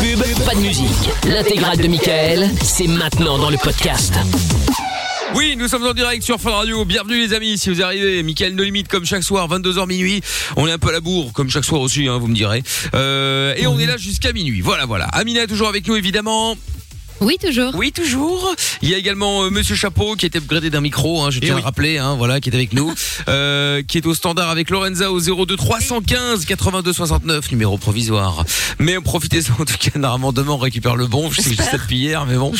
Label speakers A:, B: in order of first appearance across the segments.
A: pub, pas de musique. L'intégrale de Michael, c'est maintenant dans le podcast.
B: Oui, nous sommes en direct sur Fun Radio. Bienvenue les amis, si vous arrivez, Michael No Limite comme chaque soir, 22h minuit. On est un peu à la bourre comme chaque soir aussi, hein, vous me direz. Euh, et on est là jusqu'à minuit. Voilà, voilà. Amina est toujours avec nous évidemment.
C: Oui, toujours.
B: Oui, toujours. Il y a également euh, Monsieur Chapeau qui est upgradé d'un micro, hein,
D: Eh
B: je tiens à le rappeler, hein, voilà, qui est avec nous, euh, qui est au standard avec Lorenza au 02 315 82 69, numéro provisoire. Mais profitez-en en tout cas, normalement demain on récupère le bon, je sais que j'ai ça depuis hier, mais bon.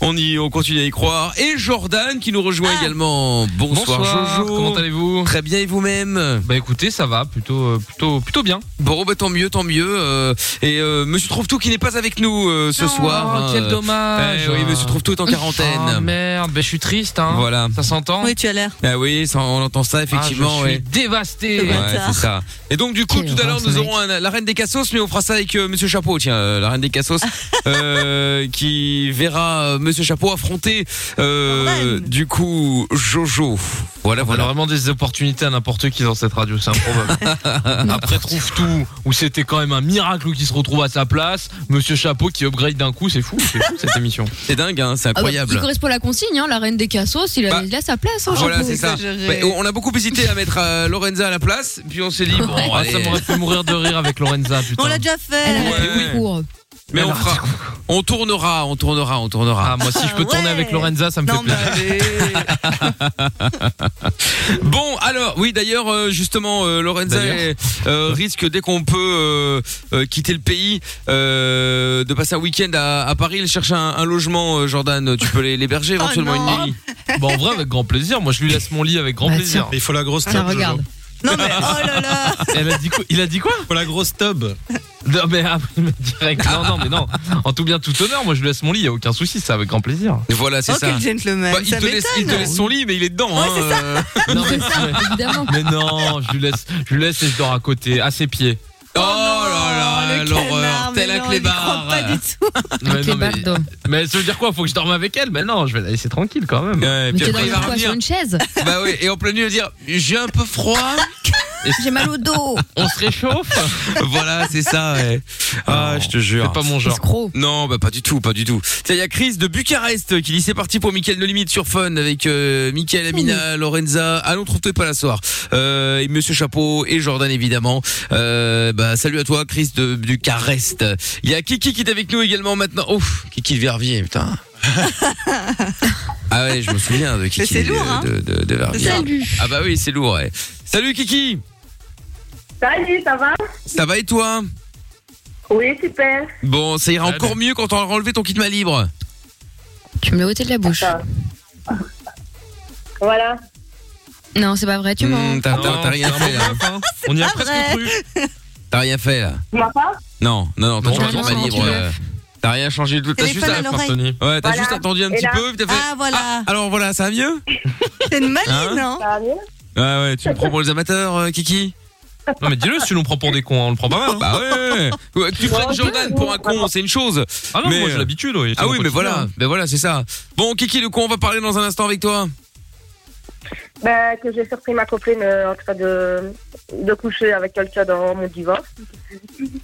B: On y, on continue à y croire. Et Jordan qui nous rejoint également. Bonsoir,
D: Ah. Bonsoir,
B: Jojo.
D: comment allez-vous
B: Très bien et vous-même
D: Bah écoutez, ça va, plutôt, euh, plutôt, plutôt bien.
B: Bon, bah, tant mieux, tant mieux. euh, et euh, Monsieur Trouve-Tout qui n'est pas avec nous euh, ce soir.
D: Oh, quel
B: hein, euh,
D: dommage.
B: eh oui, Monsieur Trouve-Tout est en quarantaine.
D: Ah, merde, bah, je suis triste, hein.
B: Voilà.
D: Ça s'entend
E: Oui, tu as l'air.
B: Ah oui, ça, on entend ça effectivement.
D: Ah, je suis
B: ouais.
D: dévasté.
B: Ouais,
E: bâtard.
B: c'est ça. Et donc du coup,
C: Quelle
B: tout à l'heure,
C: horreur, ce
B: nous
C: mec.
B: aurons un- la reine des cassos, mais on fera ça avec euh, Monsieur Chapeau. Tiens, euh, la reine des cassos euh, qui verra euh, Monsieur Chapeau affronter euh,
E: La reine.
B: du coup Jojo.
D: On
B: Voilà,
D: a
B: voilà.
D: vraiment des opportunités à n'importe qui dans cette radio, c'est improbable. Après trouve tout où c'était quand même un miracle qui se retrouve à sa place, Monsieur Chapeau qui upgrade d'un coup, c'est fou, c'est fou cette émission.
B: C'est dingue, hein, c'est
C: Ah bah, il
B: incroyable.
C: correspond à la consigne, hein, la reine des cassos, il a,
B: Bah,
C: il a sa place. Hein,
B: voilà,
C: Jean-Paul.
B: c'est ça.
E: exagéré.
B: Bah, on a beaucoup hésité à mettre euh, Lorenza à la place, puis on s'est dit bon,
D: Ah,
B: allez.
D: ça m'aurait fait mourir de rire avec Lorenza, putain.
E: On l'a déjà
C: Elle
E: fait.
C: a
B: Ouais.
C: pris court.
B: mais on
D: Alors,
B: fera, on tournera, on tournera, on tournera.
D: Ah, moi si je peux tourner
E: Ouais.
D: avec Lorenza, ça me
E: Non,
D: fait plaisir.
E: mais.
B: Bon, alors, oui, d'ailleurs, euh, justement, euh, Lorenza
D: D'ailleurs.
B: euh, risque, dès qu'on peut euh, euh, quitter le pays, euh, de passer un week-end à, à Paris. Elle cherche un, un logement, euh, Jordan. Tu peux les- l'héberger éventuellement
E: Oh non.
B: une nuit.
D: Bah en vrai avec grand plaisir, moi je lui laisse mon lit avec grand
C: Bah,
D: plaisir.
F: Il faut la grosse tub.
C: Alors
F: Jojo.
C: regarde.
E: Ah, Non, mais oh là là.
D: Elle a dit quoi Il a dit quoi
F: Il faut la grosse tub.
D: Non mais, ah, mais direct, non, non mais non, en tout bien tout honneur, moi je lui laisse mon lit, y a aucun souci, ça avec grand plaisir.
B: Voilà, c'est
E: Oh,
B: ça.
E: quel gentleman.
B: Bah, il,
E: ça
B: te laisse, il te
E: m'étonne.
B: laisse son lit, mais il est dedans. hein, euh.
D: Non, mais,
C: Évidemment.
D: mais non, je lui laisse, je lui laisse et je dors à côté, à ses pieds.
B: Oh,
E: non,
B: là là,
E: Oh, le
D: euh,
B: l'horreur,
E: connard,
B: tel
E: mais
B: un
E: non, on y croit
B: clébard.
E: Pas du tout.
D: Mais,
C: Avec les
D: non, mais,
C: bardos.
D: mais ça veut dire quoi Faut que je dorme avec elle Mais non, je vais la laisser tranquille quand même.
C: Mais
B: Ouais, puis
C: t'es dans
B: après, il va
C: une quoi, sur
B: revenir.
C: une chaise
B: Bah oui, et en pleine nuit, il va dire J'ai un peu froid.
C: J'ai mal au dos.
D: On se réchauffe
B: voilà, c'est ça, ouais. Ah, je te jure.
D: C'est pas mon genre.
C: Escroc.
B: Non, bah pas du tout, pas du tout. Tiens, Il y a Chris de Bucarest qui dit c'est parti pour Mickaël No Limite sur Fun avec euh, Mickaël, Amina, Lorenza. Allons, trouve-toi pas la soir. Euh, et Monsieur Chapeau et Jordan évidemment. Euh, bah salut à toi, Chris de Bucarest. Il y a Kiki qui est avec nous également maintenant. Ouf, Kiki de Verviers, putain. ah ouais, je me souviens de Kiki
E: c'est
B: de,
E: lourd, hein.
B: de, de- de Verviers.
C: Salut.
B: Ah bah oui, c'est lourd. ouais. Salut Kiki,
G: Salut, ça va
B: ça va et toi
G: Oui, super.
B: Bon, ça ira
D: Ouais,
B: encore mieux quand on aura enlevé ton kit ma libre.
C: Tu me l'as ôté de la bouche.
G: Ça. Voilà.
C: Non, c'est pas
E: Ah,
C: vrai, tu mens.
B: Hmm, t'as-
D: Non,
B: t'as t'as rien
D: c'est un
B: fait là.
D: bon bluff, hein. On y a
E: pas
D: presque
E: vrai.
D: cru.
B: T'as rien fait là
G: Tu m'as pas
B: Non, non, non, t'as
D: Non,
B: changé
C: non,
B: ma
C: non,
B: libre.
C: tu l'as.
B: euh, T'as rien changé du tout. T'as
E: Téléphone
B: juste,
E: à l'oreille.
D: Anthony.
B: ouais, t'as
G: Voilà.
B: juste attendu un
G: Et
B: petit
G: là.
B: peu, puis t'as fait.
E: Ah, voilà.
B: alors voilà, ça va mieux
E: C'est une maline,
B: Hein
E: hein.
G: Ça va mieux
B: Ah ouais, tu me prends pour les amateurs, euh, Kiki
D: Non mais dis-le, si l'on prend pour des cons, hein, on le prend pas mal. hein.
B: Bah ouais, ouais, ouais. Ouais, que Tu
G: Ouais,
B: prennes
G: ouais,
B: Jordan
G: ouais.
B: pour un con, c'est une chose.
D: Ah non,
B: Mais,
D: moi
B: euh,
D: j'ai l'habitude, oui.
B: Ah
D: On
B: oui, mais
D: continue,
B: voilà,
D: hein.
B: ben voilà, c'est ça. Bon, Kiki, de quoi on va parler dans un instant avec toi
G: Ben, Que j'ai surpris ma copine euh, en train de, de coucher avec quelqu'un dans mon divorce.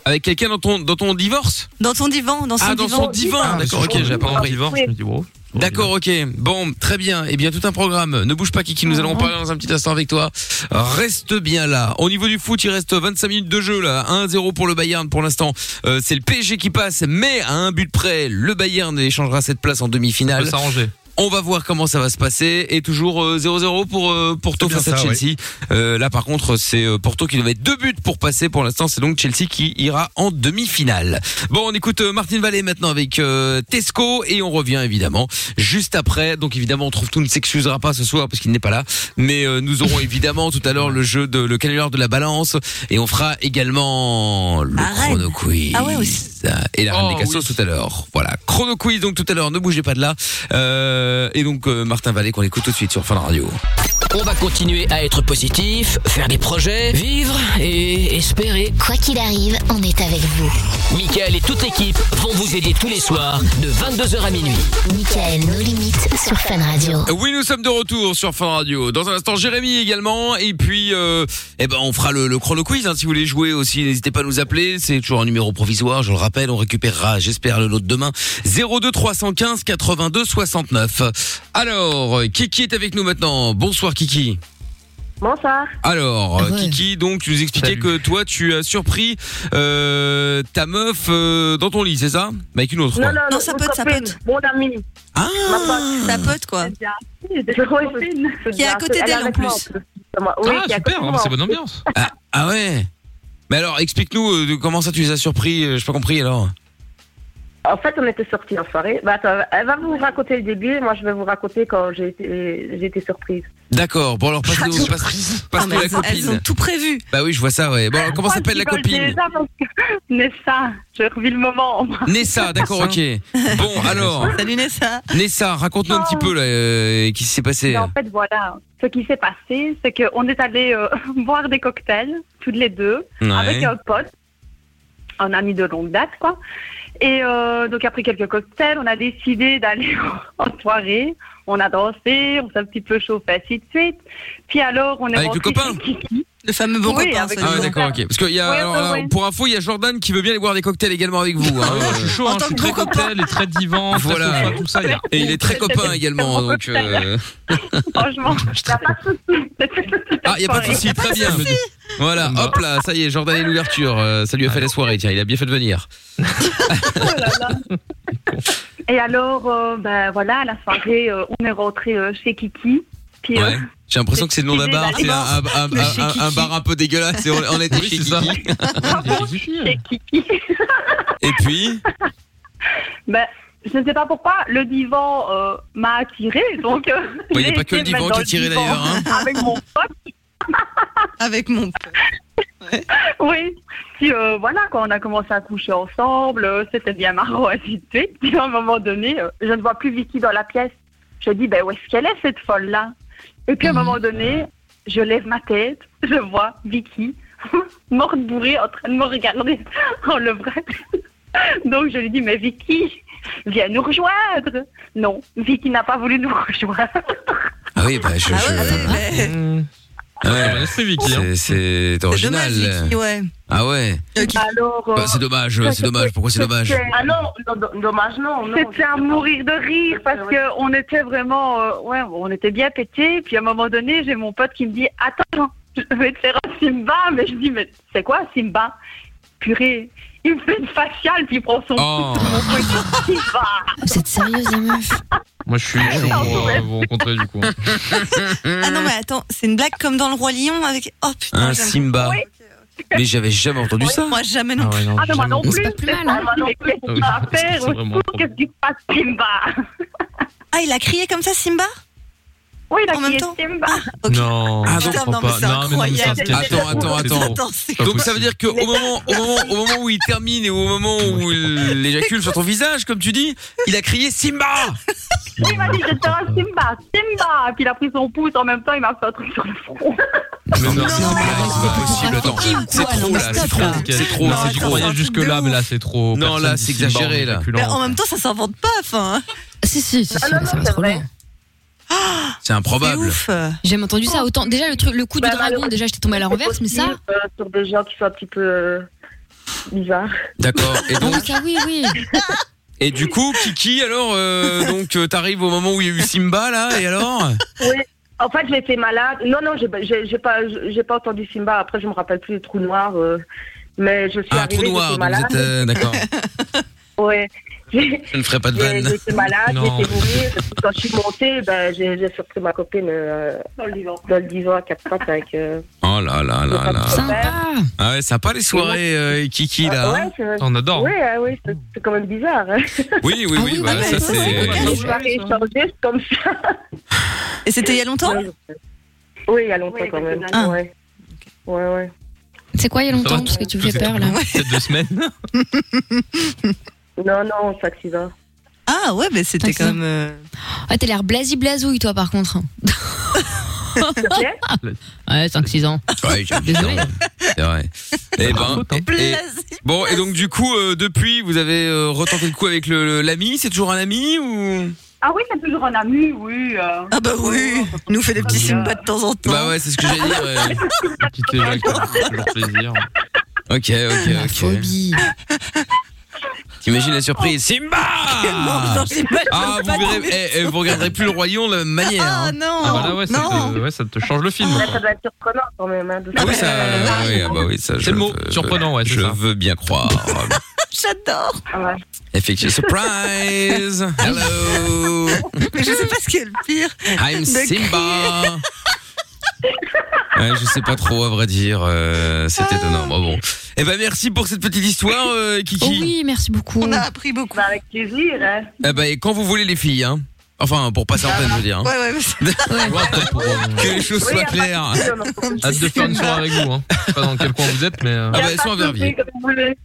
B: Avec quelqu'un dans ton, dans ton divorce
E: Dans ton divan, dans son
B: Ah, dans
E: divan.
B: son divan
D: Ah,
B: D'accord, ok, j'avais pas compris.
D: Divorce, je me dis, wow.
B: D'accord, ok. Bon, très bien. Eh bien, tout un programme. Ne bouge pas, Kiki. Nous allons parler dans un petit instant avec toi. Reste bien là. Au niveau du foot, il reste 25 minutes de jeu là. 1-0 pour le Bayern pour l'instant. Euh, c'est le PSG qui passe, mais à un but près, le Bayern échangera cette place en
D: On peut
B: demi-finale.
D: s'arranger.
B: On va voir comment ça va se passer. Et toujours euh, 0-0 pour euh, Porto
F: C'est bien
B: face à
F: ça,
B: Chelsea. Euh, là, par contre, c'est euh, Porto qui devait deux buts pour passer. Pour l'instant, c'est donc Chelsea qui ira en demi-finale. Bon, on écoute euh, Martin Vallée maintenant avec euh, Tesco et on revient évidemment juste après. Donc évidemment, on trouve tout ne s'excusera pas ce soir parce qu'il n'est pas là. Mais euh, nous aurons évidemment tout à l'heure le jeu de le canular de la balance et on fera également le
E: Arrête.
B: chrono quiz. euh,
E: Ah ouais, aussi.
B: Et la reine
D: Oh,
B: des cassos
D: oui.
B: tout à l'heure. Voilà, chrono quiz donc tout à l'heure. Ne bougez pas de là. Euh, et donc euh, Martin Vallée qu'on écoute tout de suite sur Fun Radio.
A: On va continuer à être positif, faire des projets, vivre et espérer.
H: Quoi qu'il arrive, on est avec vous.
A: Michael et toute l'équipe vont vous aider tous les soirs de 22h à minuit.
H: Michael, nos limites sur Fan Radio.
B: Euh, Oui, nous sommes de retour sur Fun Radio. Dans un instant, Jérémy également. Et puis, euh, eh ben, on fera le, le chrono quiz. hein. si vous voulez jouer aussi, n'hésitez pas à nous appeler. C'est toujours un numéro provisoire, je le rappelle. On récupérera, j'espère, le lot de demain. 02 315 82 69. Alors, euh, Kiki est avec nous maintenant. Bonsoir, Kiki.
I: Bonsoir.
B: Alors, euh,
C: Ouais.
B: Kiki, donc, tu nous expliquais
D: Salut.
B: que toi, tu as surpris euh, ta meuf euh, dans ton lit, c'est ça Mais Avec une autre.
I: Non,
B: quoi.
I: non,
J: Non, ça
I: une
J: pote, ça
I: copine,
J: pote.
I: Mon ami.
B: Ah
I: Ma pote.
J: Ta pote, quoi.
I: Qui
J: est à côté d'elle, en plus.
I: Oui,
D: ah,
I: qui est à côté
D: super,
I: de
D: non, mais
I: moi.
D: c'est bonne ambiance.
B: Ah, ah ouais Mais alors, explique-nous euh, de- comment ça tu les as surpris, euh, j'ai pas compris alors.
I: En fait, on était sortis en soirée. Bah, attends, elle va vous raconter le début, moi je vais vous raconter quand j'ai été, j'ai été surprise.
B: D'accord, bon alors passe nous passe,
J: Ah,
B: passe-nous
J: mais
B: la
J: elles, ont- elles ont
B: copine.
J: tout prévu.
B: Bah oui, je vois ça, ouais. Bon, alors, comment s'appelle la copine
I: Nessa, je revis le moment.
B: Nessa, d'accord, ok. Bon, alors,
J: Salut Nessa.
B: Nessa, raconte-nous un petit peu, là, euh, qu'est-ce qui s'est passé
E: Mais en fait, voilà, ce qui s'est passé, c'est qu'on est allé euh, boire des cocktails, toutes les deux, avec
B: Ouais.
E: un pote, un ami de longue date, quoi. Et euh, donc, après quelques cocktails, on a décidé d'aller en soirée. On a dansé, on s'est un petit peu chauffé, ainsi de suite. Puis alors, on est
B: Avec le
E: rentré
B: copain
E: chez Kiki.
J: Le fameux bon
E: Oui,
J: copain,
E: avec-
B: Ah ouais,
J: soi-disant.
B: d'accord, ok. Parce que, il y a,
E: Ouais,
B: alors,
E: ouais,
B: alors,
E: ouais.
B: pour info, il y a Jordan qui veut bien aller boire des cocktails également avec vous. hein.
D: Ah ouais, je suis chaud,
J: En
D: hein, je
J: tant
D: suis
J: que
D: très
J: bon copain.
D: cocktail et très divan,
B: Voilà.
D: très sofa, tout ça. il y a-
B: Et il est très copain également,
E: Bon
B: donc... euh,
E: Franchement, il n'y a pas de souci. C'est toute petite
B: Ah, il a pas de
E: soirée.
B: souci, très bien. Voilà,
D: Bon.
B: hop là, ça y est, Jordan et l'ouverture. euh, ça lui a fait la soirée, tiens, il a bien fait de venir.
E: oh Et alors, euh, ben voilà, à la soirée, euh, on est rentré euh, chez Kiki. Puis, euh,
B: Ouais. J'ai l'impression que c'est le nom d'un bar, c'est un, un- un-
J: Le chez
B: un-
J: Kiki.
B: un bar un peu dégueulasse. et on, on était
D: Oui,
B: chez
D: c'est ça.
B: Kiki.
E: chez Kiki,
B: Et puis,
E: Ben, je ne sais pas pourquoi, le divan euh, m'a attiré, donc... euh,
B: il n'y a
E: j'ai
B: pas que le
E: été
B: divan
E: mettre
B: qui
E: dans
B: est tiré,
E: divan
B: d'ailleurs, hein.
E: Avec mon pote,
J: Avec mon pote.
E: oui. Puis euh, voilà, quand on a commencé à coucher ensemble, euh, c'était bien marrant, ainsi de suite. Puis à un moment donné, euh, je ne vois plus Vicky dans la pièce. Je dis, ben où est-ce qu'elle est, cette folle-là Et puis à un
J: Mhm.
E: moment donné, je lève ma tête, je vois Vicky, morte bourrée, en train de me regarder en le vrai. Donc je lui dis, mais Vicky, viens nous rejoindre. Non, Vicky n'a pas voulu nous rejoindre.
B: ah oui, bah je,
J: Ah ouais,
B: je-
J: mais-
D: Mmh.
B: Ouais,
D: Ouais, C'est Vicky, hein.
B: c'est- c'est
J: c'est dommage,
B: original.
J: Vicky, ouais.
B: Ah ouais,
J: Euh, qui-
E: Alors, euh,
B: Bah, c'est dommage, c'est dommage. Pourquoi c'est dommage
I: Ah non, non, non, dommage, non. Ah non
E: C'était à mourir de rire parce que on était vraiment, euh, ouais, on était bien pétés. Puis à un moment donné, j'ai mon pote qui me dit Attends, je vais te faire un Simba. Mais je dis Mais c'est quoi un Simba Purée. Il me fait une faciale, puis il prend son
B: Oh.
E: couteau, mon pote, il dit, Simba.
C: Vous êtes sérieuse, les meufs
B: Hein.
D: Moi, je suis chaud pour euh, vous rencontrer, du coup. hein.
J: Ah non, mais attends, c'est une blague comme dans Le Roi Lion avec. Oh putain,
B: Mmh. Un
J: j'aime-
B: Simba. Mais j'avais jamais entendu ça.
J: Moi, jamais
D: Ah
J: non
D: ouais, non,
E: Ah non, moi
D: jamais.
E: non plus,
C: C'est pas plus mal, hein.
E: moi non plus.
D: Ah
E: Qu'est-ce
D: oui,
E: qu'il va
D: c'est
E: faire Au
D: vraiment
E: secours,
D: trop.
E: qu'est-ce qu'il passe, Simba
J: Ah, il a crié comme ça, Simba
E: Oui, il a
J: En même
E: crié
J: temps
E: Simba.
J: Ok.
D: Non,
B: Ah,
D: je
J: non,
D: crois
J: non, mais
D: pas.
J: c'est
D: Non, mais non, mais c'est un
J: incroyable.
D: sketch.
B: Attends, attends,
D: C'est
B: attends.
D: trop.
J: Attends, c'est
D: Pas
B: Donc ça
D: possible.
B: veut dire qu'au moment, au moment, au moment où il termine et au moment où il éjacule sur ton visage, comme tu dis, il a crié Simba.
E: Oui, il m'a dit Je te rends Simba, Simba. Puis il a pris son pouce en même temps, il m'a fait un truc sur le front.
D: Mais non,
B: c'est pas possible. Attends, c'est trop là, c'est trop, c'est trop,
J: Non,
B: c'est
D: Je
J: attends,
B: trop.
J: c'est un
D: croyais
J: truc
D: jusque
J: de
D: là,
J: ouf.
D: mais là, c'est trop.
B: Non,
D: Personne
B: là,
D: dit
B: c'est
D: Simba en
B: exagéré, là.
D: éjaculant.
J: Mais
E: Bah,
J: en même temps, ça s'invente pas, enfin. hein.
C: Si, si, si, si,
I: Ah non, non,
C: ça va
I: c'est
C: trop
I: vrai.
C: loin.
B: C'est
J: C'est
B: improbable.
J: ouf. euh.
C: J'ai jamais entendu ça. Autant, déjà, le, truc, le coup
I: Bah,
C: du dragon,
I: alors-
C: déjà, j'étais tombée à la renverse, mais ça.
I: Euh, sur des gens qui sont un petit peu euh, bizarres.
B: D'accord. Et
C: Ah
B: donc,
C: oui, ça, oui, oui.
B: Et du coup, Kiki, alors, euh, donc, euh, t'arrives au moment où il y a eu Simba, là, et alors
I: En fait, j'étais malade. Non, non, j'ai- j'ai j'ai pas, j'ai pas entendu Simba. Après, je me rappelle plus le trou noir. euh, mais je suis
B: Ah,
I: arrivée,
B: trou noir,
I: j'étais
B: donc vous
I: malade.
B: êtes. euh, D'accord.
I: Ouais. J'ai-
B: Je ne ferai pas de
I: j'ai-
B: vanne.
I: J'étais malade,
D: Non.
I: j'étais bourrée. Quand je suis montée, ben, j'ai j'ai surpris ma copine euh,
E: Dans le divan.
I: dans le divan à quatre pattes avec. euh,
B: Oh là là là là.
C: Sympa.
B: Ah ouais, sympa les soirées, euh, Kiki,
I: ah,
B: là. hein
I: ouais, c'est-
D: On adore.
I: Oui, ah oui, c'est c'est quand même bizarre. Hein.
B: oui, oui,
C: Ah
B: oui,
C: oui,
B: voilà,
J: oui,
B: ça
J: oui,
B: c'est.
J: oui,
I: Une
J: oui.
I: soirée échangée comme ça.
J: Et c'était il y a longtemps
I: Oui, il y a longtemps
E: Oui,
I: quand même.
J: Ah.
I: Ouais. ouais, ouais.
C: C'est quoi, il y a
D: Ça
C: longtemps
D: va,
C: Parce que tu me
D: tout
C: fais
D: est-
C: peur, là.
D: Peut-être deux semaines.
I: Non, non, on s'accidente.
J: Ah ouais, mais c'était
C: Ah, ça.
J: comme. euh,
C: Ah, t'as l'air blasi-blasouille, toi, par contre. hein. Ouais, 5-6 ans.
B: Ouais, j'ai
C: Désolé.
B: C'est vrai. Eh ben, et- et- bon, et donc du coup, euh, depuis, vous avez euh, retenté le coup avec le- le- l'ami C'est toujours un ami ou
K: Ah oui, c'est toujours un ami, oui.
G: euh.
E: Ah bah oui, nous fait des petits Simba de temps en temps.
B: Bah ouais, c'est ce que j'allais dire. ouais.
D: Quitter Jacques, toujours plaisir.
B: Ok, ok, ok. T'imagines la surprise Simba
E: Non, non, Simba, je
B: Ah,
E: veux
B: vous
E: pas
B: verrez,
E: de-
B: eh, eh, vous regarderez plus le Royaume de la même manière.
E: Ah
B: hein.
E: non,
D: Ah bah là, ouais, ça,
E: non.
D: te, ouais, ça te change le film.
G: Ouais,
D: quoi.
G: ça doit être surprenant quand même. hein, de
B: Ah oui,
G: savoir.
B: ça, ah oui, ah bah oui, ça. je
D: C'est le mot,
B: veux-
D: surprenant, ouais, c'est
B: Je
D: ça.
B: veux bien croire.
E: J'adore.
G: Ah Ouais.
B: Effectivement, surprise. Hello,
E: Mais je sais pas ce qui est le pire.
B: I'm
E: De
B: Simba. Ouais, je sais pas trop à vrai dire, euh,
E: Ah.
B: c'est étonnant. Bon, bon. Eh ben merci pour cette petite histoire, euh,
C: Oh
B: Kiki.
C: oui, merci beaucoup.
E: On a appris beaucoup.
G: Bah, avec plaisir. hein.
B: Eh ben et quand vous voulez les filles, hein. Enfin pour passer en pleine, je veux dire. hein.
E: Ouais, ouais, mais
D: Pour, euh,
B: Que les choses
G: Oui,
B: soient
G: à
B: claires.
G: partir de-
D: Hâte de faire une soirée avec vous. Hein. Je sais pas dans quel coin vous êtes, mais euh,
B: Ah
G: Y a
B: bah, elles
G: pas
B: sont
G: de souci,
B: inverviers.
G: comme vous voulez.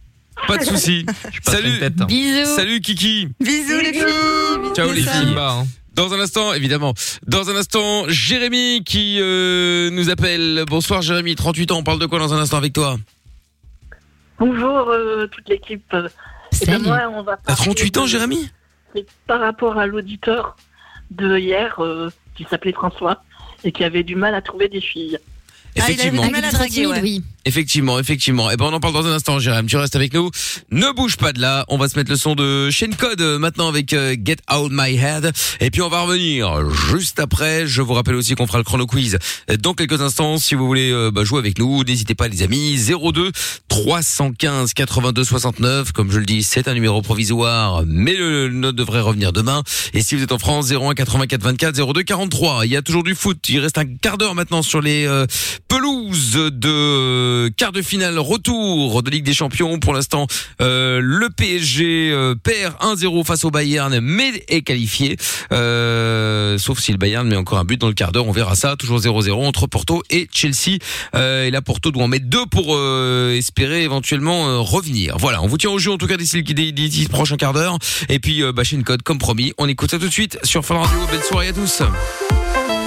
B: Pas de souci.
D: je passe
B: Salut.
D: une tête. Hein.
C: Bisous.
B: Salut Kiki.
E: bisous les filles. bisous,
B: Ciao, les
E: ça.
B: filles.
D: Simba, hein.
B: Dans un instant, évidemment. Dans un instant, Jérémy qui euh, nous appelle. Bonsoir Jérémy, 38 ans. On parle de quoi dans un instant avec toi
G: Bonjour euh, toute l'équipe. Et ben,
C: Salut.
G: moi, on va
B: T'as
G: parler
B: 38 ans,
G: de-
B: Jérémy
G: de- Par rapport à l'auditeur de hier, euh, qui s'appelait François, et qui avait du mal à trouver des filles.
E: Ah, il
B: Effectivement.
E: avait
C: Avec
E: mal à
C: des
E: draguer,
C: timide,
E: ouais.
C: oui.
B: Effectivement, effectivement. Et ben on en parle dans un instant, Jérémy. Tu restes avec nous. Ne bouge pas de là. On va se mettre le son de Shane Code euh, maintenant avec euh, Get Out My Head. Et puis on va revenir juste après. Je vous rappelle aussi qu'on fera le chrono quiz euh, dans quelques instants. Si vous voulez euh, bah, jouer avec nous, n'hésitez pas les amis. 02 315 82 69. Comme je le dis, c'est un numéro provisoire, mais le note devrait revenir demain. Et si vous êtes en France, 01 84 24 02 43. Il y a toujours du foot. Il reste un quart d'heure maintenant sur les euh, pelouses de quart de finale retour de Ligue des Champions. Pour l'instant, euh, le PSG euh, perd 1-0 face au Bayern, mais est qualifié. Euh, sauf si le Bayern met encore un but dans le quart d'heure, on verra ça. Toujours 0-0 entre Porto et Chelsea. Euh, et là, Porto doit en mettre deux pour euh, espérer éventuellement euh, revenir. Voilà, on vous tient au jeu en tout cas d'ici le d'ici- d'ici le prochain quart d'heure. Et puis, euh, bah, une code comme promis. On écoute ça tout de suite sur Fun Radio. Belle soirée à tous.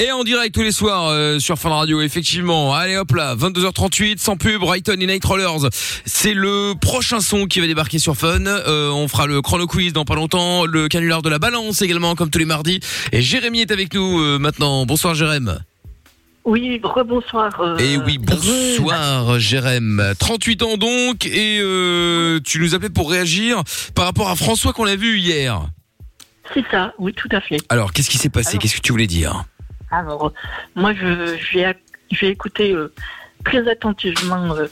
B: Et en direct tous les soirs euh, sur Fun Radio, effectivement. Allez hop là, 22h38, sans pub, Brighton et Night Rollers. C'est le prochain son qui va débarquer sur Fun. Euh, on fera le chrono quiz dans pas longtemps, le canular de la balance également, comme tous les mardis. Et Jérémy est avec nous euh, maintenant. Bonsoir Jérémy.
G: Oui, rebonsoir. euh,
B: Et Eh oui, bonsoir Jérémy. 38 ans donc, et euh, tu nous appelais pour réagir par rapport à François qu'on a vu hier.
G: C'est ça, oui, tout à fait.
B: Alors, qu'est-ce qui s'est passé
G: Alors.
B: Qu'est-ce que tu voulais dire
G: Alors, moi, je, j'ai, ac- j'ai écouté euh, très attentivement euh,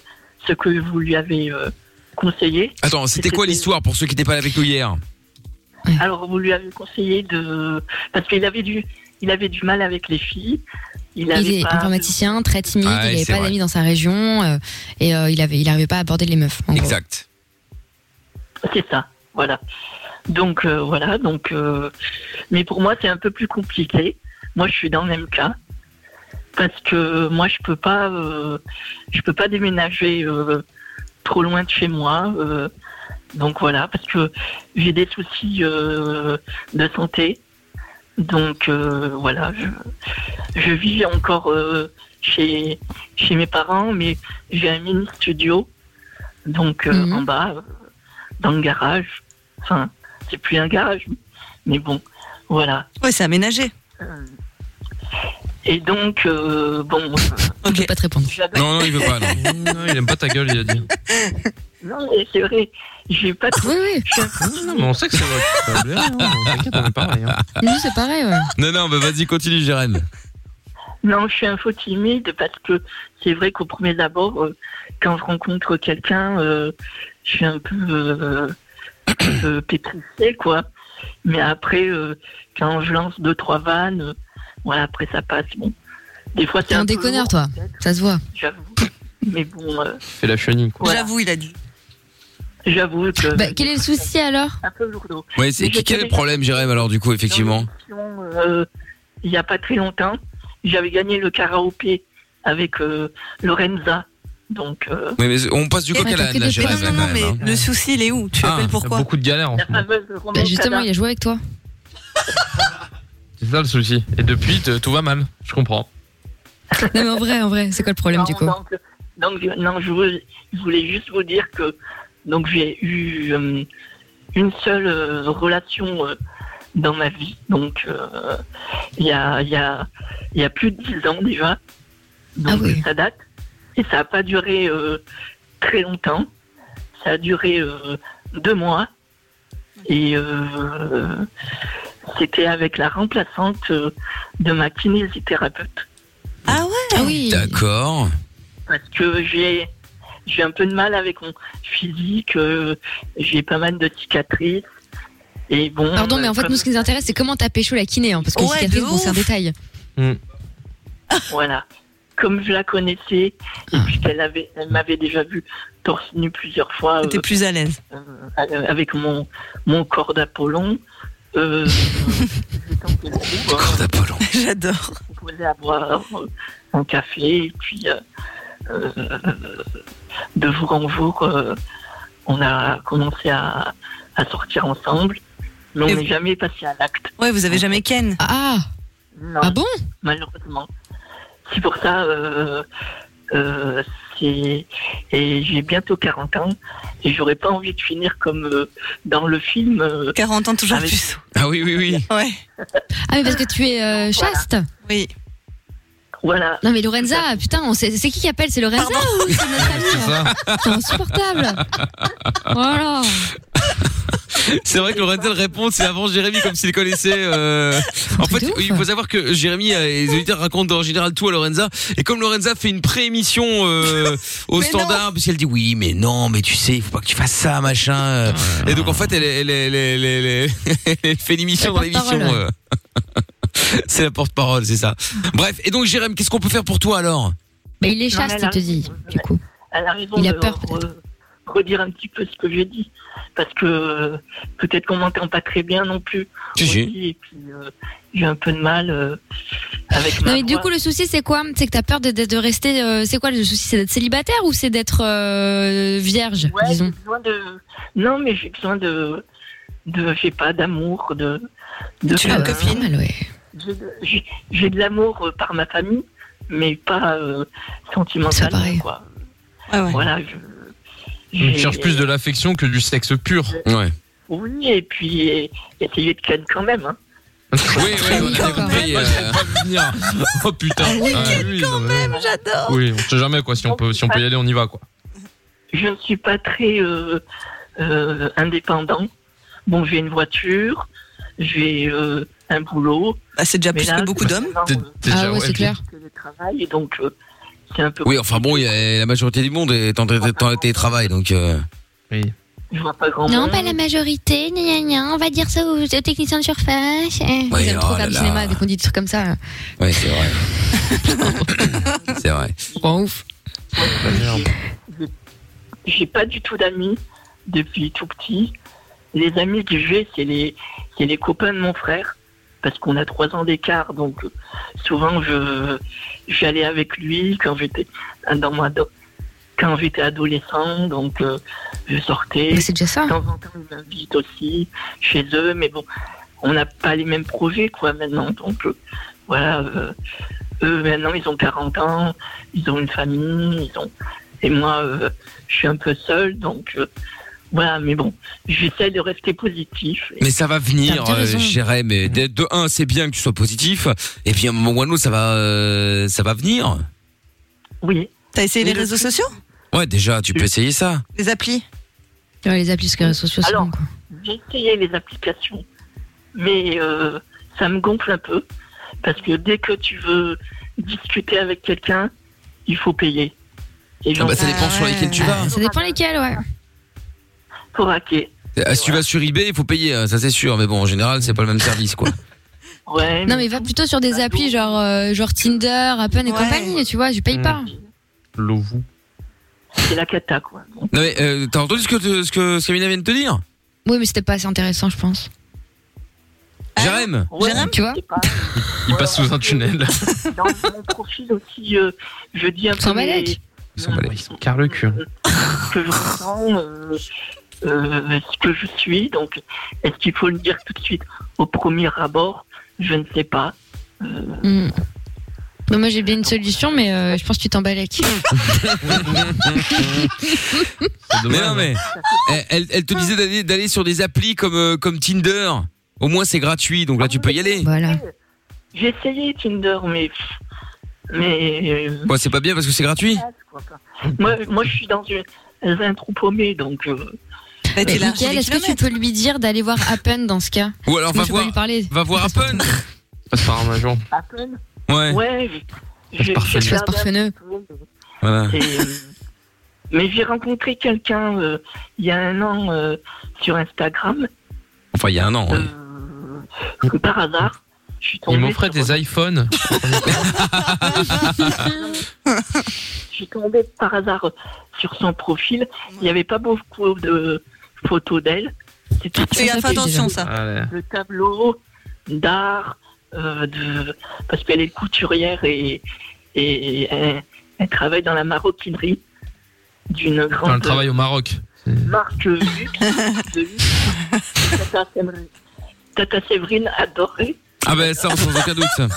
G: ce que vous lui avez euh, conseillé.
B: Attends, c'était quoi
G: C'était-
B: l'histoire pour ceux qui n'étaient pas là avec nous hier
G: Alors, vous lui avez conseillé de. Parce qu'il avait du, il avait du mal avec les filles. Il,
C: Il
G: avait
C: est
G: pas de-
C: informaticien, très timide,
B: Ouais,
C: il n'avait
B: c'est
C: pas
B: vrai.
C: d'amis dans sa région euh, et euh, il avait, il n'arrivait pas à aborder les meufs. en gros.
B: Exact.
G: C'est ça, voilà. Donc, euh, voilà. Donc, euh, Mais pour moi, c'est un peu plus compliqué. Moi, je suis dans le même cas. Parce que moi, je peux pas, euh, je peux pas déménager euh, trop loin de chez moi. euh, donc voilà, parce que j'ai des soucis euh, de santé. Donc euh, voilà, je, je vis encore euh, chez, chez mes parents, mais j'ai un mini studio, donc euh,
C: Mhm.
G: en bas, euh, dans le garage. Enfin, c'est plus un garage, mais bon, voilà.
E: Ouais, c'est aménagé.
G: Euh, Et donc, euh, bon, euh,
C: Je peux
E: Ok.
C: pas te répondre.
G: j'avais-
B: Non, non, il veut pas, non.
D: Non, il aime pas ta gueule, il a dit.
G: non, mais c'est vrai, j'ai pas trop
C: Ah, Oui, oui,
D: Non, mais on sait que c'est vrai. Tu vas bien, hein, T'inquiète, on est pareil. hein.
C: nous c'est pareil. Ouais.
B: Non, non, bah vas-y, continue, Jérémy.
G: Non, je suis un faux timide parce que c'est vrai qu'au premier abord, euh, quand je rencontre quelqu'un, euh, je suis un peu, euh, un peu pétrifiée, quoi. Mais après, euh, quand je lance deux, trois vannes, euh, voilà, après ça passe. Bon, des fois,
C: T'es
G: c'est
C: un
G: peu
C: déconneur, toi.
G: lourd,
C: Ça se voit.
G: J'avoue. Mais bon, euh,
D: Fais la chenille, quoi.
G: voilà,
E: J'avoue, il a dit.
G: j'avoue que
C: Bah, quel est le souci alors
G: c'est un peu lourdeau.
B: Ouais, c'est
G: Mais je
B: quel est le
G: connais-
B: problème, Jérémy, alors, du coup, effectivement
G: Dans l'émission, euh, Il n'y a pas très longtemps, J'avais gagné le karaopé avec euh, Lorenza. Donc, euh,
B: Oui, mais on passe du coq à
C: Ouais,
B: l'âne,
C: Eh, t'as que des
B: là,
E: Mais
B: Jérémy,
E: non,
B: là,
E: non,
B: quand
E: non,
B: même,
E: mais
B: hein.
E: le souci, il est où Tu
B: Ah,
E: appelles
D: Il y a
E: pourquoi
D: beaucoup de galères en
G: la
D: ce moment.
G: fameuse
C: Bah,
G: remontada.
C: justement, il a joué avec toi.
D: C'est ça le souci. Et depuis, t- tout va mal. Je comprends.
C: Non, mais en vrai, en vrai, c'est quoi le problème du coup
G: Non, Donc, donc, je- non, je, voulais- je voulais juste vous dire que donc j'ai eu euh, une seule euh, relation euh, dans ma vie. Donc, euh, il y, a, il y, a, il y a plus de 10 ans déjà. Donc,
C: Ah oui.
G: ça date. Et ça n'a pas duré euh, très longtemps. Ça a duré euh, deux mois. Et euh, c'était avec la remplaçante euh, de ma kinésithérapeute
E: Ah ouais
C: Ah oui.
B: D'accord.
G: parce que j'ai j'ai un peu de mal avec mon physique, euh, j'ai pas mal de cicatrices et bon.
C: Pardon,
G: euh,
C: mais en fait,
G: comme-
C: nous, ce qui nous intéresse, c'est comment t'as pécho la kiné, hein, parce que les
E: Ouais,
C: cicatrices,
E: de
C: bon, c'est un
E: ouf.
C: détail.
G: voilà, comme je la connaissais et
A: Ah.
G: puis qu'elle avait, elle m'avait déjà vu torse nu plusieurs fois euh,
E: T'es plus à l'aise.
G: euh, avec mon mon corps d'Apollon. Euh, j'ai tenté le coup, hein.
B: Corde à Apollon.
E: J'adore.
G: proposer à boire euh, un café et puis euh, euh, de jour en jour euh, on a commencé à, à sortir ensemble mais on
E: Et
G: n'est
E: vous-
G: jamais passé à l'acte
E: Ouais, vous avez jamais Ken.
C: Ah,
G: non
C: ah bon
G: malheureusement c'est pour ça euh, euh, c'est et j'ai bientôt 40 ans et j'aurais pas envie de finir comme euh, dans le film euh,
E: 40 ans toujours
G: Avec-
E: plus.
B: Ah oui, oui, oui.
E: Ouais.
C: Ah, mais parce que tu es euh, chaste
E: Oui.
G: voilà
C: Non, mais Lorenza, putain, on sait- c'est qui qui appelle C'est Lorenza ou c'est notre
D: C'est
C: ami
D: ça.
C: C'est insupportable Voilà
B: C'est vrai que Lorenza le répond, c'est avant Jérémy, comme s'il connaissait. euh, En
C: C'est
B: fait,
C: de ouf.
B: il faut savoir que Jérémy euh, et les auditeurs racontent en général tout à Lorenza. Et comme Lorenza fait une pré-émission euh, au
E: Mais
B: standard, parce qu'elle dit oui, mais non, mais tu sais, il faut pas que tu fasses ça, machin. euh. Et donc en fait, elle, elle, elle, elle, elle, elle- elle- elle fait l'émission dans
C: La
B: l'émission.
C: porte-parole.
B: euh. c'est la porte-parole, c'est ça. Bref, et donc Jérémy, qu'est-ce qu'on peut faire pour toi alors
C: Mais il est
G: Non, mais
C: chaste,
G: là,
C: il te dit, du coup.
G: Elle a raison
C: Il a
G: de
C: peur,
G: re- redire un petit peu ce que j'ai dit parce que euh, peut-être qu'on m'entend pas très bien non plus aussi, et puis euh, j'ai un peu de mal euh, avec ma
C: Non, mais du
G: voix.
C: coup, le souci, c'est quoi C'est que t'as peur de, de, de rester. euh, c'est quoi le souci C'est d'être célibataire ou c'est d'être euh, vierge,
G: Ouais, j'ai
C: disons
G: besoin de non mais j'ai besoin de de je sais pas d'amour de de
E: Tu as une
G: euh,
E: copine
C: Pas mal, ouais.
G: j'ai de- j'ai- j'ai de l'amour euh, par ma famille mais pas euh,
C: C'est
G: sentimentalement
C: pareil.
G: quoi
E: Ouais, ouais.
G: voilà je
D: On
G: j'ai-
D: cherche plus de l'affection que du sexe pur.
B: euh. Ouais.
G: oui et puis et- essayer de ken quand même hein.
B: Oui, oui, on a
C: D'accord.
B: compris. euh,
D: Oh putain. Ah, oui, non, mais-
E: J'adore.
D: Oui, on sait jamais quoi. Si on peut, si on peut y aller, on y va quoi.
G: je ne suis pas très euh, euh, indépendant. Bon, j'ai une voiture, j'ai euh, un boulot.
E: Bah, c'est déjà
G: mais
E: plus
G: là,
E: que beaucoup
G: c'est
E: d'hommes.
G: vraiment,
D: T'es-
G: euh,
D: t'es
C: Ah,
D: déjà-
C: ouais,
D: ok.
C: c'est clair.
G: que le travail, et donc euh, c'est un peu.
B: Oui, enfin bon, il y a- la majorité du monde est en est en télétravail, donc. euh,
G: Je vois pas grand
F: Non,
G: monde.
F: pas la majorité, gna gna gna, on va dire ça aux, aux techniciens de surface. eh.
C: Ils
B: ouais,
C: aiment trop
B: oh
C: faire
B: là
C: du
B: là.
C: cinéma dès qu'on dit des trucs comme ça.
B: Ouais, c'est vrai. c'est vrai.
C: En ouf.
G: J'ai- J'ai pas du tout d'amis depuis tout petit. Les amis que j'ai, c'est les, c'est les copains de mon frère, parce qu'on a trois ans d'écart, donc euh, souvent je j'allais avec lui quand j'étais euh, dans ma ado- quand j'étais adolescent, donc euh, je sortais.
C: Mais c'est déjà ça.
G: De temps en temps, ils m'invitent aussi chez eux, mais bon, on n'a pas les mêmes projets, quoi, maintenant. Donc, euh, voilà, euh, eux, maintenant, ils ont 40 ans, ils ont une famille, ils ont... Et moi, euh, je suis un peu seul, donc... euh, voilà, mais bon, j'essaie de rester positif. Et
B: Mais ça va venir,
C: T'as bien
B: euh,
C: raison.
B: Jérémy. mais De, de un, c'est bien que tu sois positif. Et puis à un moment ou à un autre, ça va, euh, ça va venir.
G: oui,
E: T'as essayé
G: Mais
E: les
G: le
E: réseaux
G: truc-
E: sociaux
B: Ouais, déjà, tu peux essayer ça.
E: Les applis
C: Ouais, les applis sur les réseaux sociaux, c'est
G: Alors,
C: bon, quoi.
G: j'ai essayé les applications, mais euh, ça me gonfle un peu, parce que dès que tu veux discuter avec quelqu'un, il faut payer. Et
B: Ah
G: j'en
B: bah, ça
E: Ah
B: dépend sur
E: ouais.
B: lesquels tu vas.
C: Ah, ça dépend lesquels, ouais.
G: faut raquer.
B: Ah, si tu vas sur eBay, il faut payer, hein, ça c'est sûr. Mais bon, en général, c'est pas le même service, quoi.
G: Ouais,
C: Non, mais va plutôt sur des applis genre, euh, genre Tinder, Appen et
E: Ouais.
C: compagnie, tu vois, je paye pas.
D: Lovou.
G: Mm. c'est la cata, quoi. Donc,
B: Non mais euh, t'as entendu ce que te- ce que ce qu'Amina vient de te dire
C: Oui, mais c'était pas assez intéressant, je pense.
B: Jérém
E: Jérém
C: Tu vois
D: Il passe sous un tunnel.
G: Dans mon profil aussi, euh, je dis un
C: Sans
G: peu les-
C: mallette.
D: Ils sont malades, ils sont car le cul.
G: ce que je ressens, euh, euh, ce que je suis. Donc, est-ce qu'il faut le dire tout de suite au premier abord Je ne sais pas. Euh,
C: Hmm. Bah, moi j'ai bien une solution, mais euh, je pense que tu t'emballes avec.
D: C'est dommage, hein.
B: Mais non, mais elle, elle- elle te disait d'aller- d'aller sur des applis comme, euh, comme Tinder. Au moins, c'est gratuit, donc là, tu peux y aller.
C: Voilà.
G: J'ai essayé Tinder, mais. Mais. euh,
B: Bon, c'est pas bien parce que c'est gratuit.
G: quoi, quoi. Moi, moi, je suis dans une- dans un trou paumé, donc. euh,
E: Bah,
C: Et
E: là,
C: Mickaël, est-ce que tu peux lui dire d'aller voir Appen dans ce cas
B: Ou alors,
C: Moi,
B: va
C: je peux
B: voir,
C: lui parler.
B: va voir Appen.
D: hein. Passe par un agent.
G: à peine.
B: Ouais,
G: Ouais, je- j'ai
D: parfait.
G: regardé
C: Je passe
G: un
C: parfeneux.
G: peu,
D: Ah bah.
B: voilà.
G: et, euh, mais j'ai rencontré quelqu'un euh, il y a un an euh, sur Instagram.
B: Enfin, il y a un an. hein.
G: euh, comme par hasard, je suis tombée.
D: Il m'offrait
G: sur-
D: des iPhones.
G: Je suis tombée par hasard sur son profil. Il n'y avait pas beaucoup de photos d'elle. C'était
E: Ah, Fais gaffe,
C: Ça, c'est
E: attention ça.
D: Allez.
G: le tableau d'art, euh, de... parce qu'elle est couturière et, et elle, elle travaille dans la maroquinerie d'une
D: Enfin, le
G: grande
D: travail au Maroc.
G: marque euh, de luxe. Tata Séverine- Tata Séverine adorait.
B: Ah, ben ça, sans aucun doute. ça.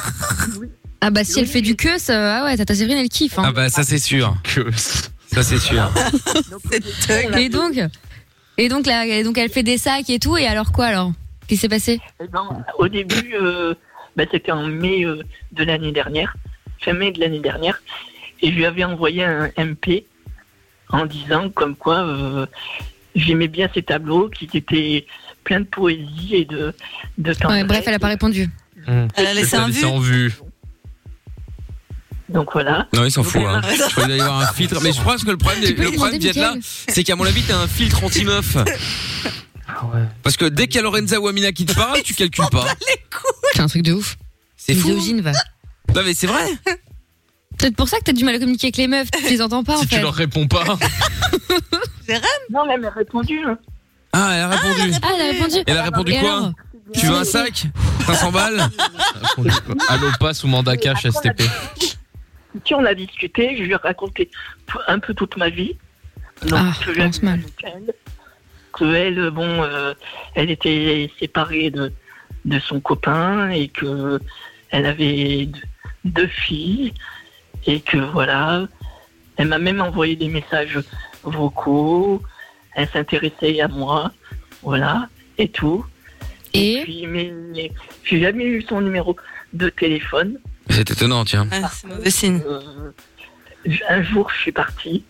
C: Ah bah si elle fait du queue, ça... ah ouais, Tata Séverine elle kiffe.
B: Ah,
C: Hein.
B: bah ça, c'est sûr.
D: Que-
B: Ça, c'est sûr.
E: Cette thug.
C: et donc, et donc là, et donc elle fait des sacs et tout. Et alors quoi alors Qu'est-ce qui s'est passé
G: Eh ben, au début, euh, bah, c'était en mai euh, de l'année dernière, fin mai de l'année dernière, et je lui avais envoyé un MP en disant comme quoi euh, j'aimais bien ces tableaux qui étaient pleins de poésie et de, de
C: Ouais,
G: tendresse.
C: Bref, elle a pas répondu.
E: Elle a laissé
D: Elle
E: un
D: laissait
E: vu.
D: en vue.
G: Donc voilà.
B: Non, il s'en fout. Hein. Je crois qu'il doit y avoir un filtre. Mais je pense que le problème,
C: Tu peux
B: le
C: lui
B: problème
C: demander
B: d'être là,
C: Mickaël.
B: c'est qu'à mon avis, t'as un filtre anti-meuf.
C: Ah
D: ouais.
B: Parce que dès qu'il y a Lorenza Wamina qui te parle, tu calcules pas.
C: C'est un truc de ouf.
B: C'est fou. hein.
C: Misogyne, va.
B: Non, mais c'est vrai.
C: Peut-être pour ça que t'as du mal à communiquer avec les meufs. Tu les entends pas en
D: Si tu
C: fait.
D: leur réponds pas,
G: Non, elle m'a répondu. hein.
B: Ah, elle a répondu.
C: Ah, elle a répondu.
B: Elle a répondu
C: Et
B: quoi
C: alors
B: Tu veux un sac 500 balles
D: Alopa sous mandat cash STP.
G: Tu on a discuté, je lui ai raconté un peu toute ma vie. Donc,
C: Ah,
G: je lui ai
C: commence
G: dit
C: mal.
G: qu'elle- Que elle, bon, euh, elle était séparée de, de son copain et que elle avait deux, deux filles et que voilà. Elle m'a même envoyé des messages vocaux. Elle s'intéressait à moi, voilà, et tout.
C: Et
G: Puis, mais mais j'ai jamais eu son numéro de téléphone.
B: C'est étonnant, tiens.
E: Ah, C'est mauvais signe.
G: Euh, un jour, je suis partie.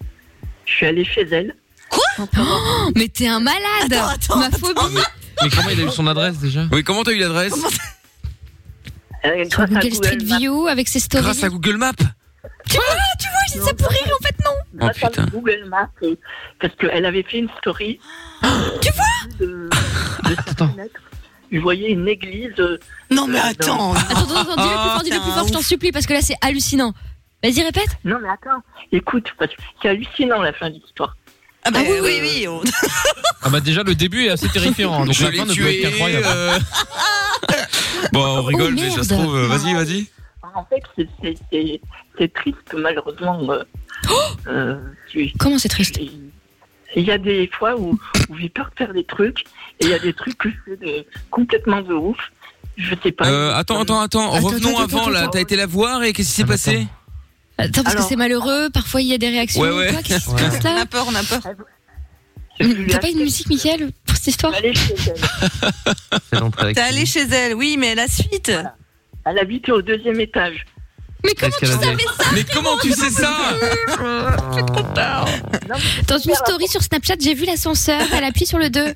G: Je suis allée chez elle.
C: Oh, mais t'es un malade.
E: Attends, attends,
C: Ma phobie.
D: Mais comment il a eu son adresse déjà
B: Oui, comment t'as eu l'adresse
G: Euh,
C: Sur
G: grâce à
C: Google Street
G: Google Maps.
C: View avec ses stories.
B: Grâce à Google Maps Ah,
C: Oui, ça pourrit en fait non.
G: grâce à
B: putain.
G: Google Maps, euh, parce qu'elle avait fait une story. tu vois de, de sa
D: Attends.
G: fenêtre. Je voyais une église. euh,
E: Non mais attends.
C: Attends, attends, attends, dis-le plus fort, dis-le plus fort, je t'en supplie parce que là c'est hallucinant. Vas-y répète.
G: Non, mais attends, écoute, parce que c'est hallucinant la fin de l'histoire.
E: Ah bah
C: Ah
E: oui
C: oui,
E: oui oui. on-
D: Ah bah déjà le début est assez terrifiant, hein, donc
B: Je
D: la
B: l'ai
D: fin ne peut
B: tué,
D: être qu'incroyable.
B: euh. Bon, on rigole,
C: Oh,
B: mais ça se
C: merde.
B: trouve. euh, Vas-y, vas-y.
G: En fait, c'est- c'est- c'est c'est triste, malheureusement. euh, euh, tu-
C: Oh Comment c'est triste.
G: Il y a des fois où, où j'ai peur de faire des trucs, et il y a des trucs que je fais de- complètement de ouf. Je sais pas.
B: Euh, attends, attends, attends.
C: Attends,
B: Revenons
C: attends,
B: avant,
C: attends,
B: là.
C: attends.
B: T'as été la voir et qu'est-ce qui s'est
D: Ah, mais
B: passé
D: attends.
C: Attends parce
G: Alors-
C: que c'est malheureux. Parfois il y a des réactions.
B: Ouais, ouais.
C: ou quoi, Qu'est-ce qui se
D: Ouais.
C: passe
E: On
C: là Hum,
E: a peur, on a peur.
G: Je lui ai
C: T'as pas une
G: acheté-
C: musique, Michael, pour cette histoire
G: Elle est chez elle.
D: C'est l'entrée avec
E: T'es
D: lui.
E: allé chez elle, oui, mais la suite.
G: Elle habitait au deuxième étage.
C: Mais comment tu
D: Escalader.
C: savais ça
B: Mais comment tu sais ça
C: Dans une story sur Snapchat, j'ai vu l'ascenseur, elle appuie sur le 2.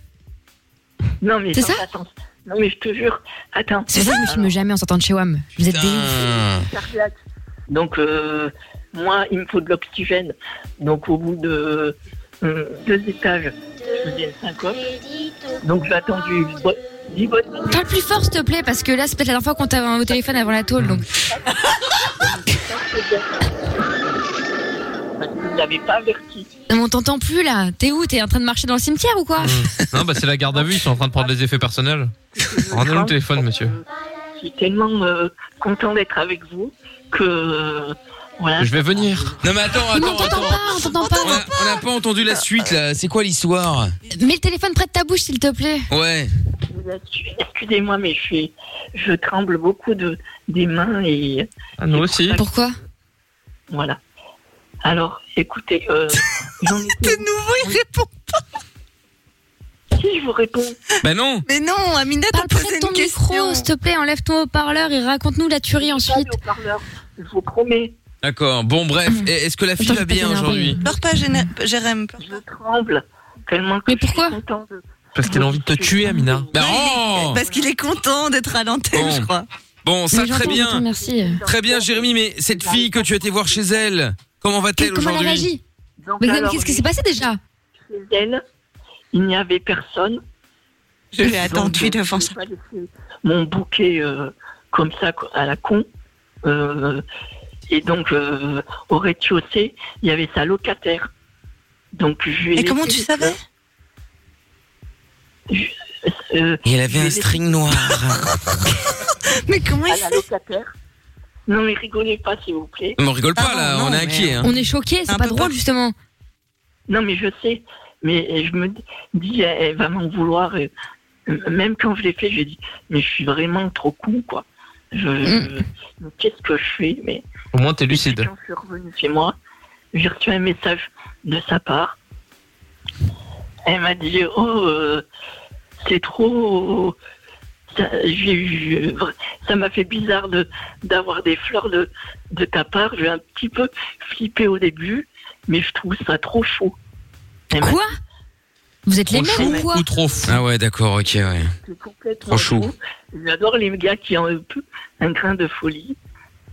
G: Non mais
C: C'est
G: non,
C: ça
G: attends. Non mais je te jure. Attends.
C: C'est ça, je me filme jamais en sortant de chez WAM. Vous êtes des ouf.
B: Putain.
G: Cardiaque. Donc euh, moi, il me faut de l'oxygène. Donc au bout de euh, deux étages, je faisais une syncope. Donc j'ai attendu bo- dix bonnes minutes.
C: Parle plus fort, s'il te plaît, parce que là, c'est peut-être la dernière fois qu'on t'a au téléphone avant la tôle. Donc,
G: Parce que ne l'avez pas averti.
C: Non, mais on t'entend plus là. T'es où T'es en train de marcher dans le cimetière ou quoi
B: Mm.
D: Non, bah c'est la garde à vue, ils sont en train de prendre les effets personnels. Rendez-nous le téléphone, monsieur.
G: Je suis tellement euh, content d'être avec vous que. euh, voilà.
D: Je vais venir.
B: Non mais attends,
C: Mais on
B: attends,
C: t'entend
B: attends.
C: pas, on t'entend pas.
B: On a- on n'a pas entendu la suite là. C'est quoi l'histoire
C: Mets le téléphone près de ta bouche, s'il te plaît.
B: Ouais.
G: Vous êtes- Excusez-moi, mais je, suis- je tremble beaucoup de, des mains et
D: Ah, nous aussi.
C: Pourquoi
G: voilà. Alors, écoutez, euh, j'en étais-
E: De nouveau, il répond.
G: si je vous réponds,
B: Bah non.
E: Mais non, Amina t'a
C: Parle près
E: posé
C: de ton
E: une question.
C: micro, s'il te plaît. Enlève ton haut-parleur et raconte-nous la tuerie
G: pas
C: ensuite.
G: le haut-parleur, je vous promets,
B: D'accord. Bon bref,
C: Mmh.
B: Et est-ce que la fille
C: Attends, je
B: va
C: vais pas
B: bien
C: t'énerver.
B: aujourd'hui
E: Pleure pas, Géné- Jérém. pleure
G: je tremble tellement que
C: Mais
G: je suis
C: pourquoi
G: content de-
D: Parce qu'elle a envie de te tuer, Amina.
B: Bah
E: pas.
B: oh
E: Parce qu'il est content d'être à l'antenne,
B: Bon.
E: je crois.
B: Bon, ça
C: Mais
B: très
C: j'entends, j'entends,
B: bien.
C: Merci. Bah,
B: Très bien Jérémy, mais cette fille que tu as été voir chez elle, comment va-t-elle
C: Comment elle a
B: aujourd'hui
C: réagi
G: Donc,
C: Mais
G: alors,
C: qu'est-ce qui s'est passé déjà
G: chez elle, il n'y avait personne.
E: Je l'ai
G: Donc,
E: attendu
G: euh,
E: devant
G: je
E: ça.
G: n'ai pas laissé Mon bouquet euh, comme ça quoi, à la con. Euh, et donc euh, au rez-de-chaussée, il y avait sa locataire. Donc je lui ai
E: Et comment
G: laissé
E: tu
G: les
E: savais
G: fleurs, euh,
B: Il
G: avait un string
B: noir.
E: Mais comment il
G: à la
E: sait
G: locataire. Non mais rigolez pas s'il vous plaît.
B: On rigole pas
E: Ah
B: là,
E: non,
B: on est
E: non,
B: inquiet.
E: mais-
B: hein.
C: On est choqués, c'est
E: Un
C: pas
E: peu
C: drôle
E: pas.
C: justement.
G: Non mais je sais, mais je me dis elle, elle va m'en vouloir. et, euh, même quand je l'ai fait, j'ai dit mais je suis vraiment trop con quoi. Je,
E: Mm.
G: je- Qu'est-ce que je fais mais
D: Au moins, t'es
G: Et
D: lucide.
G: Quand je suis revenue chez moi, j'ai reçu un message de sa part. Elle m'a dit Oh, euh, c'est trop. Ça j'ai eu- ça m'a fait bizarre de- d'avoir des fleurs de, de ta part. J'ai un petit peu flippé au début, mais je trouve ça trop chaud. Elle m'a dit,
C: Quoi Vous êtes les
D: Trop
C: mêmes ou
D: chaud
C: quoi
D: ou trop fou
B: Ah ouais, d'accord, ok, ouais.
G: C'est complètement
B: Trop chaud.
G: chaud. J'adore les gars qui ont un peu un grain de folie.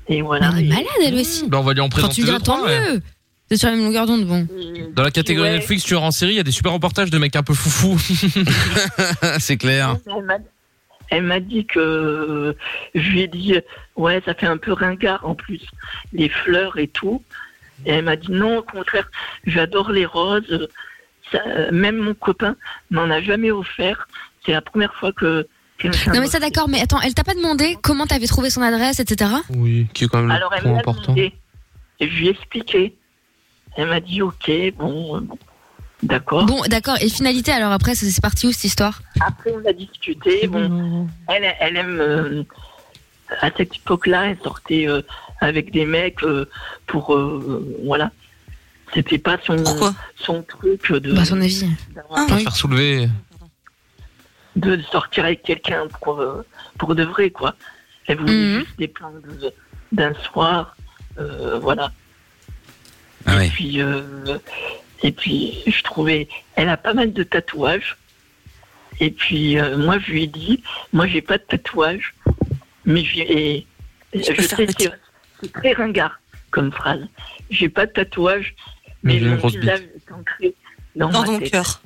G: Et
C: Mais
G: voilà.
C: Elle est
G: Et-
C: malade elle aussi.
D: Bah, on va lui en
C: Quand
D: présenter
C: tu dis
D: deux,
C: tant
D: trois, ouais.
C: mieux. Vous êtes sur la même longueur d'onde, bon.
G: et-
D: Dans la catégorie
G: Ouais.
D: Netflix, tu en série, il y a des super reportages de mecs un peu foufou.
B: C'est clair.
G: Elle m'a- Elle m'a dit que euh, je lui ai dit ouais ça fait un peu ringard en plus les fleurs et tout et elle m'a dit non au contraire j'adore les roses Ça- euh, même mon copain m'en a jamais offert c'est la première fois que quelqu'un
C: Non mais
G: me
C: ça
G: fait.
C: d'accord, mais attends, elle t'a pas demandé comment t'avais trouvé son adresse, etc.
D: Oui, qui est quand même
G: alors elle
D: trop
G: m'a
D: important.
G: demandé et je lui ai expliqué elle m'a dit ok bon euh, bon, d'accord
C: Bon, d'accord. Et finalité, alors après, c'est c'est parti où cette histoire
G: après on a discuté bon Elle, elle aime. euh, à cette époque-là, elle sortait euh, avec des mecs euh, pour. euh, voilà. C'était pas son,
E: Pourquoi
G: son truc de,
C: Bah, son avis.
E: Ah,
D: Pas
C: oui.
D: faire soulever.
G: de sortir avec quelqu'un pour, euh, pour de vrai, quoi. Elle voulait
C: Mhm.
G: juste des plans de- d'un soir. euh, voilà.
B: Ah ouais.
G: Et puis, euh, et puis, je trouvais, elle a pas mal de tatouages. Et puis, euh, moi, je lui ai dit, moi, j'ai pas de tatouage, mais j'ai. et-
E: Je
G: Je,
E: peux faire
G: sais,
E: petit.
G: c'est c'est très ringard comme phrase. J'ai pas de tatouage,
D: Mais
G: mais
D: j'ai une
G: mon
D: grosse bite.
G: visage est ancré dans,
E: Dans
G: ma
E: ton
G: tête.
E: cœur.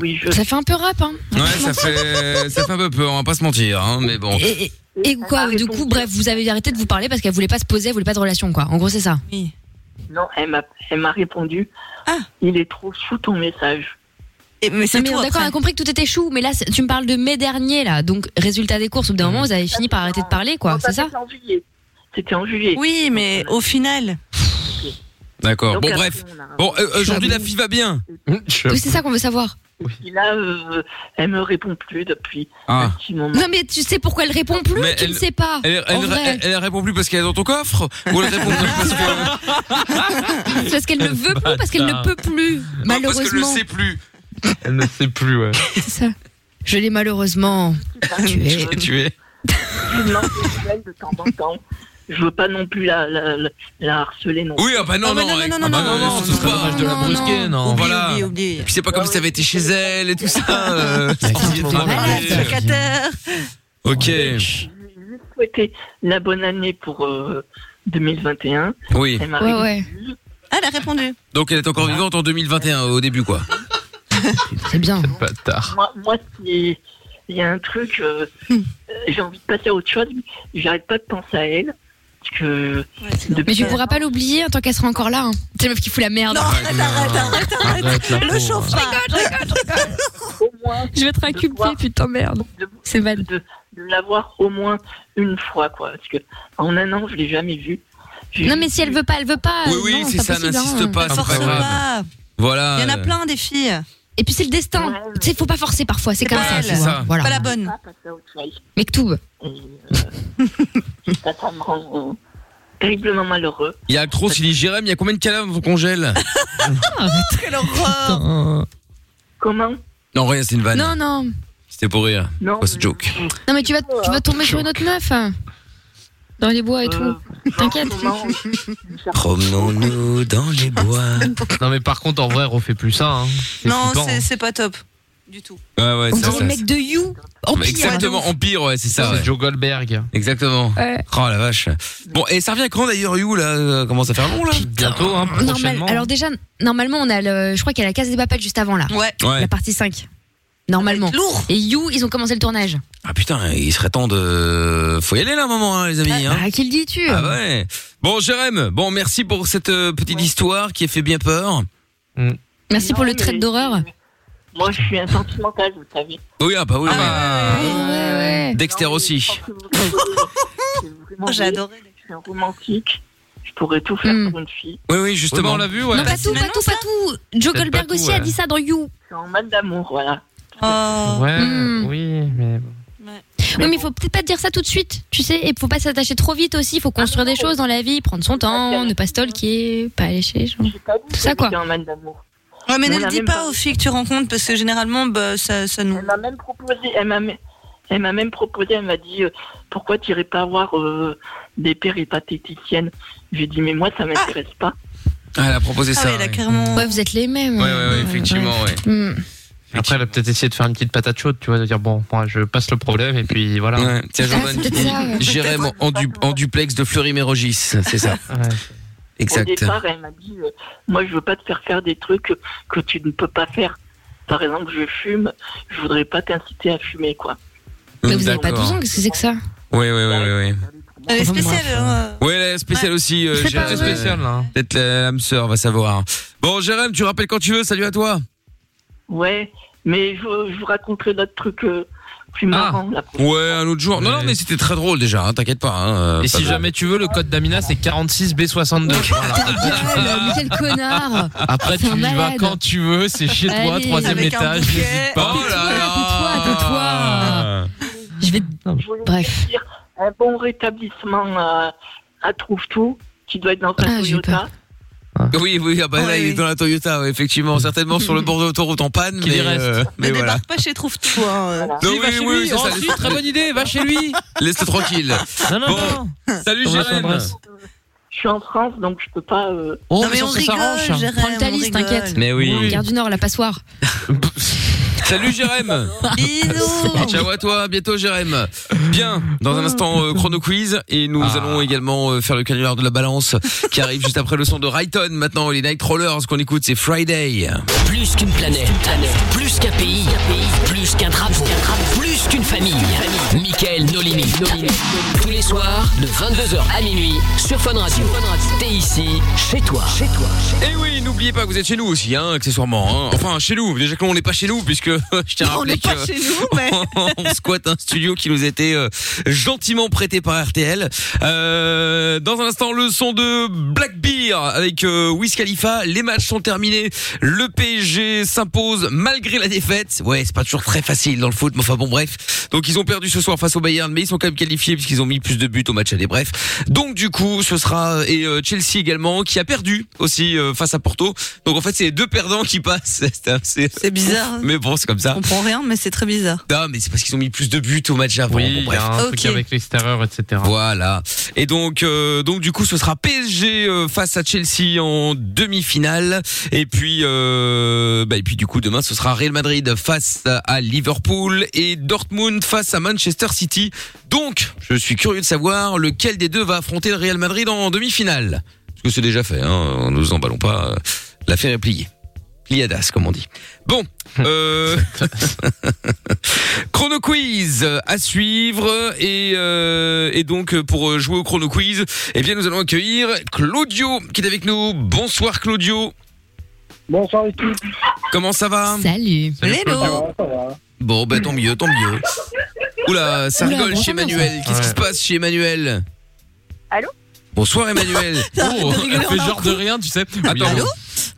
G: Oui, je
C: Mm. Ça fait un peu rap, hein.
B: Ouais, ça fait, ça fait un peu peur, on va pas se mentir, hein, mais bon.
C: Et, et- et quoi
G: Elle m'a
C: Du coup,
G: répondu.
C: bref, vous avez arrêté de vous parler parce qu'elle voulait pas se poser, elle voulait pas de relation, quoi. En gros, c'est ça.
E: Oui.
G: Non, elle m'a, elle m'a répondu.
E: Ah.
G: Il est trop sous ton message.
E: Et- Ah, mais
C: Non,
E: c'est
C: Ah, mais
E: tout.
C: d'accord, on
E: après.
C: a compris que tout était chou, mais là, c'est- tu me parles de mai dernier, là. Donc, résultat des courses, au bout
E: Mm.
C: d'un moment, vous avez fini par arrêter de parler, quoi.
G: Non,
C: C'est ça
G: C'était en juillet. C'était en juillet.
E: Oui, mais au final.
B: D'accord.
G: Donc
B: Bon,
G: après,
B: bref.
G: on
D: hein.
G: a-
B: Bon, euh, aujourd'hui, la fille va bien.
C: Oui, c'est ça qu'on veut savoir.
G: Et puis là, euh, elle me répond plus depuis un
B: Ah.
G: petit moment.
C: Non, mais tu sais pourquoi elle répond plus
B: Mais
C: Tu ne
B: elle-
C: sais pas.
B: Elle,
C: Ah, en
B: elle,
C: vrai,
B: elle- elle répond plus parce qu'elle est dans ton coffre Ou elle répond plus parce que-
C: parce qu'elle ne veut plus, parce qu'elle ne
D: Bâtard.
C: peut plus.
B: Non, parce qu'elle
C: Malheureusement,
B: le sait plus
D: Elle ne sait plus, ouais.
C: c'est ça. Je l'ai malheureusement tué.
B: Et tu es.
G: Je lui demande des nouvelles de temps en temps. Je veux pas non plus la, la, la- la harceler non.
B: Oui, ah bah non,
E: Ah bah
B: non,
E: non,
B: ouais.
E: non, non,
B: Ah bah
E: non, non,
B: ce
E: non,
B: soir.
E: non,
D: dommage de la
C: non, non. Ah
D: brusquer, non.
E: Oublie,
B: voilà.
E: oublie, oublie.
B: Puis c'est pas comme si t'avais été chez elle et tout ça. euh,
D: Ouais,
B: sans
D: c'est
B: y être
D: malade.
B: invité.
D: Ouais.
E: Locataire.
B: Ok.
G: Je lui ai juste souhaité la bonne année pour euh, 2021.
B: Oui.
G: Elle m'a
C: Ouais,
G: répondu.
C: ouais,
E: Ah, elle a répondu.
B: Donc elle est encore vivante en 2021 au début quoi.
C: c'est bien.
D: Bâtard.
G: Moi, moi si- Hmm. il y a un truc, euh, euh, j'ai envie de passer à autre chose, mais j'arrête pas de penser à elle. parce que.
C: Mais tu pourras pas l'oublier tant qu'elle sera encore là. hein. C'est le meuf qui fout la merde.
G: arrête, arrête,
C: Le
E: Oh,
C: chauffeur. Je vais te inculper, putain merde. C'est mal.
G: De, de l'avoir au moins une fois, quoi. Parce que en un an, je l'ai jamais vu.
C: Non, mais si elle veut pas, elle veut pas.
G: Oui, oui,
C: Non,
G: c'est
C: pas
G: ça,
C: possible,
G: n'insiste
C: hein.
G: pas, c'est pas Force grave.
E: pas.
B: Voilà.
E: Il y en a
B: euh,
E: plein des filles.
C: Et puis c'est le destin. Tu sais, faut pas forcer parfois, c'est comme
E: pas
C: ça.
E: elle.
C: tu vois.
E: C'est ça.
C: Voilà.
E: Pas la bonne.
C: Mais que tout.
G: Ça, ça me rend euh, terriblement malheureux.
B: Il y a trop, il dit Jérém, il y a combien de calaves dans ton congèle
C: Ah,
G: Oh, Quelle horreur Comment
B: Oh. Non, rien, c'est une vanne.
C: Non, non.
B: C'était pour rire.
G: Non.
B: Oh, c'est joke.
C: Non, mais tu vas, tu vas tomber sur une autre meuf. hein. Dans les bois et
G: Euh,
C: tout. T'inquiète.
B: Promenons-nous dans les bois.
D: Non, mais par contre, en vrai, refais plus ça. Hein.
E: Non,
D: flippant,
E: c'est
D: hein.
E: c'est pas top.
B: Ouais, ouais,
E: On
B: c'est ça.
E: dirait le mec
C: de You.
E: en pire.
B: Exactement, en pire, ouais, c'est ça.
D: C'est
B: Joe Goldberg. Exactement. Oh la vache. Bon, et ça revient quand d'ailleurs, You, là euh, Commence à faire long, là Bientôt, hein,
C: Normal. Alors déjà, normalement, on a le, je crois qu'il y a la case des papettes juste avant là.
E: Ouais.
B: Ouais.
C: La partie 5. Normalement. Lourd. Et You, ils ont commencé le tournage.
B: Ah putain, il serait temps de... Faut y aller là, maman, hein, les amis. hein.
C: Ah, qui le dis-tu
B: Ah ouais. Bon, Jérém, bon, merci pour cette euh, petite histoire qui a fait bien peur.
C: Merci pour le trait d'horreur.
G: Moi, je suis un sentimental, vous savez.
B: Oui, ah bah oui. bah,
C: ouais,
B: Dexter aussi.
E: Ah,
G: j'ai adoré. Je suis un romantique. Je pourrais tout faire pour une fille.
B: Oui, oui, justement.
G: Oui, bah, on l'a vu, ouais.
C: Hmm. Non, pas
G: Bah,
C: tout, pas tout, pas tout. Joe
G: Peut-être
C: Goldberg
G: pas tout,
C: aussi a
G: ouais.
C: dit ça dans You.
G: C'est en mal d'amour, voilà.
D: Ouais,
C: Hmm.
D: oui, mais.
C: Oui, mais il faut peut-être pas dire ça tout de suite, tu sais. Et faut pas s'attacher trop vite aussi. Il faut
E: Ah
C: construire des choses dans la vie, prendre son temps, ne pas stalker, pas aller chez les gens. Tout ça, quoi.
G: J'étais en mal d'amour.
E: Ouais, mais
G: On
E: ne
G: l'a
E: le dis
G: même
E: pas
G: pas
E: aux filles que tu rencontres parce que généralement, bah, ça, ça nous.
G: Elle m'a même proposé, elle m'a, me- elle m'a même proposé, elle m'a dit euh, pourquoi tu irais pas voir euh, des péripatéticiennes. J'ai dit mais moi ça m'intéresse pas.
B: Ah, elle a proposé ça. ouais.
C: Ouais, vous êtes les mêmes.
B: Ouais, ouais, ouais, effectivement, ouais.
C: Hmm.
D: Après, elle a peut-être essayé de faire une petite patate chaude, tu vois, de dire bon, moi, je passe le problème et puis voilà.
B: Ouais. Tiens, Jordan, qui dit Jérém en, du- en duplex de Fleury-Mérogis, c'est ça. Exact.
G: Au départ elle m'a dit euh, moi je veux pas te faire faire des trucs que, que tu ne peux pas faire. Par exemple je fume, je voudrais pas t'inciter à fumer quoi.
C: Mais vous avez pas
B: D'accord.
C: 12 ans, qu'est-ce que c'est que ça
B: Oui, oui, oui, oui. oui.
G: Euh,
E: Elle est spéciale. hein.
B: Ouais, la spéciale aussi. Euh,
E: C'est
B: Jérém.
E: pas vrai. Spéciale,
D: là.
B: Peut-être la- l'âme sœur va savoir. Bon, Jérém, tu rappelles quand tu veux. Salut à toi.
G: Ouais, mais je, je vous raconterai d'autres trucs euh,
B: Ah.
G: plus marrants là.
B: Ouais, un autre jour. Non, non, mais c'était très drôle déjà. hein, T'inquiète pas. hein, euh,
D: Et
B: pas
D: si
B: de-
D: jamais tu veux, le code d'Amina, c'est 46B62.
C: Mais quel connard
D: Après, tu
C: C'est un
D: y vas
C: malade.
D: quand tu veux, c'est chez toi,
C: Allez,
D: troisième
C: avec un
D: étage,
C: bouquet.
D: n'hésite pas.
C: Oh là là Tais-toi, tais-toi Je vais. Bref.
G: Un bon rétablissement à, à Trouve-Tout qui doit être dans
E: Ah,
G: ta Toyota.
B: Oui, oui, ah bah là, il est dans la Toyota, ouais, effectivement. Certainement sur le bord de l'autoroute en panne.
D: Qu'il y
B: mais, euh,
D: reste.
B: mais voilà.
E: Pas chez trouve tout. Hein.
B: Non, oui, oui, oui, c'est ça,
D: ensuite,
B: laisse-
D: très bonne idée, va chez lui.
B: Laisse-le tranquille.
D: Non, non,
B: Bon,
D: non.
B: Salut,
D: Thomas
B: Jérém.
D: Sandras.
G: Je suis en France, donc je peux pas. euh,
D: Oh, Non, mais mais on on rigole, s'arrange. Jérém,
C: Prends le
E: on
C: talis,
E: rigole.
C: t'inquiète.
B: Mais oui.
C: Gare du Nord, la passoire.
B: Salut, Jérém. Ciao à toi, à bientôt Jérém. Bien, dans un instant euh, chrono quiz et nous allons également euh, faire le canular de la balance qui arrive juste après le son de Rayton. Maintenant les Night Rollers ce qu'on écoute c'est Friday.
A: Plus qu'une planète, plus qu'un pays, plus qu'un drapeau, plus qu'une famille. Michael No Limit. Tous les soirs, de 22h à minuit, sur Fun Radio. T'es ici, chez toi. Chez toi.
B: Et Eh oui, n'oubliez pas que vous êtes chez nous aussi hein, accessoirement hein. Enfin chez nous, déjà que l'on n'est pas chez nous puisque je tiens à
E: Non, on
B: rappeler
E: n'est pas
B: que
E: chez nous, mais-
B: on squatte un studio qui nous était euh, gentiment prêté par RTL. Euh, dans un instant le son de Black Beer avec euh, Wiz Khalifa, les matchs sont terminés, le PSG s'impose malgré la défaite. Ouais, c'est pas toujours très facile dans le foot, mais enfin bon bref. Donc ils ont perdu ce soir face au Bayern, mais ils sont quand même qualifiés puisqu'ils ont mis plus de buts au match aller. Bref, donc du coup, ce sera euh, et euh, Chelsea également qui a perdu aussi euh, face à Porto. Donc en fait, c'est les deux perdants qui passent. C'est assez-
E: C'est bizarre. hein.
B: Mais bon, c'est comme ça.
E: Je comprends rien, mais c'est très bizarre.
B: Non, mais c'est parce qu'ils ont mis plus de buts au match avant.
D: Oui,
B: Bon,
D: il y
B: bref.
D: a un truc avec l'extérieur, etc.
B: Voilà. Et donc, euh, donc du coup, ce sera PSG euh, face à Chelsea en demi-finale. Et puis, euh, bah, et puis du coup, demain, ce sera Real Madrid face à Liverpool et Dortmund face à Manchester City. Donc, je suis curieux de savoir lequel des deux va affronter le Real Madrid en demi-finale. Parce que c'est déjà fait. Hein, ne nous emballons pas. euh, L'affaire est pliée. Pliadas, comme on dit. Bon, euh... Chrono chrono quiz à suivre et, euh, et donc pour jouer au chrono quiz, eh bien nous allons accueillir Claudio qui est avec nous. Bonsoir Claudio.
L: Bonsoir équipe.
B: Comment ça va
C: Salut.
B: Salut, Claudio.
L: Ça va, ça va.
B: Bon bah tant mieux, tant mieux. Oula, ça
L: Oula,
B: rigole
L: bonjour,
B: chez Emmanuel. Qu'est-ce qui se passe chez Emmanuel
K: Allô
B: Bonsoir Emmanuel.
D: Oh, elle fait genre de rien, tu sais. Attends.
B: Allô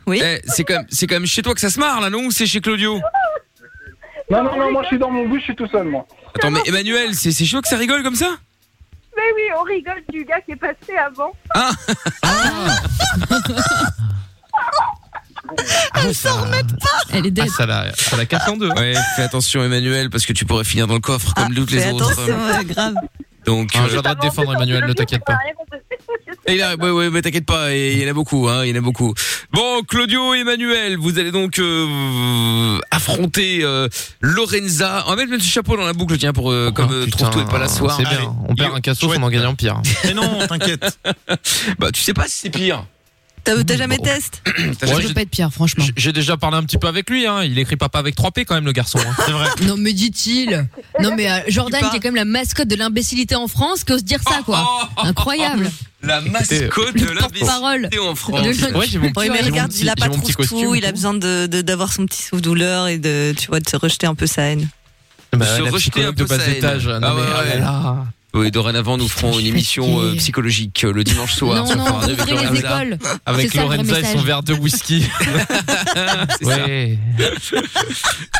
E: Oui.
B: Eh, c'est quand même, c'est quand même chez toi que ça se marre là, non Ou c'est chez Claudio
L: Non, non, non, moi je suis dans mon bus, je suis tout seul, moi.
B: Attends, mais Emmanuel, c'est c'est chez toi que ça rigole comme ça
K: Mais oui, on rigole du gars qui est passé avant. Ah.
B: Ah
E: Elle s'en remet pas
C: Elle est
D: Ah,
B: ça la, ça la casse en deux. Ouais, fais attention Emmanuel parce que tu pourrais finir dans le coffre comme toutes les
E: Fais
B: autres.
E: attention, euh, grave.
B: Donc, euh,
D: Ah, j'ai le droit de défendre Emmanuel, ne t'inquiète pas.
B: Et il arrive, ouais, ouais, mais t'inquiète pas, et il y en a beaucoup, hein, il y en a beaucoup. Bon, Claudio et Emmanuel, vous allez donc euh, affronter euh, Lorenza. On va mettre le petit chapeau dans la boucle, tiens, pour euh, comme euh, Trouve-Tout est pas là ce soir.
D: C'est bien, on perd un cassos, on en gagne un pire.
B: Mais non, t'inquiète. bah, tu sais pas si c'est pire.
E: T'as t'as jamais test
D: Moi, j'ai-
C: pas être pire, franchement.
D: J'ai déjà parlé un petit peu avec lui, hein. il écrit papa avec 3P quand même le garçon. hein. C'est vrai.
C: Non mais dit-il. Non mais euh, Jordan
E: Dis pas.
C: qui est quand même la mascotte de l'imbécilité en France qui ose dire ça
B: Oh,
C: quoi. Incroyable.
B: La mascotte de l'imbécilité en France.
C: De l'in-
D: Ouais, j'ai mon
E: Bon, mais
D: j'ai mon
E: regarde,
D: petit-
E: il a pas
D: j'ai mon petit
E: trouvé tout,
D: costume.
E: il a besoin de de- d'avoir son petit souffle-douleur et de, tu vois, de se rejeter un peu sa haine.
D: Bah,
B: Se
D: la
B: rejeter un
D: psychologue de
B: peu
D: bas
B: sa haine.
D: étage. Non,
B: Ah
D: mais,
B: ouais,
D: oh là
B: ouais.
D: là.
B: Oui, dorénavant, nous ferons une
C: suis
B: émission
C: fatiguée.
B: euh, psychologique euh, le dimanche soir.
C: Non
B: sur
C: non,
B: France deux, avec
C: ouvrez les
B: Lorenza.
C: écoles.
D: Avec
C: C'est ça, le vrai
D: Lorenza et son
C: message.
D: verre de whisky.
B: C'est ça.
D: ouais.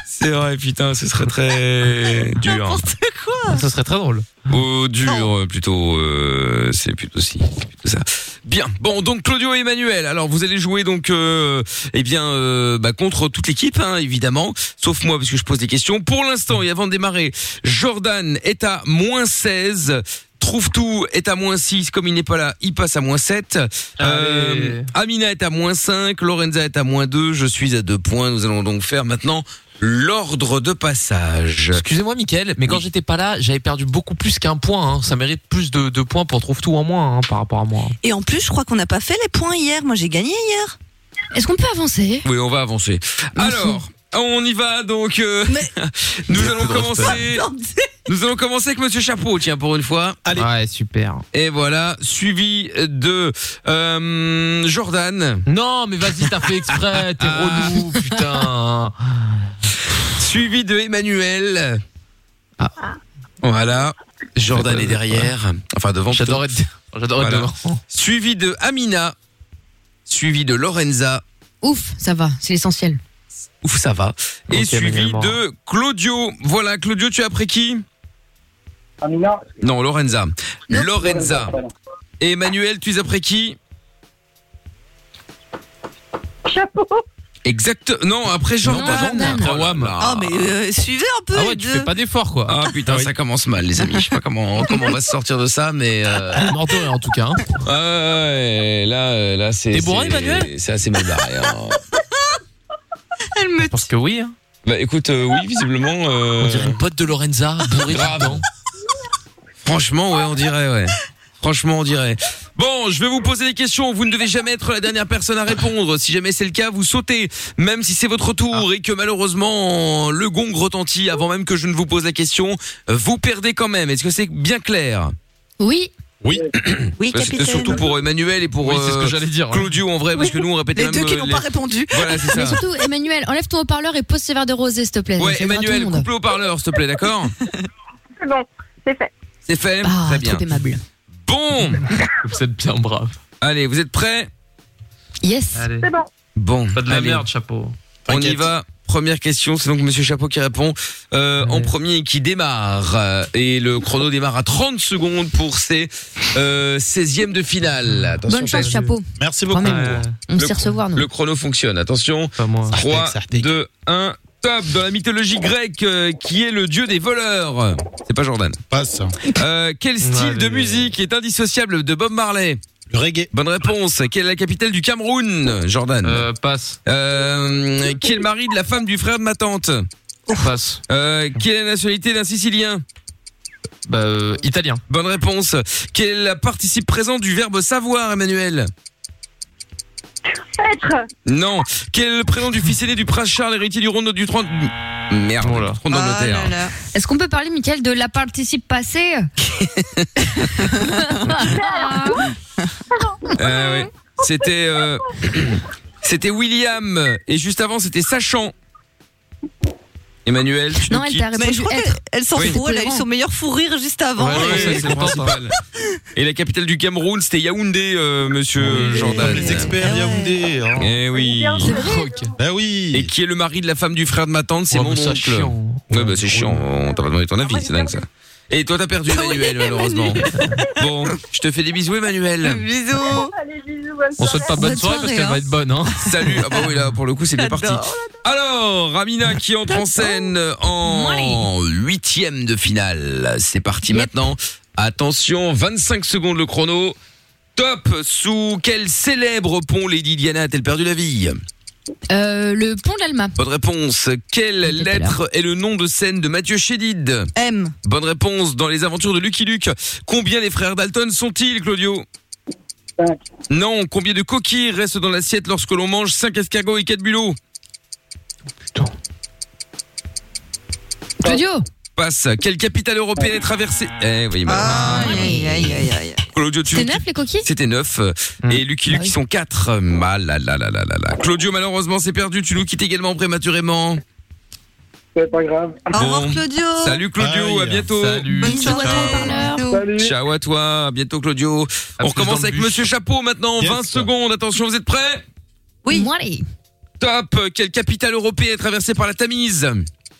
B: C'est vrai, putain, ce serait très dur.
E: N'importe quoi
D: Ça serait très drôle.
B: Oh, dur, euh, plutôt. euh, c'est plutôt si. c'est plutôt ça. Bien. Bon, donc Claudio et Emmanuel. Alors, vous allez jouer donc, euh, eh bien, euh, bah, contre toute l'équipe, hein, évidemment, sauf moi parce que je pose des questions. Pour l'instant, et avant de démarrer, Jordan est à moins 16. Trouve tout est à moins 6, comme il n'est pas là, il passe à moins 7. Euh,
D: Allez.
B: Amina est à moins 5, Lorenza est à moins 2, je suis à 2 points. Nous allons donc faire maintenant l'ordre de passage.
D: Excusez-moi, Mickaël, mais quand
B: Oui.
D: j'étais pas là, j'avais perdu beaucoup plus qu'un point. hein. Ça mérite plus de, de points pour trouve tout en moins hein, par rapport à moi.
E: Et en plus, je crois qu'on n'a pas fait les points hier. Moi, j'ai gagné hier.
C: Est-ce qu'on peut avancer
B: Oui, on va avancer. Alors, on y va donc. euh, nous allons commencer. Nous allons commencer avec Monsieur Chapeau, tiens pour une fois. Allez.
D: Ouais, super.
B: Et voilà, suivi de euh, Jordan, Ah.
D: Non, mais vas-y, t'as fait exprès, t'es relou, putain.
B: suivi de Emmanuel. Voilà, Jordan
D: Euh,
B: est derrière, enfin devant. plutôt.
D: J'adorais être, j'adorais être
B: Voilà.
D: devant.
B: Suivi de Amina, suivi de Lorenza.
C: Ouf, ça va, c'est l'essentiel.
B: Ouf, ça va. Et
D: Ok,
B: suivi
D: Emmanuel.
B: de Claudio. Voilà, Claudio, tu as après qui
L: Amina
B: Non, Lorenza. Lorenza.
L: pardon.
B: Et Emmanuel, tu es après qui
K: Chapeau
B: Exact. Non, après Jordan.
C: Non, Jordan.
B: Après Wam.
E: Ah, mais euh, suivez un peu
D: Ah
E: les
D: ouais, tu
E: deux.
D: fais pas d'effort quoi.
B: Ah putain,
D: Ah oui.
B: ça commence mal, les amis. Je sais pas comment, comment on va se sortir de ça, mais. Euh...
D: Ah, Morteau, en tout cas. hein.
B: ouais, ouais, ouais, là, euh, là, c'est.
D: T'es bourré,
B: c'est-
D: Emmanuel
B: C'est assez mal barré. hein.
E: Elle me
D: Parce que oui. hein.
B: Bah écoute, euh, oui, visiblement. euh,
D: On dirait une pote de Lorenza, bourrée
B: Grave.
D: dedans.
B: Franchement, ouais, on dirait, ouais. Franchement, on dirait. Bon, je vais vous poser des questions. Vous ne devez jamais être la dernière personne à répondre. Si jamais c'est le cas, vous sautez, même si c'est votre tour et que malheureusement le gong retentit avant même que je ne vous pose la question. Vous perdez quand même. Est-ce que c'est bien clair
C: Oui.
E: Oui,
B: Bah, C'était
E: capitaine.
B: surtout pour Emmanuel et pour
D: Oui, c'est ce que
B: euh,
D: j'allais dire. hein.
B: Claudio en vrai, parce que nous on répétait
E: Les
B: même.
E: deux qui
B: euh,
E: n'ont
B: les-
E: pas répondu.
B: Voilà, c'est
C: Mais
B: ça.
C: surtout, Emmanuel, enlève ton haut-parleur et pose ces verres de rosé, s'il te plaît.
B: Ouais,
C: Ça aidera tout le
B: Emmanuel,
C: monde.
B: couple au parleur, s'il te plaît, d'accord
E: Ah,
K: C'est bon, c'est fait.
B: C'est fait.
C: Ah,
B: Très bien.
C: trop aimable. Oh
B: Bon,
D: Vous êtes bien brave.
B: allez, vous êtes prêts
C: Yes.
D: Allez.
K: C'est bon.
B: Bon,
D: Pas de la
B: allez.
D: merde, chapeau.
B: On y va. Première question, c'est donc Monsieur Chapeau qui répond euh, en
D: Ouais.
B: premier et qui démarre. Euh, Et le chrono démarre à 30 secondes pour ses euh, 16e de finale. Attention,
C: Bonne chance,
B: ça-
C: chapeau.
M: Merci
C: Quand
M: beaucoup.
C: même, on sait recevoir, nous.
B: le chrono fonctionne. Attention,
D: Pas moi.
B: 3,
M: Sartek.
B: 2, 1, top. Dans la mythologie grecque, euh, qui est le dieu des voleurs C'est pas Jordan.
M: Passe.
B: Euh, quel style
D: Ouais,
B: de
D: mais-
B: musique est indissociable de Bob Marley
M: Le reggae.
B: Bonne réponse. Quelle est la capitale du Cameroun Jordan.
D: Euh, passe,
B: Euh, qui est le mari de la femme du frère de ma tante
D: passe.
B: Euh, quelle est la nationalité d'un Sicilien
D: Bah, euh, italien.
B: Bonne réponse. Quelle est la participe présent du verbe savoir, Emmanuel
K: Être
B: Non. Quel est le prénom du fils aîné du prince Charles, héritier du trône du trône Merde, trop dans le
C: Ah
B: notaire.
C: Est-ce qu'on peut parler, Michael, de la participe passée
M: Ah
B: Euh, ouais. C'était euh, c'était William et juste avant c'était Sachant. Emmanuel, tu nous
E: elle
B: quittes.
E: t'a répondu. je crois qu'elle elle s'en
B: Oui.
E: fout, elle a eu son meilleur fou rire juste avant. euh,
B: Ouais, ouais,
E: Et-
B: ça, c'est le principal. Et la capitale du Cameroun, c'était Yaoundé, euh, monsieur Jordan.
M: les experts Yaoundé. hein.
B: Eh oui.
M: C'est vrai.
B: Ah oui. Et qui est le mari de la femme du frère de ma tante, c'est
M: Ouais,
B: mon
M: Oh, mais ça,
B: oncle.
M: chiant.
B: Ouais, bah c'est chiant, on t'a pas demandé ton avis, c'est dingue ça. Et toi t'as perdu Emmanuel malheureusement. bon, je te fais des bisous Emmanuel.
E: Bisous.
K: Allez, bisous, bonne
B: On souhaite pas bonne Bonne soirée parce soirée, qu'elle hein. va être
D: bonne, hein.
B: Salut. Ah bah oui là pour le coup c'est bien parti.
D: J'adore.
B: Alors Ramina qui entre en scène en huitième de finale. C'est parti maintenant. Attention, 25 secondes le chrono. Top. Sous quel célèbre pont Lady Diana a-t-elle perdu la vie
C: Euh, Le pont de l'Alma.
B: Bonne réponse. Quelle lettre est le nom de scène de Mathieu Chédid
E: M.
B: Bonne réponse. Dans les aventures de Lucky Luke, combien les frères Dalton sont-ils, Claudio Non. Combien de coquilles restent dans l'assiette lorsque l'on mange 5 escargots et 4 bulots
C: Claudio
B: Passe. Quelle capitale européenne est traversée Eh oui, madame.
E: Aïe, aïe, aïe, aïe.
B: Claudio, tu
C: Ah. C'était neuf les coquilles Ah
B: C'était 9. Et Lucky Luke, ils sont 4. là, là, là, là, là, là. Claudio, malheureusement, c'est perdu. Tu nous quittes également prématurément.
L: C'est pas grave.
B: Au revoir, Bon. Claudio. Salut, Claudio. à bientôt. Salut. Ciao à toi, à bientôt Claudio. On recommence avec Monsieur Chapeau maintenant, 20 secondes, attention, vous êtes prêts
C: Oui.
B: Top, quelle capitale européenne est traversée par la Tamise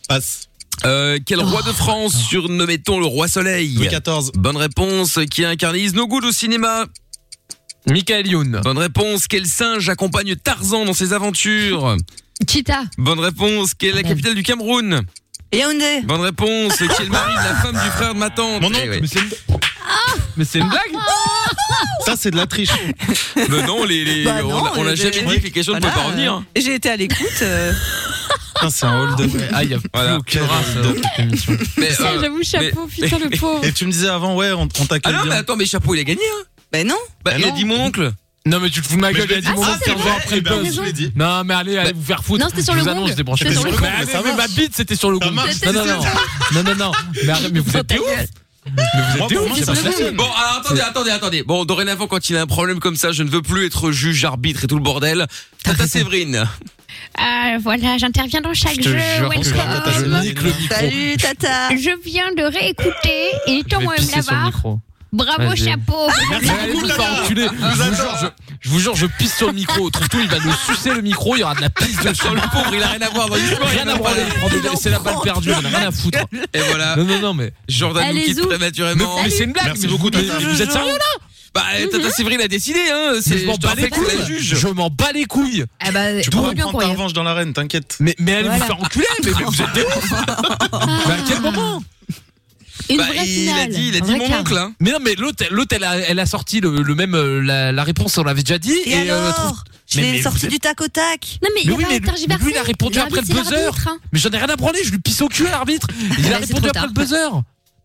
B: Passe. quel roi de France surnommait-on le roi soleil Louis XIV. Bonne réponse, qui incarne No Good au cinéma Michael Youn. Bonne réponse, quel singe accompagne Tarzan dans ses aventures
C: Cheetah.
B: Bonne réponse, quelle est la capitale du Cameroun
E: Ah, ben Yaoundé.
B: Bonne réponse, qui est le mari de la femme du frère de ma tante Eh Ah. Mon mais c'est une blague
D: Ah
M: Ça, c'est de la triche.
B: Mais non, les, les-
M: Bah
B: on
M: non,
B: a- on
M: les-
B: a jamais
M: les-
B: dit que les questions ne
M: voilà,
B: pouvaient pas revenir.
E: Et J'ai été à l'écoute. euh,
M: c'est un hold Ah, il n'y a
B: Voilà.
M: aucun hold
B: Mais,
E: Ça,
B: euh,
E: j'avoue, chapeau, putain, le pauvre.
M: euh, Et tu me disais avant, ouais, on, on t'accueille.
B: Ah non, mais attends, mais chapeau, il a gagné, hein
E: Ben non.
B: Bah, il a dit mon oncle.
D: Non, mais tu te fous de ma
M: Mais
D: gueule,
M: je
D: il
M: l'ai
D: a dit
M: dit.
D: mon
M: Ah,
D: oncle,
M: c'est
D: c'est
M: vrai,
D: genre après
M: t'as
D: buzz.
M: raison. Je l'ai dit.
D: Non, mais allez,
B: Bah,
D: allez vous faire foutre.
M: Non, c'était sur
D: Je
M: le
D: vous
M: gong.
D: annonce, je débranche
M: C'était
D: les
M: sur le
D: téléphones.
M: gong,
D: Mais
M: ça
D: allez, mais
M: marche.
D: ma bite, c'était sur le
M: Ça
D: gong.
M: marche,
D: Non,
M: c'est
D: non, non. Non, non, non. Mais arrête, mais vous êtes des ouf. Mais vous êtes des ouf, ça marche.
B: Bon, alors attendez, attendez, attendez. Bon, dorénavant, quand il a un problème comme ça, je ne veux plus être juge, arbitre et tout le bordel. Tata Séverine.
F: Ah, voilà, j'interviens dans chaque jeu. welcome.
E: Salut, tata.
F: Je viens de réécouter et étant moi-même
D: pisser sur le
F: là-bas,
D: micro.
F: bravo
D: Vas-y.
M: Oh,
F: chapeau.
E: Ah,
D: Mais allez, vous faire enculer. Je vous jure, je- je vous jure, je pisse sur le micro. Trouve-tout, il va nous sucer le micro. Il y aura de la pisse dessus.
B: Sur le pauvre, il a rien à voir dans l'histoire.
D: Rien à voir. Ah bah, il prend des- C'est la balle perdue. Il a rien à foutre.
B: Et voilà.
D: Non, non, non, mais.
B: Jordan nous quitte
D: Allez-vous.
B: prématurément.
D: Mais- mais c'est une blague, Merci mais beaucoup, vous- Tata. mais vous êtes sérieux, là
B: Bah, euh, Tata Séverine a décidé, hein.
D: Mais
B: C'est
D: je m'en
B: je te
D: bats les
B: rappelle que c'est
D: couilles.
B: la juge.
D: Je m'en bats les couilles.
C: Ah
A: Euh,
C: bah,
M: Tu pourras prendre ta revanche dans l'arène, t'inquiète.
D: Mais, mais allez
M: Voilà.
D: vous faire enculer, mais, mais vous êtes des ouf. Mais à quel moment
C: Une
D: Bah,
C: vraie
D: il a
C: finale.
D: dit- il a dit
C: vrai
D: mon
C: quart.
D: oncle, hein. Mais non, mais l'autre, l'autre, elle a, elle a sorti le, le même, euh, la, la réponse, on l'avait déjà dit.
E: Et alors Je
D: euh, Mais-
E: l'ai
D: mais
E: sorti
D: vous êtes-
E: du tac au tac.
C: Non, mais
D: Mais oui, mais lui, mais lui, il a répondu après le buzzer.
E: hein.
D: Mais j'en ai rien à branler, je lui pisse au cul à l'arbitre. Il a
C: Bah, c'est trop
D: répondu après
C: tard.
D: le buzzer.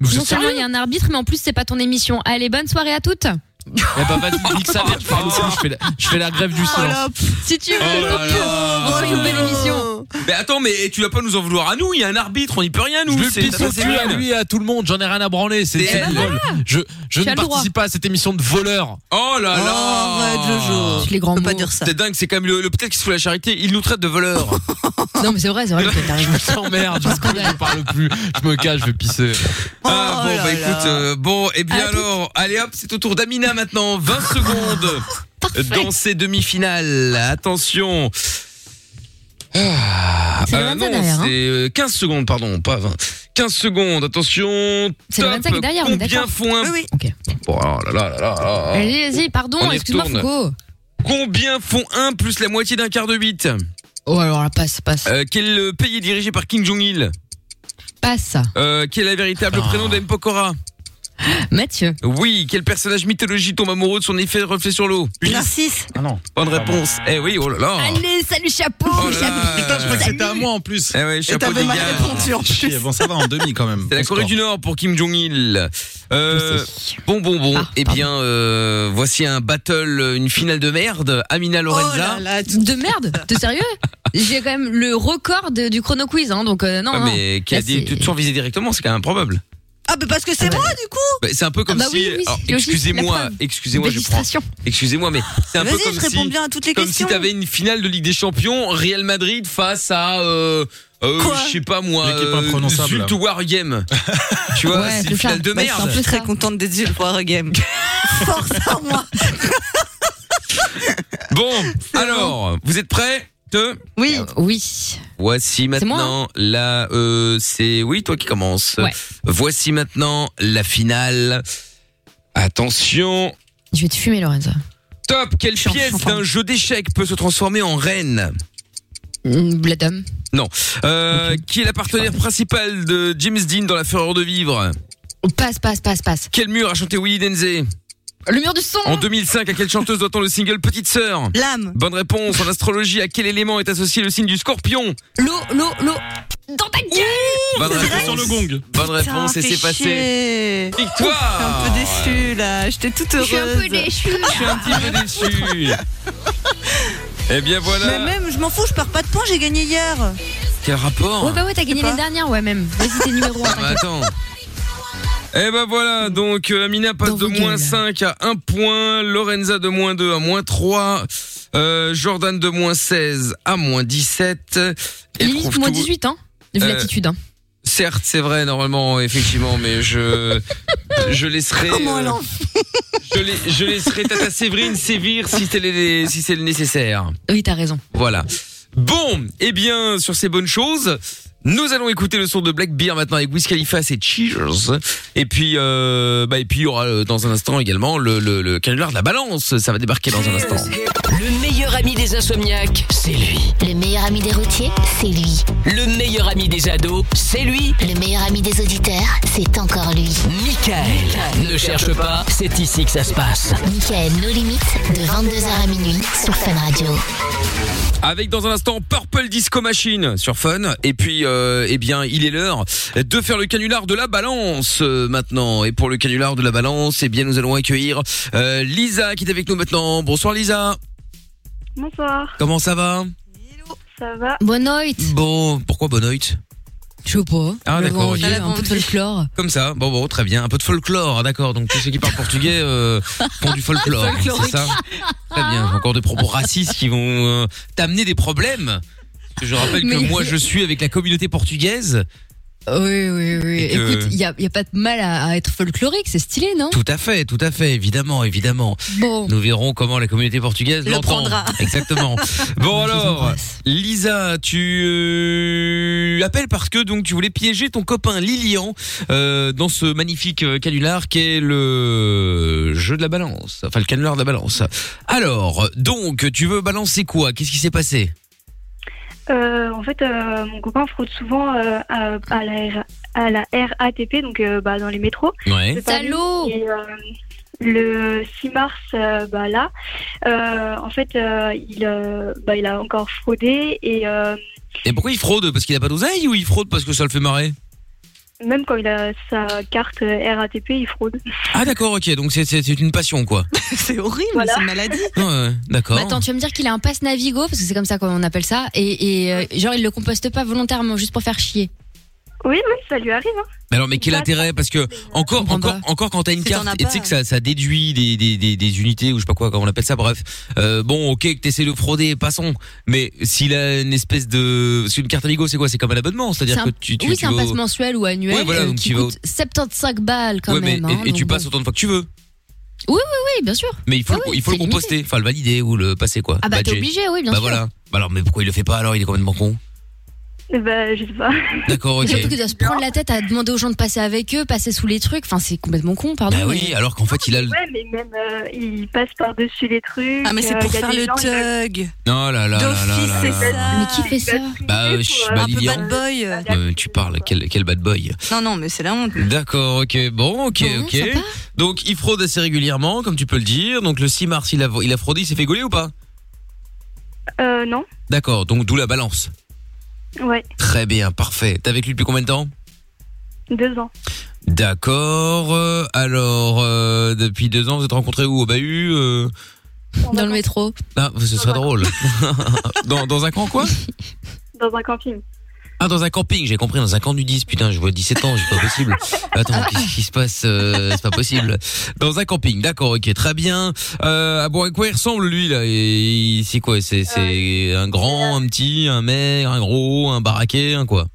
D: Mais vous
C: Non
D: êtes
C: seulement
D: sérieux
C: il y a un arbitre, mais en plus c'est pas ton émission. Allez, bonne soirée à toutes.
E: Oh
D: Eh bah vas-y, nique sa mère, tu parles aussi, je fais la, je fais la grève du silence.
C: Si tu veux,
D: Oh
C: on fait une nouvelle émission.
B: Mais attends, mais tu vas pas nous en vouloir à nous, il y a un arbitre, on n'y peut rien, nous.
D: Je le
B: c'est
D: pisse
B: Tata
D: au cul à
B: Séverine.
D: lui et à tout le monde, j'en ai rien à branler, c'est
B: Et
D: c'est
B: bah
D: du vol. Je, je
B: Tu as
D: ne
B: le droit.
D: participe pas à cette émission de voleur.
B: Oh là là
C: les grands mots.
B: C'est dingue, c'est quand même le, le peut-être qu'il se fout la charité, il nous traite de voleurs.
C: Non, mais c'est vrai, c'est vrai. peut-être, t'as raison.
D: Merde, je ne parle plus, je me cache, je vais pisser.
B: Ah bon, bah écoute, euh, bon, et
C: Ah,
B: bien alors, allez hop, c'est au tour d'Amina maintenant, 20 secondes dans ces demi-finales. Attention. Ah,
C: C'est le 25
B: non,
C: derrière, hein.
B: c'est euh, 15 secondes, pardon, pas 20. 15 secondes, attention.
C: C'est le
B: top.
C: 25 derrière, on est
B: Combien
C: d'accord.
B: font
C: Oui,
B: un...
C: oui. Ok.
B: Bon, alors, là, là, là, là, là.
C: Allez, vas-y,
B: On
C: pardon,
B: y
C: excuse-moi,
B: retourne.
C: Foucault.
B: Combien font 1 plus la moitié d'un quart de 8
C: Oh, alors, là, passe, passe.
B: Euh, Quel euh, pays est dirigé par Kim Jong-il
C: Passe.
B: Euh, Quel est le véritable
C: Ah.
B: prénom d'M. Pokora
C: Mathieu.
B: Oui, quel personnage mythologique tombe amoureux de son effet de reflet sur l'eau
E: Narcisse.
B: Ah non. Bonne réponse. Eh oui, oh là là. Oh
C: Allez, salut, chapeau.
M: Ah, Putain, je crois que c'était à moi en plus.
B: Eh ouais,
M: Et
B: chapeau
M: t'avais
B: des
M: ma
B: gars.
M: réponse en plus. Bon, ça va en demi quand même.
B: C'est la
M: Bon
B: Corée
M: score.
B: du Nord pour Kim Jong-il. Euh, bon, bon, bon.
M: Ah,
B: eh bien, euh,
M: Oh
C: Oh
B: voici un battle, une finale de merde. Amina Lorenza.
C: De merde, t'es sérieux J'ai quand même le record de- du chrono quiz, hein, donc euh, non.
B: Ah,
C: non.
B: mais qui a
C: Là,
B: dit
C: c'est-
B: tout survisé directement, c'est quand même improbable.
E: Ah, bah parce que c'est moi, du coup
B: Bah, c'est un peu comme
E: Ah bah
B: si.
E: oui, oui,
B: alors,
E: logique, la
B: excusez-moi,
E: preuve.
B: excusez-moi, je prends.
E: Illustration.
B: Excusez-moi, mais c'est un peu
E: Vas-y,
B: comme
E: je réponds
B: si-
E: bien à toutes les
B: comme
E: questions.
B: si t'avais une finale de Ligue des Champions, Real Madrid face à, euh, euh, je sais pas moi,
M: L'équipe imprononçable,
B: Zult
M: là.
B: ou Wargame. tu vois, c'est une finale de
E: Bah,
B: merde.
E: Je suis un peu très contente d'être dit le Poire Game. Force à moi.
B: Bon, alors, vous êtes prêts Deux. Euh,
E: Oui. hein
C: Oui.
B: Voici maintenant la. euh, c'est oui, toi qui commence.
C: Ouais.
B: Voici maintenant la finale. Attention.
C: Je vais te fumer, Lorenzo.
B: Top. Quelle pièce d'un jeu d'échecs peut se transformer en reine
C: Mm, La dame.
B: Non. Euh, Qui est la partenaire principale de James Dean dans La Fureur de Vivre
C: On Oh, passe, passe, passe, passe.
B: Quel mur a chanté Willy Denzey
C: Le mur du son.
B: En 2005, à quelle chanteuse doit-on le single Petite Sœur
E: L'âme.
B: Bonne réponse. En astrologie, à quel élément est associé le signe du scorpion
C: L'eau, l'eau, l'eau. Dans ta gueule.
B: Bonne réponse. Bonne réponse et c'est passé. Victoire
E: Je suis un peu déçue là, j'étais toute
C: Je
E: heureuse.
C: suis un peu déçue.
B: Je suis un petit peu déçu. Eh bien voilà.
E: Mais même, je m'en fous, je perds pas de points, j'ai gagné hier.
B: Quel rapport
C: Ouais, bah ouais, t'as gagné les dernières, ouais, même. Vas-y, t'es numéro 1.
B: Ah, bah, attends. Eh ben voilà, donc euh, Amina passe de moins 5 à 1 point, Lorenza de moins 2 à moins 3, euh, Jordan de moins 16 à moins 17. Et
C: Limite,
B: trouve
C: moins
B: tout-
C: 18, hein. Vu
B: Euh,
C: l'attitude, hein.
B: Certes, c'est vrai, normalement, effectivement, mais je, je laisserai.
A: Comment elle
B: euh,
A: en
B: je, lai- je laisserai Tata Séverine sévir si c'est le- si c'est le nécessaire.
C: Oui, t'as raison.
B: Voilà. Bon, eh bien, sur ces bonnes choses, nous allons écouter le son de Black Beer maintenant avec Wiz Khalifa, c'est Cheers. Et puis, euh, bah, et puis il y aura euh, dans un instant également le, le, le canular de la balance. Ça va débarquer dans un instant.
A: Le meilleur ami des insomniaques, c'est lui.
F: Le meilleur ami des routiers, c'est lui.
A: Le meilleur ami des ados, c'est lui.
F: Le meilleur ami des auditeurs, c'est encore lui.
A: Michael. Ne cherche pas, c'est ici que ça se passe.
F: Michael, nos limites, de 22h à minuit sur Fun Radio.
B: Avec dans un instant Purple Disco Machine sur Fun. Et puis, euh, eh bien, il est l'heure de faire le canular de la balance euh, maintenant. Et pour le canular de la balance, eh bien, nous allons accueillir euh, Lisa qui est avec nous maintenant. Bonsoir Lisa.
N: Bonsoir,
B: Comment ça va
N: ça va
C: Bonne nuit.
B: Bon, pourquoi bonne nuit
C: Je sais pas.
B: Ah,
C: Le
B: d'accord,
C: vent,
B: ok.
C: il y a Un peu de folklore.
B: Comme ça, bon, bon, très bien. Un peu de folklore, ah, d'accord. Donc tous ceux qui parlent portugais euh, font du folklore, c'est ça Très bien. Encore des propos
C: Ah.
B: racistes qui vont euh, t'amener des problèmes. Parce que Je rappelle que
C: Mais-
B: moi, je suis avec la communauté portugaise.
C: Oui, oui, oui.
B: Et que-
C: Écoute, il n'y a, y a pas de mal à, à être folklorique, c'est stylé, non
B: Tout à fait, tout à fait, évidemment, évidemment.
C: Bon.
B: Nous verrons comment la communauté portugaise
C: Le
B: l'entend.
C: prendra.
B: Exactement. Bon alors, Lisa, tu euh, appelles parce que donc tu voulais piéger ton copain Lilian euh, dans ce magnifique euh, canular qui est le jeu de la balance, enfin le canular de la balance. Alors, donc tu veux balancer quoi Qu'est-ce qui s'est passé
N: Euh, en fait, euh, mon copain fraude souvent euh, à, à la R- à la RATP, donc euh, bah, dans les métros.
M: Hein
B: Ouais.
N: C'est Paris.
C: Salaud
N: Et, euh, le 6 mars, euh, bah, là, euh, en fait, euh, il, euh, bah, il a encore fraudé et euh,
B: Et pourquoi il fraude Parce qu'il a pas d'oseille ou il fraude parce que ça le fait marrer
N: même quand il a sa carte euh, RATP, il fraude.
B: Ah d'accord, ok, donc c'est- c'est c'est une passion quoi.
E: c'est horrible, c'est une maladie.
B: Ouais, ouais, d'accord.
C: Bah, attends, tu vas me dire qu'il a un passe Navigo, parce que c'est comme ça qu'on appelle ça, et, et, euh, genre il le composte pas volontairement, juste pour faire chier.
N: Oui, oui, ça lui arrive. hein.
B: Mais alors, mais quel intérêt Parce
C: euh,
B: que encore, encore, encore, quand t'as une
N: Si t'en
B: carte,
N: as
B: et tu
N: pas.
B: sais que ça, ça déduit des, des, des, des unités ou je sais pas quoi, comment on appelle ça. Bref, Euh, bon, ok, que t'essaies de frauder, passons. Mais s'il a une espèce de, parce qu'une carte Amigo, c'est quoi C'est comme un abonnement,
C: C'est
B: c'est-à-dire
C: un-
B: que tu, tu,
C: oui,
B: tu
C: c'est un
B: vas au-
C: passe mensuel ou annuel
B: Ouais, voilà,
C: euh,
B: donc
C: qui
B: tu vas au-
C: coûte 75 balles quand
B: Ouais, mais-
C: même.
B: et-
C: hein,
B: et, tu
C: donc bon.
B: passes autant de fois que tu veux.
C: Oui, oui, oui, bien sûr.
B: Mais il faut, le, il faut le
C: c'est limité.
B: composter, enfin le valider ou le passer quoi.
C: Ah bah, t'es
B: Badger.
C: obligé, oui, bien
B: Bah
C: sûr.
B: voilà. Bah alors, mais pourquoi il le fait pas alors Il est complètement con.
N: Bah, je sais pas.
B: D'accord, ok.
C: Surtout qu'il doit se prendre la tête à demander aux gens de passer avec eux, passer sous les trucs, enfin c'est complètement con, pardon.
B: Bah oui,
C: mais-
B: alors qu'en fait, il a le.
N: Ouais, mais même, euh, il passe par-dessus les trucs.
E: Ah, mais c'est
N: euh,
E: pour
N: il y a
E: faire
N: des
E: le
N: gens, ils veulent-
E: thug.
B: Non, là, là, là, là, là, là.
E: Mais qui fait
G: Ah,
E: ça
B: Bah, euh, je- bah,
E: Un peu
B: Lilian.
E: bad boy. euh.
B: Euh, tu parles, quel, quel bad boy.
E: Non, non, mais c'est la honte.
B: D'accord, ok, bon, ok,
E: Bon,
B: ok.
E: sympa.
B: Donc il fraude assez régulièrement, comme tu peux le dire. Donc le 6 mars, il a, il a fraudé, il s'est fait gauler ou pas
N: Euh, non,
B: D'accord, donc d'où la balance.
N: ouais,
B: Très bien, parfait. T'es avec lui depuis combien de temps
N: deux ans.
B: D'accord, euh, alors, euh, depuis deux ans, vous êtes rencontrés où Au bahut euh,
C: Dans le métro.
B: Ah, ce serait drôle. dans, dans un camp quoi
N: dans un camping.
B: Ah, dans un camping, j'ai compris, dans un camp nudiste. Putain, je vois 17 ans, c'est pas possible. Attends, qu'est-ce qui se passe euh, C'est pas possible. Dans un camping, d'accord, ok, très bien. Euh, ah bon, à quoi il ressemble lui là Et C'est quoi C'est c'est
C: Euh,
B: un grand, un petit, un maigre, un gros, un baraqué, un quoi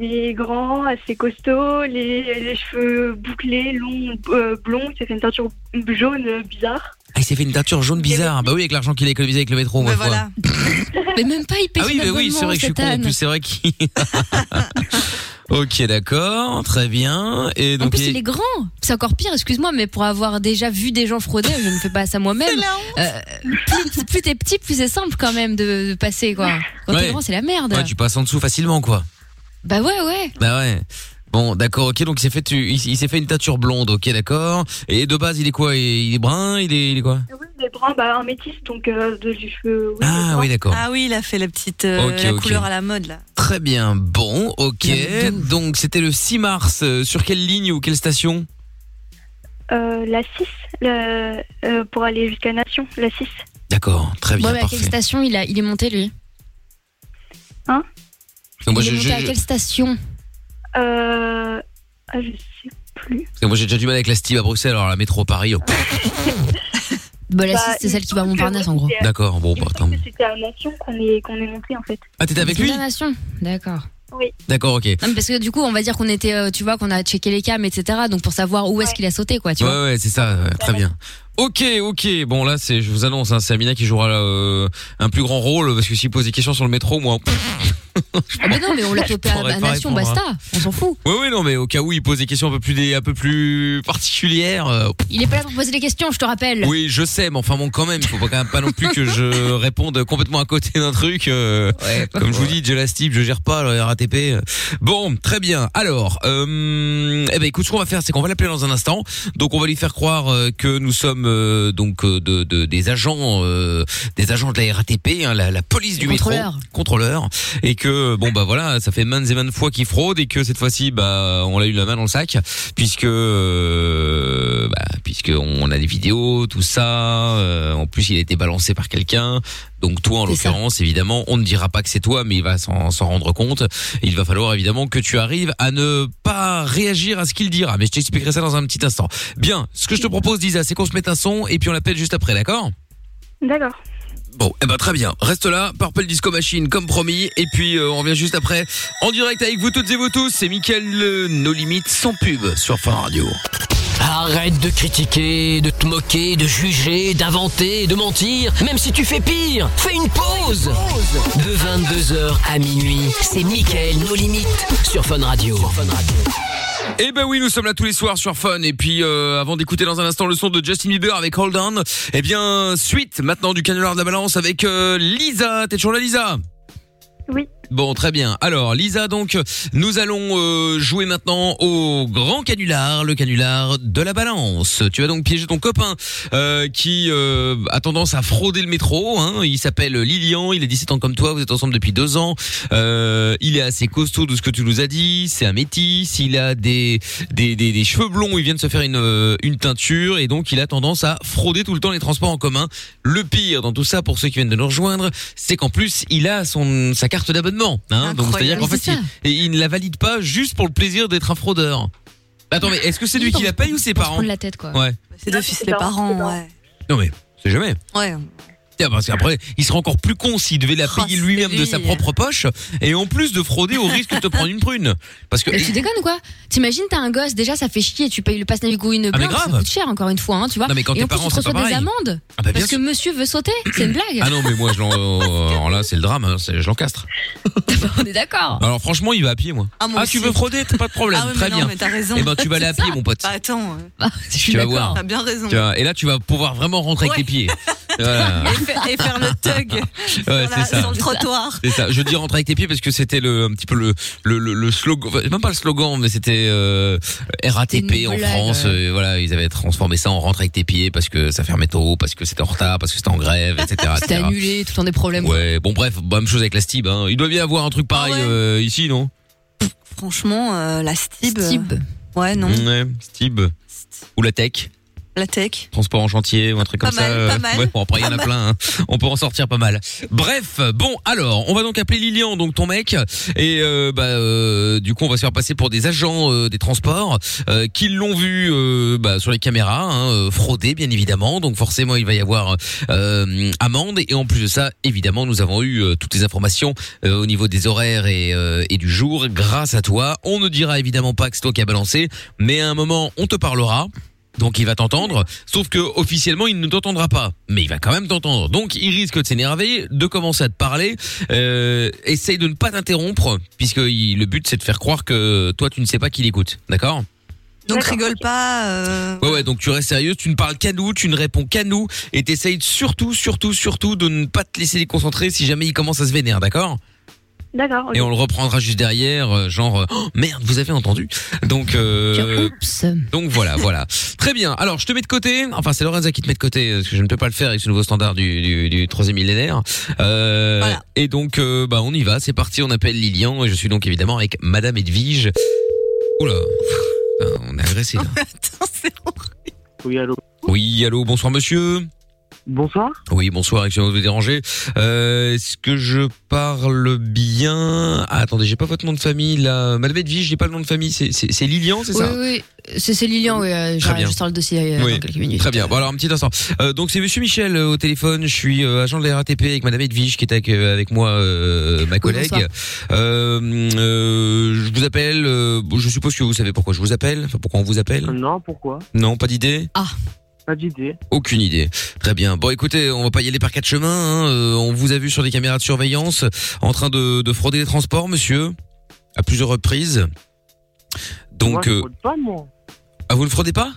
N: Il est grand, assez costaud, les, les cheveux bouclés, longs, euh, blonds, c'est une teinture jaune euh, bizarre.
B: Ah, il s'est fait une teinture jaune bizarre. Bah oui, avec l'argent qu'il a économisé avec le métro,
C: Ben
B: on va voir.
C: Mais même pas, il paye
B: Ah oui,
C: son
B: bah oui, c'est
C: abonnement,
B: vrai que je suis
C: cet
B: con. En
C: âne.
B: plus, c'est vrai qu'il. ok, d'accord, très bien. Et donc
C: en plus, il est grand. C'est encore pire, excuse-moi, mais pour avoir déjà vu des gens frauder, je ne fais pas ça moi-même. Euh, plus plus t'es petit, plus c'est simple quand même de, de passer, quoi. Quand
B: Ouais.
C: t'es grand, c'est la merde.
B: Ouais, tu passes en dessous facilement, quoi.
C: Bah ouais, ouais.
B: Bah ouais. Bon, d'accord, ok. Donc il s'est fait, tu- il, il s'est fait une teinture blonde, ok, d'accord. Et de base, il est quoi Il est brun Il est, il est quoi
N: Oui, les bruns, bah, un métis, donc euh, de les cheveux. oui,
B: Ah,
N: les bruns.
B: oui, d'accord. Ah
E: oui, il a fait la petite euh,
B: Ok,
E: la
B: ok.
E: couleur à la mode là.
B: Très bien. Bon, ok.
E: Il
B: Donc c'était le 6 mars. Euh, Sur quelle ligne ou quelle station
N: Euh, la 6, le- euh, pour aller jusqu'à Nation, la 6.
B: D'accord, très bien,
C: Ouais, mais à
B: Ah parfait.
C: quelle station il, a, il est monté, lui
B: Moi,
C: Il est
B: je-
C: monté
B: je-
C: à
B: je-
C: quelle station
N: Euh. Ah, je sais.
B: parce que moi, j'ai déjà du mal avec la Steve à Bruxelles, alors la métro Paris. oh, pff,
C: Bah, la
N: Bah,
C: six, c'est
N: il
C: celle qui va à Montparnasse, en
N: oui,
C: gros.
N: c'est-
B: D'accord, bon,
N: il me
B: bah,
N: semble
B: tant-
N: que C'était à Nation qu'on est, qu'on est monté en fait.
B: Ah, t'étais avec
C: C'est
B: lui
C: la nation. D'accord.
N: Oui.
B: D'accord, ok.
C: Non, mais parce que du coup, on va dire qu'on était, euh, tu vois, qu'on a checké les cams, etc. Donc pour savoir où est-ce qu'il a sauté, quoi, Ah, tu
B: ouais,
C: vois.
B: ouais, c'est ça, ouais, très bien. Ok, ok. Bon, là, c'est, je vous annonce, hein, c'est Amina qui jouera euh, un plus grand rôle parce que s'il pose des questions sur le métro, moi.
C: Ah, mais non, mais on l'a topé à,
B: pourrais
C: à
B: pas
C: Nation,
B: répondre, hein.
C: basta. On s'en fout.
B: Oui, oui, non, mais au cas où il pose des questions un peu plus, des, un peu plus particulières. euh,
C: Il est pas là pour poser des questions, je te rappelle.
B: oui, je sais, mais enfin bon, quand même, il faut pas, quand même pas non plus que je réponde complètement à côté d'un truc. euh, comme je vous dis, j'ai la Steve, je gère pas le RATP. euh. Bon, très bien. Alors, euh, eh ben, écoute, ce qu'on va faire, c'est qu'on va l'appeler dans un instant. Donc, on va lui faire croire euh, que nous sommes euh, donc euh, de, de- des agents, euh, des agents de la RATP, hein, la, la police du métro,
A: Contrôleurs.
B: contrôleur, et que bon bah voilà, ça fait maintes et maintes fois qu'il fraude et que cette fois-ci, bah, on l'a eu la main dans le sac, puisque euh, bah, puisque on a des vidéos, tout ça. euh, en plus, il a été balancé par quelqu'un. Donc toi, en l'occurrence, évidemment, on ne dira pas que c'est toi, mais il va s'en s'en rendre compte. Il va falloir évidemment que tu arrives à ne pas réagir à ce qu'il dira. Mais je t'expliquerai ça dans un petit instant. Bien, ce que je te propose, Lisa, c'est qu'on se mette un son et puis on l'appelle juste après, d'accord
N: D'accord.
B: Bon, eh ben très bien. Reste là, Purple Disco Machine comme promis, et puis euh, on revient juste après en direct avec vous toutes et vous tous. C'est Mickaël euh, No Limites sans pub sur Fun Radio.
A: Arrête de critiquer, de te moquer, de juger, d'inventer, de mentir. Même si tu fais pire, fais une pause. De 22h à minuit, c'est Michael nos limites sur Fun Radio.
B: Eh ben oui, nous sommes là tous les soirs sur Fun et puis euh, avant d'écouter dans un instant le son de Justin Bieber avec Hold On, eh bien suite maintenant du canular de la balance avec euh, Lisa. T'es toujours là, Lisa
N: Oui.
B: Bon, très bien. Alors, Lisa, donc, nous allons euh, jouer maintenant au grand canular, le canular de la balance. Tu vas donc piéger ton copain euh, qui euh, a tendance à frauder le métro. hein. Il s'appelle Lilian, il est 17 ans comme toi, vous êtes ensemble depuis deux ans. Euh, il est assez costaud de ce que tu nous as dit, c'est un métis, il a des, des, des, des cheveux blonds, il vient de se faire une, euh, une teinture et donc il a tendance à frauder tout le temps les transports en commun. Le pire dans tout ça, pour ceux qui viennent de nous rejoindre, c'est qu'en plus, il a son, sa carte d'abonnement. Hein donc c'est-à-dire
C: Ah,
B: qu'en
O: Mais
B: fait, il,
O: c'est
B: et il ne la valide pas juste pour le plaisir d'être un fraudeur. Attends, mais est-ce que c'est lui qui la paye ou ses parents
C: prendre la tête, quoi.
B: Ouais.
E: C'est d'office les parents, ouais.
B: Non mais, c'est jamais.
E: Ouais.
B: Tiens, parce qu'après, il serait encore plus con s'il devait la
E: Oh,
B: payer lui-même de sa propre poche et en plus de frauder au risque de te prendre une prune. Parce que.
C: Mais tu déconnes ou quoi T'imagines, t'as un gosse, déjà ça fait chier, tu payes le passe Navigo une
B: Ah, mais
C: blinde, ça
B: grave.
C: coûte cher encore une fois, hein, tu vois.
B: Non, mais quand
C: Et
B: t'es
C: en plus,
B: parent,
C: tu te
B: c'est pas
C: reçois des
B: pareil.
C: amendes
B: Ah, bah, bien
C: parce que
B: sûr.
C: monsieur veut sauter, c'est une blague.
B: Ah non, mais moi, je l'en. euh, Alors là, c'est le drame, hein, c'est- je l'encastre.
C: On est d'accord.
B: Alors franchement, il va à pied, moi.
C: Ah, moi
B: tu
C: aussi.
B: veux frauder T'as Pas de problème,
E: Ah ouais, mais
B: très
E: non,
B: bien.
E: mais t'as raison.
B: Eh ben, tu vas aller à
E: C'est
B: pied,
E: ça.
B: mon pote.
E: Bah, attends.
B: tu vas voir.
E: T'as bien raison.
B: Tu vois, et là, tu vas pouvoir vraiment rentrer avec les pieds. Voilà.
E: Et, faire, et faire le tug
B: Ouais,
E: sur,
B: c'est
E: la-
B: ça.
E: sur le trottoir.
B: C'est ça. Je dis rentrer avec tes pieds parce que c'était le un petit peu le le, le, le slogan, enfin, même pas le slogan, mais c'était euh, RATP
O: Une
B: en
O: blague,
B: France.
O: ouais.
B: euh, voilà, ils avaient transformé ça en rentre avec tes pieds parce que ça fermait tôt, parce que c'était en retard, parce que c'était en grève, etc.
C: C'était
B: etc.
C: annulé, tout le temps des problèmes.
B: Ouais. Bon bref, même chose avec la Stib. Hein. Il doit bien y avoir un truc
E: Ah
B: pareil euh, ici, non Mm.
E: Franchement, euh, la Stib. Stib. euh, Ouais, non.
B: Ouais, Stib ou la Tech.
E: La tech.
B: Transport en chantier ou un truc
E: Pas
B: comme
E: mal,
B: ça. euh,
E: pas mal.
B: ouais, bon, après, il y en a
E: Pas mal.
B: plein. hein. On peut en sortir pas mal. Bref, bon, alors, on va donc appeler Lilian, donc ton mec. Et euh, bah, euh, du coup, on va se faire passer pour des agents euh, des transports euh, qui l'ont vu euh, bah, sur les caméras, hein, euh, fraudé, bien évidemment. Donc forcément, il va y avoir euh, amende. Et en plus de ça, évidemment, nous avons eu euh, toutes les informations euh, au niveau des horaires et, euh, et du jour grâce à toi. On ne dira évidemment pas que c'est toi qui as balancé, mais à un moment, on te parlera. Donc il va t'entendre, sauf que officiellement il ne t'entendra pas, mais il va quand même t'entendre. Donc il risque de s'énerver, de commencer à te parler. Euh, essaye de ne pas t'interrompre, puisque il- le but c'est de faire croire que toi tu ne sais pas qu'il écoute, d'accord
E: Donc rigole pas. euh,
B: Ouais ouais, donc tu restes sérieux, tu ne parles qu'à nous, tu ne réponds qu'à nous, et t'essayes surtout, surtout, surtout de ne pas te laisser déconcentrer si jamais il commence à se vénérer, d'accord
N: D'accord.
B: et on le reprendra juste derrière, euh, genre euh, oh, merde, vous avez entendu. Donc euh, donc voilà, voilà. Très bien. Alors je te mets de côté. Enfin c'est Lorenza qui te met de côté parce que je ne peux pas le faire avec ce nouveau standard du du, du troisième millénaire. Euh, Et donc euh, bah on y va, c'est parti. On appelle Lilian et je suis donc évidemment avec Madame Edwige. Oula, Putain, on est agressé là.
O: Oui, allô
B: Oui, allô, bonsoir monsieur.
O: Bonsoir.
B: Oui, bonsoir, excusez-moi de vous déranger. Euh, Est-ce que je parle bien Ah, Attendez, j'ai pas votre nom de famille là. Madame Edwige, j'ai pas le nom de famille. C'est- C'est c'est Lilian, c'est ça
C: Oui, oui, c'est c'est Lilian, oui, euh, j'arrive
B: bien.
C: juste dans le dossier. euh,
B: Oui,
C: dans quelques minutes.
B: Très bien. Bon, alors un petit instant. Euh, donc c'est Monsieur Michel euh, au téléphone. Je suis euh, agent de la RATP avec Madame Edwige qui est avec, euh, avec moi, euh, ma collègue.
P: bonsoir.
B: Euh, euh, je vous appelle. euh, je suppose que vous savez pourquoi je vous appelle. Enfin, pourquoi on vous appelle
O: Non, pourquoi
B: Non, pas d'idée.
C: Ah.
O: Pas d'idée.
B: Aucune idée. Très bien. Bon, écoutez, on va pas y aller par quatre chemins. hein. Euh, on vous a vu sur des caméras de surveillance en train de, de frauder les transports, monsieur, à plusieurs reprises.
O: Moi,
B: Donc,
O: je
B: euh,
O: fraude pas, moi.
B: ah, vous ne fraudez pas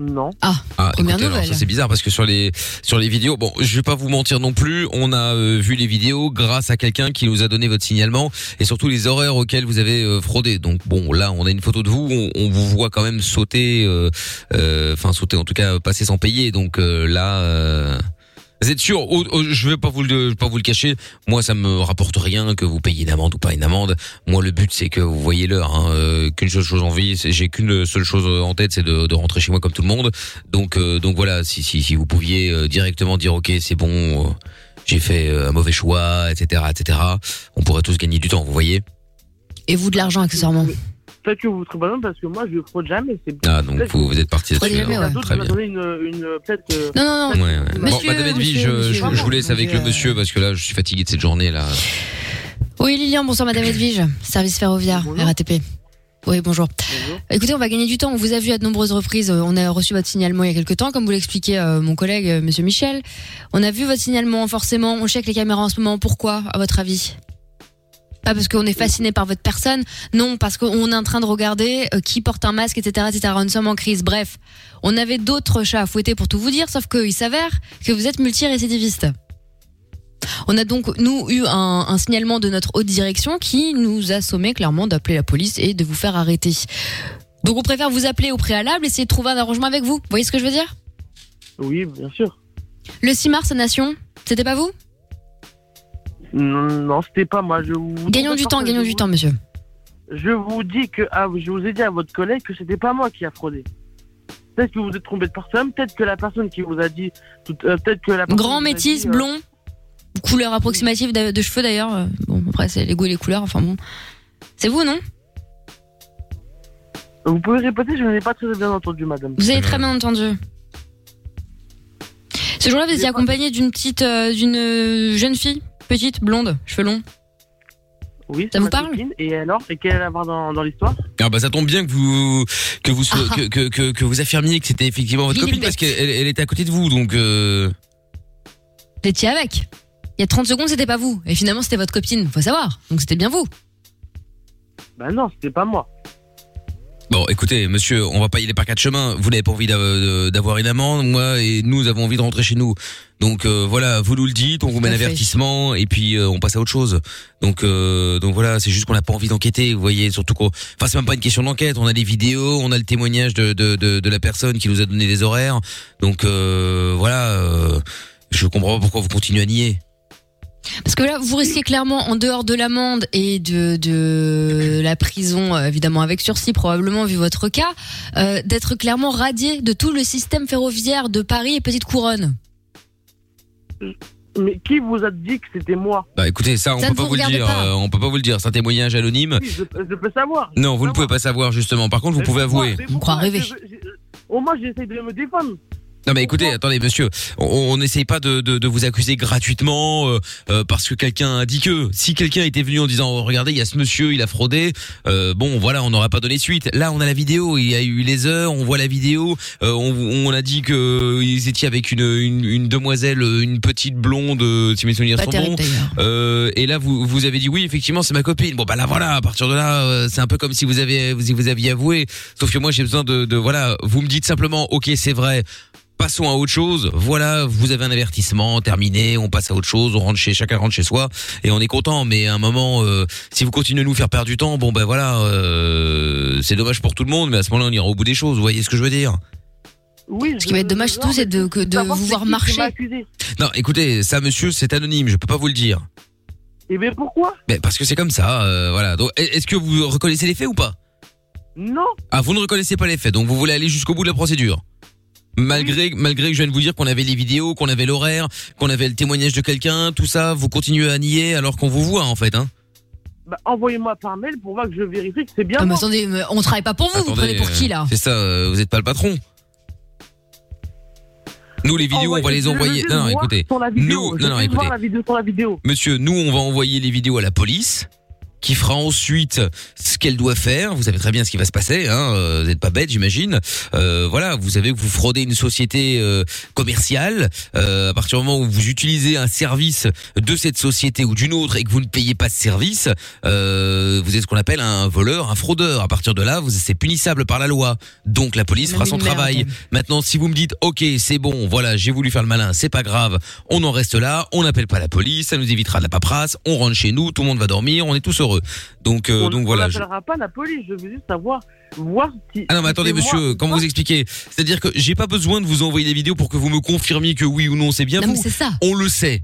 O: Non.
C: Ah,
B: Ah,
O: Première
B: écoutez, alors,
O: nouvelle.
B: ça c'est bizarre parce que sur les sur les vidéos, bon, je vais pas vous mentir non plus, on a euh, vu les vidéos grâce à quelqu'un qui nous a donné votre signalement et surtout les horaires auxquels vous avez euh, fraudé. Donc bon, là, on a une photo de vous, on, on vous voit quand même sauter, euh, euh, enfin sauter, en tout cas euh, passer sans payer. Donc euh, là. euh, vous êtes sûr oh, oh, Je vais pas vous le, je vais pas vous le cacher. Moi, ça me rapporte rien que vous payiez une amende ou pas une amende. Moi, le but c'est que vous voyez l'heure. Hein, euh, qu'une seule chose en vie, c'est- j'ai qu'une seule chose en tête, c'est de, de rentrer chez moi comme tout le monde. Donc, euh, donc voilà. Si si si vous pouviez euh, directement dire ok, c'est bon, euh, j'ai fait euh, un mauvais choix, etc. etc. On pourrait tous gagner du temps, vous voyez.
C: Et vous de l'argent, accessoirement.
O: Peut-être que vous vous trompez parce que moi, je fraude jamais. C'est
B: Ah donc
O: Peut-être
B: vous, vous êtes parti
O: Prenez
B: là-dessus.
O: jamais,
B: hein.
O: ouais.
B: Très bien.
O: donné une, une peut-être. euh,
C: Non, non,
B: Ouais, ouais. bon,
C: Monsieur,
B: Madame Edwige,
C: monsieur,
B: euh, je,
C: monsieur.
B: je vous laisse avec le monsieur parce que là, je suis fatigué de cette journée là.
C: Oui, Lilian, bonsoir Madame Edwige, service ferroviaire, RATP. Oui, bonjour. Écoutez, on va gagner du temps. On vous a vu à de nombreuses reprises. Euh, On a reçu votre signalement il y a quelques temps, comme vous l'expliquait euh, mon collègue, euh, Monsieur Michel. On a vu votre signalement, forcément. On check les caméras en ce moment. Pourquoi, à votre avis Pas parce qu'on est fasciné par votre personne. Non, parce qu'on est en train de regarder euh, qui porte un masque, etc., etc. Nous sommes en crise. Bref, on avait d'autres chats à fouetter pour tout vous dire, sauf qu'il s'avère que vous êtes multirécidiviste. On a donc, nous, eu un, un signalement de notre haute direction qui nous a sommé clairement d'appeler la police et de vous faire arrêter. Donc on préfère vous appeler au préalable, essayer de trouver un arrangement avec vous. Vous voyez ce que je veux dire
O: Oui, bien sûr.
C: Le 6 mars à Nation, c'était pas vous
O: Non, non, c'était pas moi. Je vous...
C: Gagnons du temps, gagnons du temps, monsieur.
O: Je vous dis que ah, je vous ai dit à votre collègue que c'était pas moi qui a fraudé. Peut-être que vous vous êtes trompé de personne. Peut-être que la personne qui vous a dit, tout- euh, peut-être que la personne
C: Grand
O: vous a
C: métis,
O: dit, euh,
C: blond, couleur approximative de, de cheveux d'ailleurs. Euh, Bon, après, c'est les goûts et les couleurs, enfin bon. C'est vous, non
O: Vous pouvez répéter, je n'ai pas très bien entendu, madame.
C: Vous avez très bien entendu. Ce jour-là, vous étiez accompagné d'une petite, euh, d'une euh, jeune fille, petite, blonde, cheveux longs.
O: Oui,
C: ça vous parle
O: Et alors, et quelle est la voir dans, dans l'histoire
B: Ah bah ça tombe bien que vous que vous so-
O: Ah.
B: que, que, que, que vous affirmiez que c'était effectivement votre
C: Il est
B: copine parce qu'elle elle était à côté de vous donc euh,
C: Vous étiez avec. Il y a 30 secondes, c'était pas vous. Et finalement, c'était votre copine. Faut savoir. Donc c'était bien vous.
O: Bah non, c'était pas moi.
B: bon écoutez monsieur on va pas y aller par quatre chemins vous n'avez pas envie d'av- d'avoir une amende moi et nous avons envie de rentrer chez nous donc euh, voilà vous nous le dites on vous met un
P: à fait.
B: avertissement et puis euh, on passe à autre chose donc euh, donc voilà c'est juste qu'on n'a pas envie d'enquêter vous voyez surtout qu'on enfin c'est même pas une question d'enquête on a les vidéos on a le témoignage de de, de, de la personne qui nous a donné les horaires donc euh, voilà euh, je comprends pas pourquoi vous continuez à nier
C: Parce que là, vous risquez clairement, en dehors de l'amende et de, de la prison, euh, évidemment avec sursis probablement, vu votre cas, euh, d'être clairement radié de tout le système ferroviaire de Paris et Petite Couronne.
O: Mais qui vous a dit que c'était moi
B: Bah écoutez, ça on
O: Ça
B: peut
O: ne
B: pas
O: vous
B: vous le
O: regarde
B: dire,
O: pas.
B: euh, on peut pas vous le dire, c'est un témoignage anonyme.
O: Oui, je, je peux savoir.
B: Non, vous ne pouvez pas savoir justement. Par contre, vous pouvez avouer.
O: On croit rêver. Au moins, j'essaie de me défendre.
B: Non mais écoutez, attendez monsieur, on- on n'essaye pas de, de- de vous accuser gratuitement euh, euh, parce que quelqu'un a dit que. Si quelqu'un était venu en disant oh, regardez il y a ce monsieur, il a fraudé, euh, bon voilà on n'aurait pas donné suite. Là on a la vidéo, il y a eu les heures, on voit la vidéo, euh, on, on a dit que euh, ils étaient avec une, une, une demoiselle, euh, une petite blonde, euh, si mes souvenirs
C: Pas
B: sont
C: terrible,
B: bons.
C: d'ailleurs.
B: Euh, et là vous vous avez dit oui effectivement c'est ma copine. Bon bah là voilà à partir de là euh, c'est un peu comme si vous avez vous, vous aviez avoué. Sauf que moi j'ai besoin de, de voilà vous me dites simplement ok c'est vrai. Passons à autre chose. Voilà, vous avez un avertissement terminé. On passe à autre chose. On rentre chez chacun rentre chez soi et on est content. Mais à un moment, euh, si vous continuez de nous faire perdre du temps, bon ben voilà, euh, c'est dommage pour tout le monde. Mais à ce moment-là, on ira au bout des choses. Vous voyez ce que je veux dire
O: Oui,
C: Ce qui va être dommage surtout, c'est de, que- de
O: savoir
C: vous
O: c'est
C: voir
O: qui qui m'a
C: marcher.
O: accusé.
B: Non, écoutez, ça, monsieur, c'est anonyme. Je peux pas vous le dire.
O: Et bien pourquoi
B: Mais parce que c'est comme ça. euh, voilà. Donc, e- est-ce que vous reconnaissez les faits ou pas
O: Non.
B: Ah, vous ne reconnaissez pas les faits, donc vous voulez aller jusqu'au bout de la procédure. Malgré, malgré que je viens de vous dire qu'on avait les vidéos, qu'on avait l'horaire, qu'on avait le témoignage de quelqu'un, tout ça, vous continuez à nier alors qu'on vous voit en fait. Hein.
O: Bah, Envoyez-moi par mail pour voir que je vérifie que c'est bien.
C: Ah, mais
O: moi.
C: attendez, mais on travaille pas pour vous, vous prenez pour
B: euh,
C: qui là
B: C'est ça, euh, vous n'êtes pas le patron. Nous les vidéos, on va les
O: Oh, Je veux
B: envoyer.
O: juste
B: Non, non,
O: voir
B: écoutez.
O: Sur la vidéo.
B: Nous,
O: Je
B: non, non,
O: veux
B: écoutez.
O: voir la vidéo sur la vidéo.
B: Monsieur, nous, on va envoyer les vidéos à la police qui fera ensuite ce qu'elle doit faire. Vous savez très bien ce qui va se passer. Hein. euh, Vous n'êtes pas bête, j'imagine. Euh, voilà, vous savez que vous fraudez une société euh, commerciale. Euh, à partir du moment où vous utilisez un service de cette société ou d'une autre et que vous ne payez pas ce service, euh, vous êtes ce qu'on appelle un voleur, un fraudeur. À partir de là, vous c'est punissable par la loi. Donc la police
P: Même
B: fera son
P: une merde.
B: travail. Maintenant, si vous me dites, ok, c'est bon, voilà, j'ai voulu faire le malin, c'est pas grave, on en reste là, on n'appelle pas la police, ça nous évitera de la paperasse, on rentre chez nous, tout le monde va dormir, on est tous heureux. Donc, euh,
O: On-
B: donc voilà.
O: On
B: je-
O: n'appellera pas la police. Je veux juste savoir voir si.
B: Ah non, mais attendez,
O: si c'est moi.
B: monsieur, comment vous expliquez C'est-à-dire que j'ai pas besoin de vous envoyer des vidéos pour que vous me confirmiez que oui ou non c'est bien
C: Non, mais
B: vous.
C: c'est ça.
B: On le sait.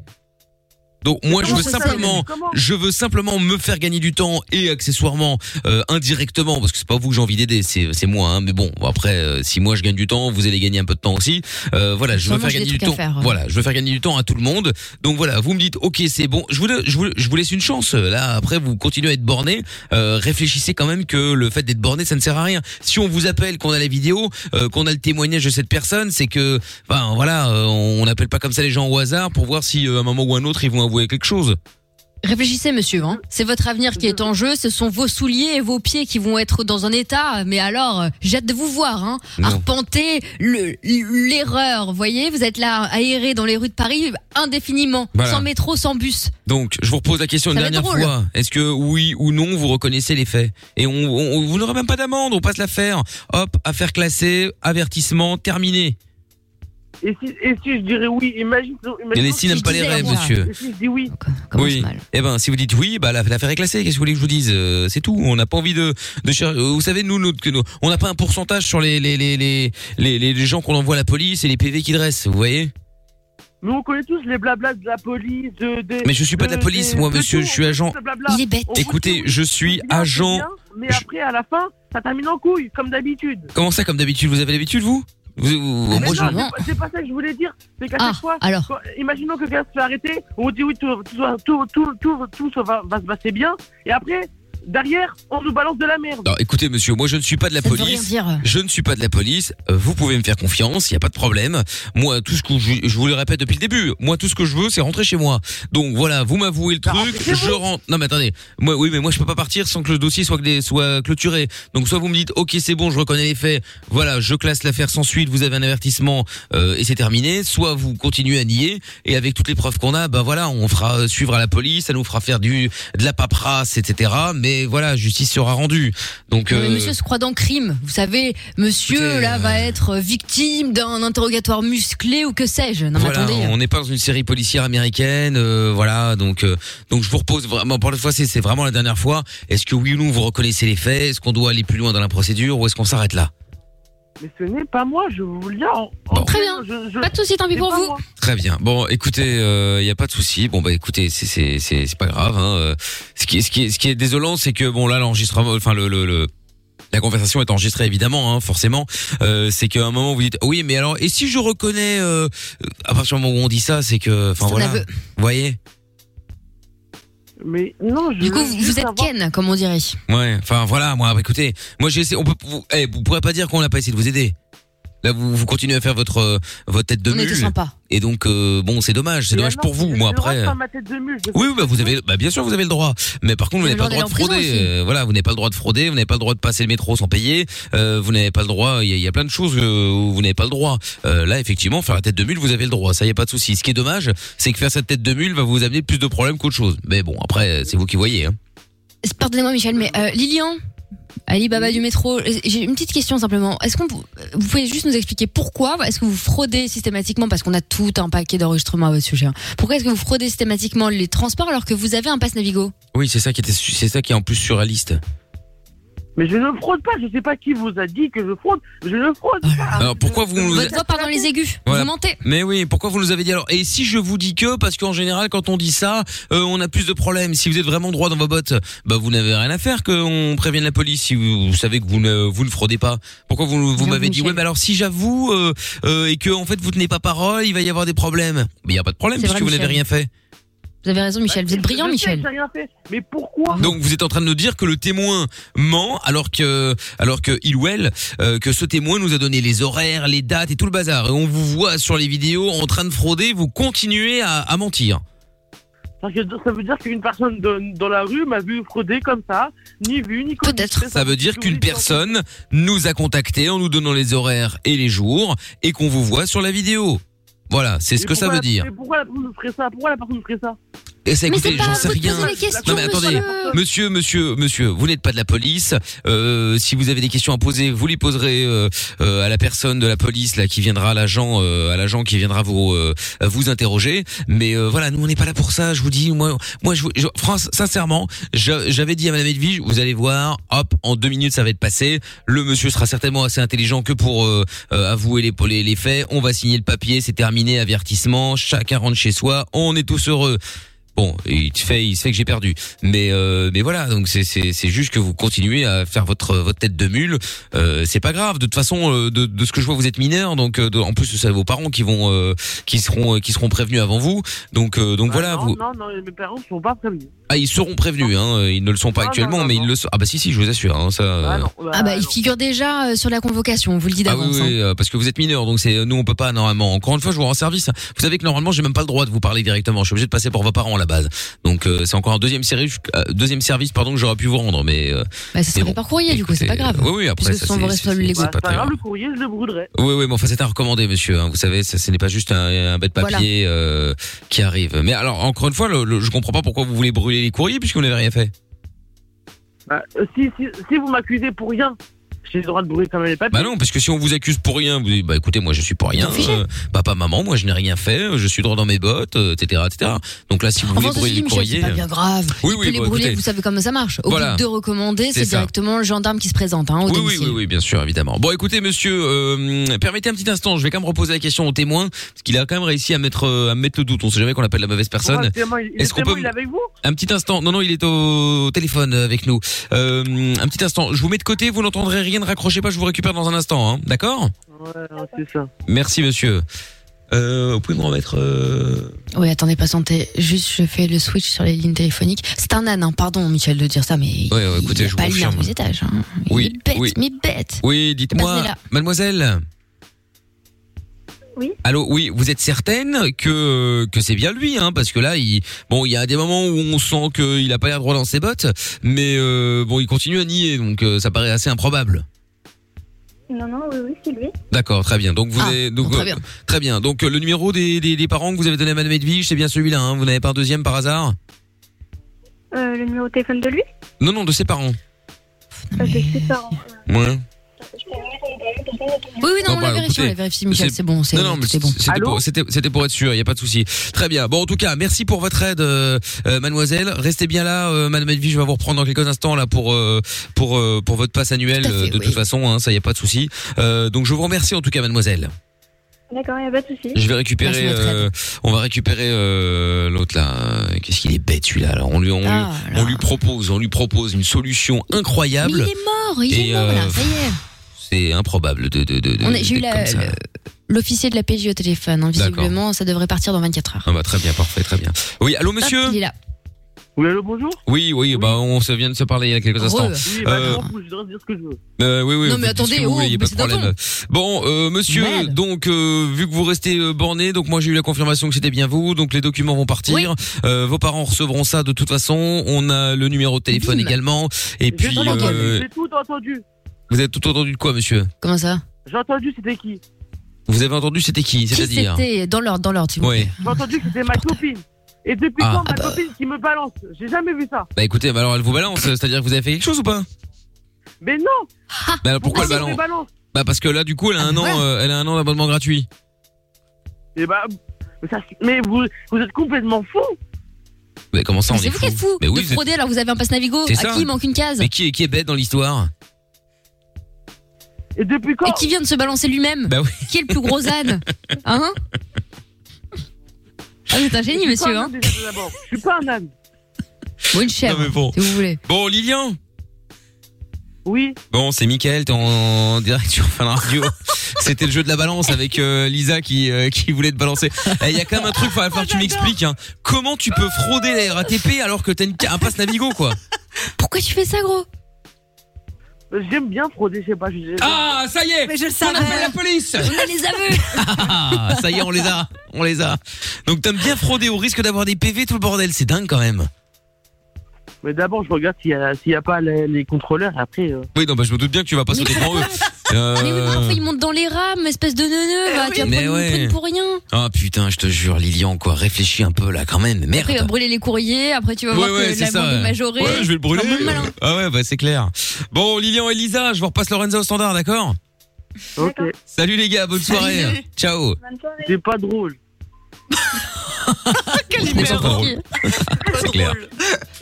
B: Donc moi je
C: comment
B: veux
C: ça, ça
B: simplement,
C: Mais comment
B: je veux simplement me faire gagner du temps et accessoirement euh, indirectement parce que c'est pas vous que j'ai envie d'aider, c'est c'est moi. hein, mais bon après euh, si moi je gagne du temps, vous allez gagner un peu de temps aussi. Euh, voilà, je veux
C: Sûrement,
B: faire
C: j'ai
B: gagner
C: des
B: du
C: trucs
B: temps.
C: à faire. hein.
B: Voilà, je veux faire gagner du temps à tout le monde. Donc voilà, vous me dites ok c'est bon, je vous, la- je vous je vous laisse une chance. Là après vous continuez à être borné, Euh, réfléchissez quand même que le fait d'être borné ça ne sert à rien. Si on vous appelle, qu'on a la vidéo, euh, qu'on a le témoignage de cette personne, c'est que ben voilà, euh, on n'appelle pas comme ça les gens au hasard pour voir si euh, à un moment ou un autre ils vont avouer quelque chose.
C: Réfléchissez, monsieur. Hein. C'est votre avenir qui est en jeu. Ce sont vos souliers et vos pieds qui vont être dans un état. Mais alors, euh, j'ai hâte de vous voir. Hein.
B: Non.
C: Arpenter le- l'erreur. Voyez, vous êtes là aéré dans les rues de Paris indéfiniment,
B: Voilà.
C: sans métro, sans bus.
B: Donc, je vous repose la question
C: Ça
B: une
C: va être
B: dernière
C: drôle.
B: fois. Est-ce que oui ou non vous reconnaissez les faits Et on, on- vous n'aurez même pas d'amende, on passe l'affaire. Hop, affaire classée, avertissement terminé.
O: Et si, et si je dirais oui, imagine.
B: Et
O: imagine
B: les si n'aiment pas les rêves, monsieur.
O: Et si je dis oui.
B: oui. Eh ben, si vous dites oui, bah la- l'affaire est classée. Qu'est-ce que vous voulez que je vous dise Euh, C'est tout. On n'a pas envie de, de cher- euh, Vous savez, nous, notre- que nous- on n'a pas un pourcentage sur les les les les les, les gens qu'on envoie à la police et les PV qu'ils dressent. Vous voyez
O: Mais on connaît tous les blablas de la police. De, de-
B: Mais je suis pas de la police, moi,
O: de
B: monsieur.
O: tout,
B: Je suis
O: on connaît
B: agent.
O: tous les blablas. On voit
B: Écoutez, je suis
O: bien,
B: agent.
O: c'est bien, Mais après, à la fin, ça termine en couille, comme d'habitude.
B: Comment ça, comme d'habitude, vous avez l'habitude, vous, vous, vous-
O: Mais
B: moi, je-
O: non, c'est pas- C'est pas ça que je voulais dire. C'est qu'à
C: Ah,
O: chaque fois,
C: alors.
O: quand- imaginons que quelqu'un se fait arrêter, on dit oui, tout, tout, tout, tout, tout, tout, ça va, va se passer bien. Et après, derrière, on nous balance de la merde.
B: Non, écoutez, monsieur, moi je ne suis pas de la
O: Ça ne veut
B: police.
O: rien dire.
B: Je ne suis pas de la police. Euh, Vous pouvez me faire confiance, il n'y a pas de problème. Moi, tout ce que je, je vous le répète depuis le début, moi tout ce que je veux, c'est rentrer chez moi. Donc voilà, vous m'avouez
O: Bah,
B: le truc, je rentre. Non, mais attendez, moi, oui, mais moi je peux pas partir sans que le dossier soit, clé- soit clôturé. Donc soit vous me dites, ok, c'est bon, je reconnais les faits. Voilà, je classe l'affaire sans suite. Vous avez un avertissement euh, et c'est terminé. Soit vous continuez à nier et avec toutes les preuves qu'on a, ben voilà, on fera euh, suivre à la police, ça nous fera faire du de la paperasse, etc. Mais voilà, justice sera rendue. Donc
C: Non, mais
B: euh,
C: monsieur se croit dans le crime. Vous savez, monsieur
B: Écoutez, euh,
C: là va être victime d'un interrogatoire musclé ou que sais-je. Non, mais
B: voilà,
C: attendez.
B: on n'est pas dans une série policière américaine, euh, voilà. Donc, euh, donc je vous repose vraiment pour la fois, c'est c'est vraiment la dernière fois. Est-ce que oui ou non vous reconnaissez les faits Est-ce qu'on doit aller plus loin dans la procédure ou est-ce qu'on s'arrête là
O: Mais ce n'est pas moi, je vous le dis. en- en
C: Très
O: fait,
C: bien.
O: je- je-
C: Pas de soucis, tant pis
O: c'est
C: pour
O: pas
C: vous.
O: moi.
B: Très bien. Bon, écoutez, il y a pas de souci. Bon bah écoutez, c'est c'est c'est c'est pas grave. Hein. Euh, Ce qui est ce qui est ce qui est désolant, c'est que bon là l'enregistrement, enfin le le, le- la conversation est enregistrée évidemment, hein, forcément. Euh, c'est qu'à un moment vous dites oui, mais alors et si je reconnais euh, à partir du moment où on dit ça, c'est que enfin
C: C'est ton
B: voilà,
C: aveu.
B: vous voyez.
O: Mais non,
C: Du coup, vous, vous êtes Ken, comme on dirait.
B: Ouais. Enfin voilà, moi bah, écoutez, moi j'ai essayé. On peut vous, eh, vous pourrez pas dire qu'on n'a pas essayé de vous aider. Là vous vous continuez à faire votre euh, votre tête de
C: On était
B: mule.
C: sympa.
B: Et donc euh, bon, c'est dommage, c'est
O: Mais
B: dommage
O: non,
B: pour vous.
O: j'ai
B: Moi
O: le droit de
B: après.
O: faire ma tête de mule, je-
B: Oui, oui, bah vous avez, bah bien sûr, vous avez le droit. Mais par contre, vous
O: avez
B: n'avez pas
O: le
B: le
O: droit
B: droit de
O: d'aller en prison
B: frauder. Euh, voilà, vous n'avez pas le droit de frauder, vous n'avez pas le droit de passer le métro sans payer. euh, vous n'avez pas le droit. Il y, a- il y a plein de choses euh, où vous n'avez pas le droit. Euh, là, effectivement, faire la tête de mule, vous avez le droit. Ça, il y a pas de souci. Ce qui est dommage, c'est que faire cette tête de mule va vous amener plus de problèmes qu'autre chose. Mais bon, après, c'est vous qui voyez. Hein.
C: Pardonnez-moi, Michel, mais euh, Lilian, Alibaba du métro, euh, j'ai une petite question simplement. Est-ce qu'on pou- euh, vous pouvez juste nous expliquer pourquoi est-ce que vous fraudez systématiquement parce qu'on a tout un paquet d'enregistrements à votre sujet. hein. Pourquoi est-ce que vous fraudez systématiquement les transports alors que vous avez un passe Navigo
B: Oui, c'est ça qui était, su- c'est ça qui est en plus sur la liste.
O: Mais je ne fraude pas, je sais pas qui vous a dit que je fraude, je ne fraude pas.
B: Alors pourquoi vous nous
C: Votre voix part dans les aigus.
B: Voilà.
C: Vous mentez.
B: Mais oui, pourquoi vous nous avez dit alors Et si je vous dis que, parce qu'en général, quand on dit ça, euh, on a plus de problèmes. Si vous êtes vraiment droit dans vos bottes, bah vous n'avez rien à faire qu'on prévienne la police. Si vous, vous savez que vous ne vous ne fraudez pas, pourquoi vous vous m'avez dit ouais, mais alors si j'avoue euh, euh, et que en fait vous tenez pas parole, il va y avoir des problèmes. Mais il y a pas de problème
C: C'est
B: puisque
C: vrai,
B: vous n'avez
C: Michel.
B: rien fait.
C: Vous avez raison, Michel. Vous êtes brillant,
O: Je sais que
C: Michel.
O: j'ai rien fait. Mais pourquoi
B: Donc vous êtes en train de nous dire que le témoin ment alors que alors que il ou elle euh, que ce témoin nous a donné les horaires, les dates et tout le bazar. Et on vous voit sur les vidéos en train de frauder, vous continuez à, à mentir.
O: Parce que ça veut dire qu'une personne de- dans la rue m'a vu frauder comme ça, ni vu ni connu. C'est
B: Ça veut dire qu'une personne nous a contactés en nous donnant les horaires et les jours et qu'on vous voit sur la vidéo. Voilà, c'est ce
O: Mais
B: que ça
O: pourquoi
B: veut
O: la-
B: dire.
O: Mais pourquoi la personne ferait ça Pourquoi la personne ferait ça
B: Et ça,
O: Mais
B: écoutez,
O: c'est pas
B: j'en
O: à
B: sais
O: vous de
B: rien.
O: poser les questions,
B: non, mais attendez, monsieur, monsieur, monsieur, vous n'êtes pas de la police. Euh, si vous avez des questions à poser, vous les poserez euh, euh, à la personne de la police là qui viendra, à l'agent, euh, à l'agent qui viendra vous euh, vous interroger. Mais euh, voilà, nous on n'est pas là pour ça. Je vous dis, moi, moi, je, vous- je- France, sincèrement, je- j'avais dit à Madame Edwige, vous allez voir, hop, en deux minutes ça va être passé. Le monsieur sera certainement assez intelligent que pour euh, euh, avouer les, les les faits. On va signer le papier, c'est terminé, avertissement. Chacun rentre chez soi. On est tous heureux. Bon, il se fait, il se fait que j'ai perdu. Mais euh, mais voilà, donc c'est c'est c'est juste que vous continuez à faire votre votre tête de mule. Euh, c'est pas grave. De toute façon, euh, de de ce que je vois, vous êtes mineur, donc euh, de- en plus c'est vos parents qui vont euh, qui seront euh, qui seront prévenus avant vous. Donc euh, donc voilà,
O: Bah non,
B: vous
O: non, non, mes parents ne sont pas prévenus.
B: ah ils seront prévenus. Hein, ils ne le sont pas
O: Non,
B: actuellement,
O: non, non,
B: mais ils le sont. Ah bah si si, je vous assure. Hein, ça. euh,
C: Ah bah, il figure déjà euh, sur la convocation. On vous le dit
B: Ah oui,
C: d'avance. hein.
B: oui, euh, parce que vous êtes mineur, donc c'est euh, nous on peut pas normalement. Encore une fois, je vous rends service. Vous savez que normalement j'ai même pas le droit de vous parler directement. Je suis obligé de passer pour vos parents à la base. Donc euh, c'est encore un deuxième service, euh, deuxième service pardon que j'aurais pu vous rendre, mais.
C: Bah,
B: euh,
C: ça
B: mais
C: serait
B: bon.
C: par courrier, du coup, c'est pas grave.
B: oui, oui, après,
C: Puisque
B: ça,
C: ce sont
B: c'est-
C: vos
B: c'est-
C: responsables légaux.
O: Bah,
B: c'est pas très grave.
O: Le courrier, je le brûlerai.
B: Oui, oui, mais enfin, c'est un recommandé, monsieur. hein. Vous savez, ça, ce n'est pas juste un, un bête
O: Voilà.
B: papier euh, qui arrive. Mais alors, encore une fois, le, le- je comprends pas pourquoi vous voulez brûler les courriers puisque vous n'avez rien fait.
O: Bah, euh, si, si, si vous m'accusez pour rien, j'ai le droit de brûler quand même les papiers.
B: Bah non, parce que si on vous accuse pour rien, vous dites, bah écoutez, moi je suis pour rien. euh, papa, maman, moi je n'ai rien fait, euh, je suis droit dans mes bottes, euh, etc., etc. Donc là, si vous voulez
C: Enfin,
B: brûler
C: ceci dit,
B: les
C: Michel, c'est
B: courriers,
C: pas bien grave.
B: hein. Oui,
C: Il
B: oui,
C: peut les
B: bon,
C: brûler,
B: écoutez.
C: vous savez comment ça marche. Au
B: Voilà.
C: bout de recommandés,
B: C'est
C: c'est
B: ça.
C: directement le gendarme qui se présente. Hein, au
B: Oui, oui,
C: domicile.
B: oui, oui, bien sûr, évidemment. Bon, écoutez, monsieur, euh, permettez un petit instant. Je vais quand même reposer la question au témoin, parce qu'il a quand même réussi à mettre euh, à me mettre le doute. On sait jamais qu'on appelle la mauvaise
O: Pourquoi
B: personne.
O: le témoin, il- le
B: Est-ce qu'on
O: témoin,
B: peut
O: il est avec vous
B: un petit instant Non, non, il est au téléphone avec nous. Euh, un petit instant. Je vous mets de côté. Vous n'entendrez rien. Ne raccrochez pas. Je vous récupère dans un instant. hein. D'accord Ah,
O: Ouais, c'est ça.
B: Merci, monsieur. Euh, vous pouvez me remettre. euh,
C: Oui, attendez, patientez. Juste, je fais le switch sur les lignes téléphoniques. C'est un âne, hein. pardon, Michel, de dire ça, mais il
B: Ouais, ouais, écoutez, je vous
C: pas le lien
B: confirme.
C: aux étages. Hein.
B: Oui,
C: Bête,
B: oui,
C: mais bête.
B: oui. Dites-moi,
C: Passez là.
B: mademoiselle.
N: Oui.
B: Allô, oui, vous êtes certaine que que c'est bien lui, hein, parce que là, il bon, il y a des moments où on sent qu'il a pas l'air droit dans ses bottes, mais euh, bon, il continue à nier, donc euh, ça paraît assez improbable.
N: Non, non, oui, oui, c'est lui.
B: D'accord, très bien. Donc vous
N: Ah,
B: avez, donc,
N: bon, très
B: euh,
N: bien.
B: très bien. Donc euh, le numéro des, des, des parents que vous avez donné à Madame Edwige, c'est bien celui-là. Hein. Vous n'avez pas un deuxième par hasard
N: Euh, le numéro de téléphone de lui
B: Non, non, de ses parents.
N: Euh, De ses parents.
B: Ouais.
C: Oui, oui, non,
B: Bon,
C: on
B: bah,
C: l'a vérifié,
B: écoutez,
C: on l'a vérifié, Michel, c'est bon. c'est-
B: Non, non, mais
C: c'est bon.
B: c'était pour, c'était- c'était pour être sûr, il n'y a pas de souci. Très bien. Bon, en tout cas, merci pour votre aide, euh, euh, mademoiselle. Restez bien là, euh, madame Edwige, je vais vous reprendre dans quelques instants là pour euh, pour euh, pour votre passe annuelle. euh, de toute façon, hein, ça, il n'y a pas de souci. Euh, donc, je vous remercie en tout cas, mademoiselle.
N: D'accord, il n'y a pas de souci.
B: Je vais récupérer.
N: Merci de votre
B: euh, on va récupérer euh, l'autre là. Euh, Qu'est-ce qu'il est bête celui-là. Alors, on lui on,
C: Ah,
B: lui on lui propose, on lui propose une solution
C: Mais il
B: incroyable.
C: est mort, il
B: Ah, Et,
C: est mort, là,
B: euh,
C: ça y est.
B: C'est improbable de de de. de-
C: On est- J'ai eu
B: d'être
C: la-
B: comme ça.
C: le- l'officier de la PJ au téléphone, hein,
B: D'accord.
C: visiblement, ça devrait partir dans 24 heures.
B: Ah bah très bien, parfait, très bien. Oui, allô monsieur.
C: Hop, il est là.
O: Oui, allô, bonjour
B: Oui, oui, bah on se vient de se parler il y a quelques instants.
O: Oui, bah,
B: Euh,
O: je m'en fous, je dois dire ce que je veux.
B: euh, oui, oui,
O: Non,
B: vous
O: mais
B: faites ce
O: attendez,
B: que vous voulez,
O: oh,
B: y a
O: mais
B: pas de
O: c'est
B: problème. Bon, euh, monsieur,
O: Malade.
B: donc euh, vu que vous restez euh, borné, donc moi j'ai eu la confirmation que c'était bien vous, donc les documents vont partir. Euh, vos parents recevront ça de toute façon. On a le numéro de téléphone également. Bah, Et puis,
O: J'ai tout entendu,
B: euh,
O: J'ai tout entendu.
B: vous avez tout entendu de quoi, monsieur
C: Comment ça
O: J'ai entendu c'était qui
B: Vous avez entendu c'était qui
C: Qui
B: C'est-à-dire
C: c'était Dans l'ordre, dans l'ordre, s'il vous plaît.
B: Oui.
O: J'ai entendu que c'était ma copine. Et depuis
B: Ah.
O: quand ma
B: Ah bah.
O: copine qui me balance J'ai jamais vu ça.
B: Bah écoutez, bah alors elle vous balance. C'est-à-dire que vous avez fait quelque chose ou pas
O: Mais non
C: Ah.
B: Bah alors pourquoi
O: elle
B: elle
O: me
B: balance
O: balance
B: Bah parce que là du coup elle a un an, euh, elle a un an d'abonnement gratuit.
O: Et bah, mais, ça- mais vous, vous êtes complètement fou
B: Mais Bah, comment ça on
C: C'est
B: est
C: vous qui êtes fou
B: Mais oui,
C: de
B: vous êtes-
C: frauder alors que vous avez un passe Navigo.
B: C'est
C: À
B: ça.
C: qui il manque une case
B: Mais qui est, qui est bête dans l'histoire
O: Et depuis
C: quand Et qui vient de se balancer lui-même
B: Bah oui.
C: Qui est le plus gros âne Hein Ah, vous êtes un génie,
O: Je suis
C: monsieur,
O: pas un
C: hein
O: âne, déjà, d'abord. Je suis pas un âne.
C: Ou une chèvre,
B: Non, mais bon.
C: si vous voulez.
B: Bon, Lilian
O: Oui.
B: Bon, c'est Mickaël, t'es en- en direct sur Fun Radio. C'était le jeu de la balance avec euh, Lisa qui, euh, qui voulait te balancer. Eh, Il y a quand même un truc, il va falloir que tu m'expliques. hein. Comment tu peux frauder la RATP alors que t'as une ca- un passe Navigo, quoi
C: Pourquoi tu fais ça, gros
O: J'aime bien frauder, je sais pas. je-
B: Ah, ça y est
O: Mais je le
B: On appelle
O: savais.
B: la police
O: On
C: les a vus
B: Ah, ça y est, on les a On les a Donc t'aimes bien frauder au risque d'avoir des PV, tout le bordel. C'est dingue quand même.
O: Mais d'abord, je regarde s'il y a, s'il y a pas les, les contrôleurs, et après... euh,
B: Oui, non, bah, je me doute bien que tu vas pas sauter devant eux.
C: Ah, Mais oui,
B: Euh,
C: mais parfois, il monte dans les rames, espèce de neuneu, va, tu vas
B: Mais
C: prendre
B: ouais.
C: une prune pour rien.
B: Ah putain, je te jure, Lilian, quoi, réfléchis un peu là, quand même, merde.
C: Après, il va brûler les courriers, après, tu vas voir que la banque est majorée.
B: Ouais, je vais le brûler.
C: Enfin, bon, malin.
B: Ah ouais, bah c'est clair. Bon, Lilian et Lisa, je vous repasse Lorenzo au standard, d'accord
O: Ok.
B: Salut les gars, bonne soirée.
O: Salut.
B: Ciao.
O: C'est pas drôle.
B: Mais c'est drôle. c'est clair.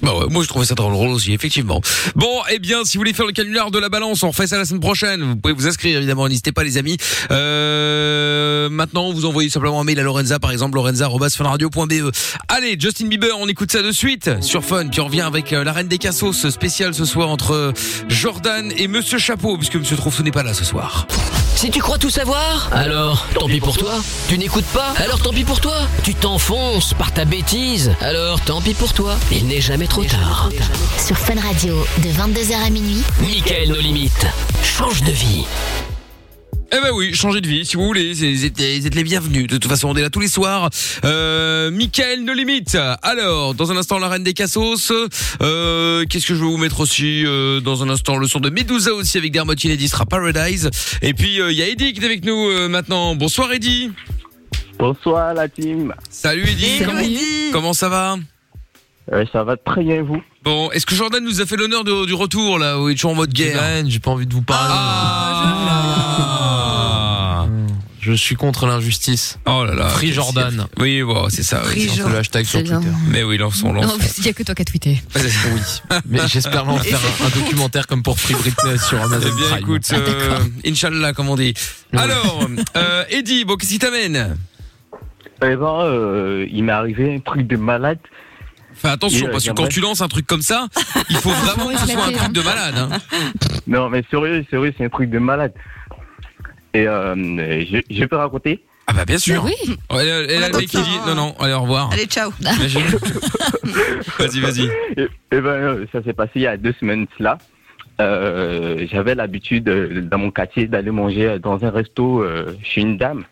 B: Bon, ouais, moi je trouvais ça drôle aussi, effectivement. Bon, eh bien, si vous voulez faire le canular de la balance, on refait ça la semaine prochaine. Vous pouvez vous inscrire, évidemment, n'hésitez pas les amis. Euh, maintenant, vous envoyez simplement un mail à Lorenza, par exemple, lorenza.funradio.be. Allez, Justin Bieber, on écoute ça de suite sur Fun. Puis on revient avec euh, la reine des cassos spécial ce soir entre euh, Jordan et Monsieur Chapeau, puisque Monsieur Trouve n'est pas là ce soir.
A: Si tu crois tout savoir, alors tant pis pour toi. Tu n'écoutes pas, alors tant pis pour toi. Tu t'enfonces par ta bêtise, alors tant pis pour toi. Il n'est jamais trop tard.
P: Sur Fun Radio, de 22h à minuit.
A: Michael nos limites. Change de vie.
B: Eh ben oui, changez de vie si vous voulez, c'est- vous êtes, vous êtes les bienvenus. De toute façon, on est là tous les soirs. Euh, Michael No Limite. Alors, dans un instant, la reine des cassos. Euh, Qu'est-ce que je vais vous mettre aussi euh, Dans un instant, le son de Medusa aussi avec Dermot Kennedy sera Paradise. Et puis, euh, il y a Eddy qui est avec nous euh, maintenant. Bonsoir Eddy.
J: Bonsoir la team.
B: Salut Eddy. Comment, comment ça va
J: Euh, ça va très bien vous.
B: Bon, est-ce que Jordan nous a fait l'honneur de- du retour là où il est toujours en mode guerre
D: Eh ben,
B: Ah.
D: J'ai pas envie de vous parler. Ah. Je suis contre l'injustice.
B: Oh là là.
D: Free Jordan.
B: Oui, bon, c'est ça.
D: Free
B: oui.
D: Jordan. Le hashtag sur
C: C'est bien.
D: Twitter.
B: Mais oui, lançons,
C: Non,
B: lançons.
C: il n'y a que toi qui as tweeté.
D: Oui. Mais j'espère en faire un, un documentaire comme pour Free Britney sur Amazon
B: Eh bien,
D: Prime.
C: Ah,
B: écoute, euh, Inch'Allah, comme on dit. Alors, euh, Eddy, bon, qu'est-ce qui t'amène
J: Eh ben, euh, il m'est arrivé un truc de malade.
B: Fais attention,
J: Et, euh,
B: parce que
J: j'aimerais-
B: quand tu lances un truc comme ça, il faut
C: Ah,
B: vraiment que ce soit un truc de malade. hein.
J: Non, mais sérieux, sérieux, c'est un truc de malade. Et euh, je, je peux raconter
B: Ah bah bien sûr.
J: oui.
B: Ouais, là, là, le mec, il dit, non, non, allez, au revoir.
E: Allez, ciao.
C: Bah.
B: Imagine. vas-y, vas-y.
J: Eh eh ben, euh, ça s'est passé il y a deux semaines de cela. Euh, J'avais l'habitude euh, dans mon quartier d'aller manger dans un resto euh, chez une dame.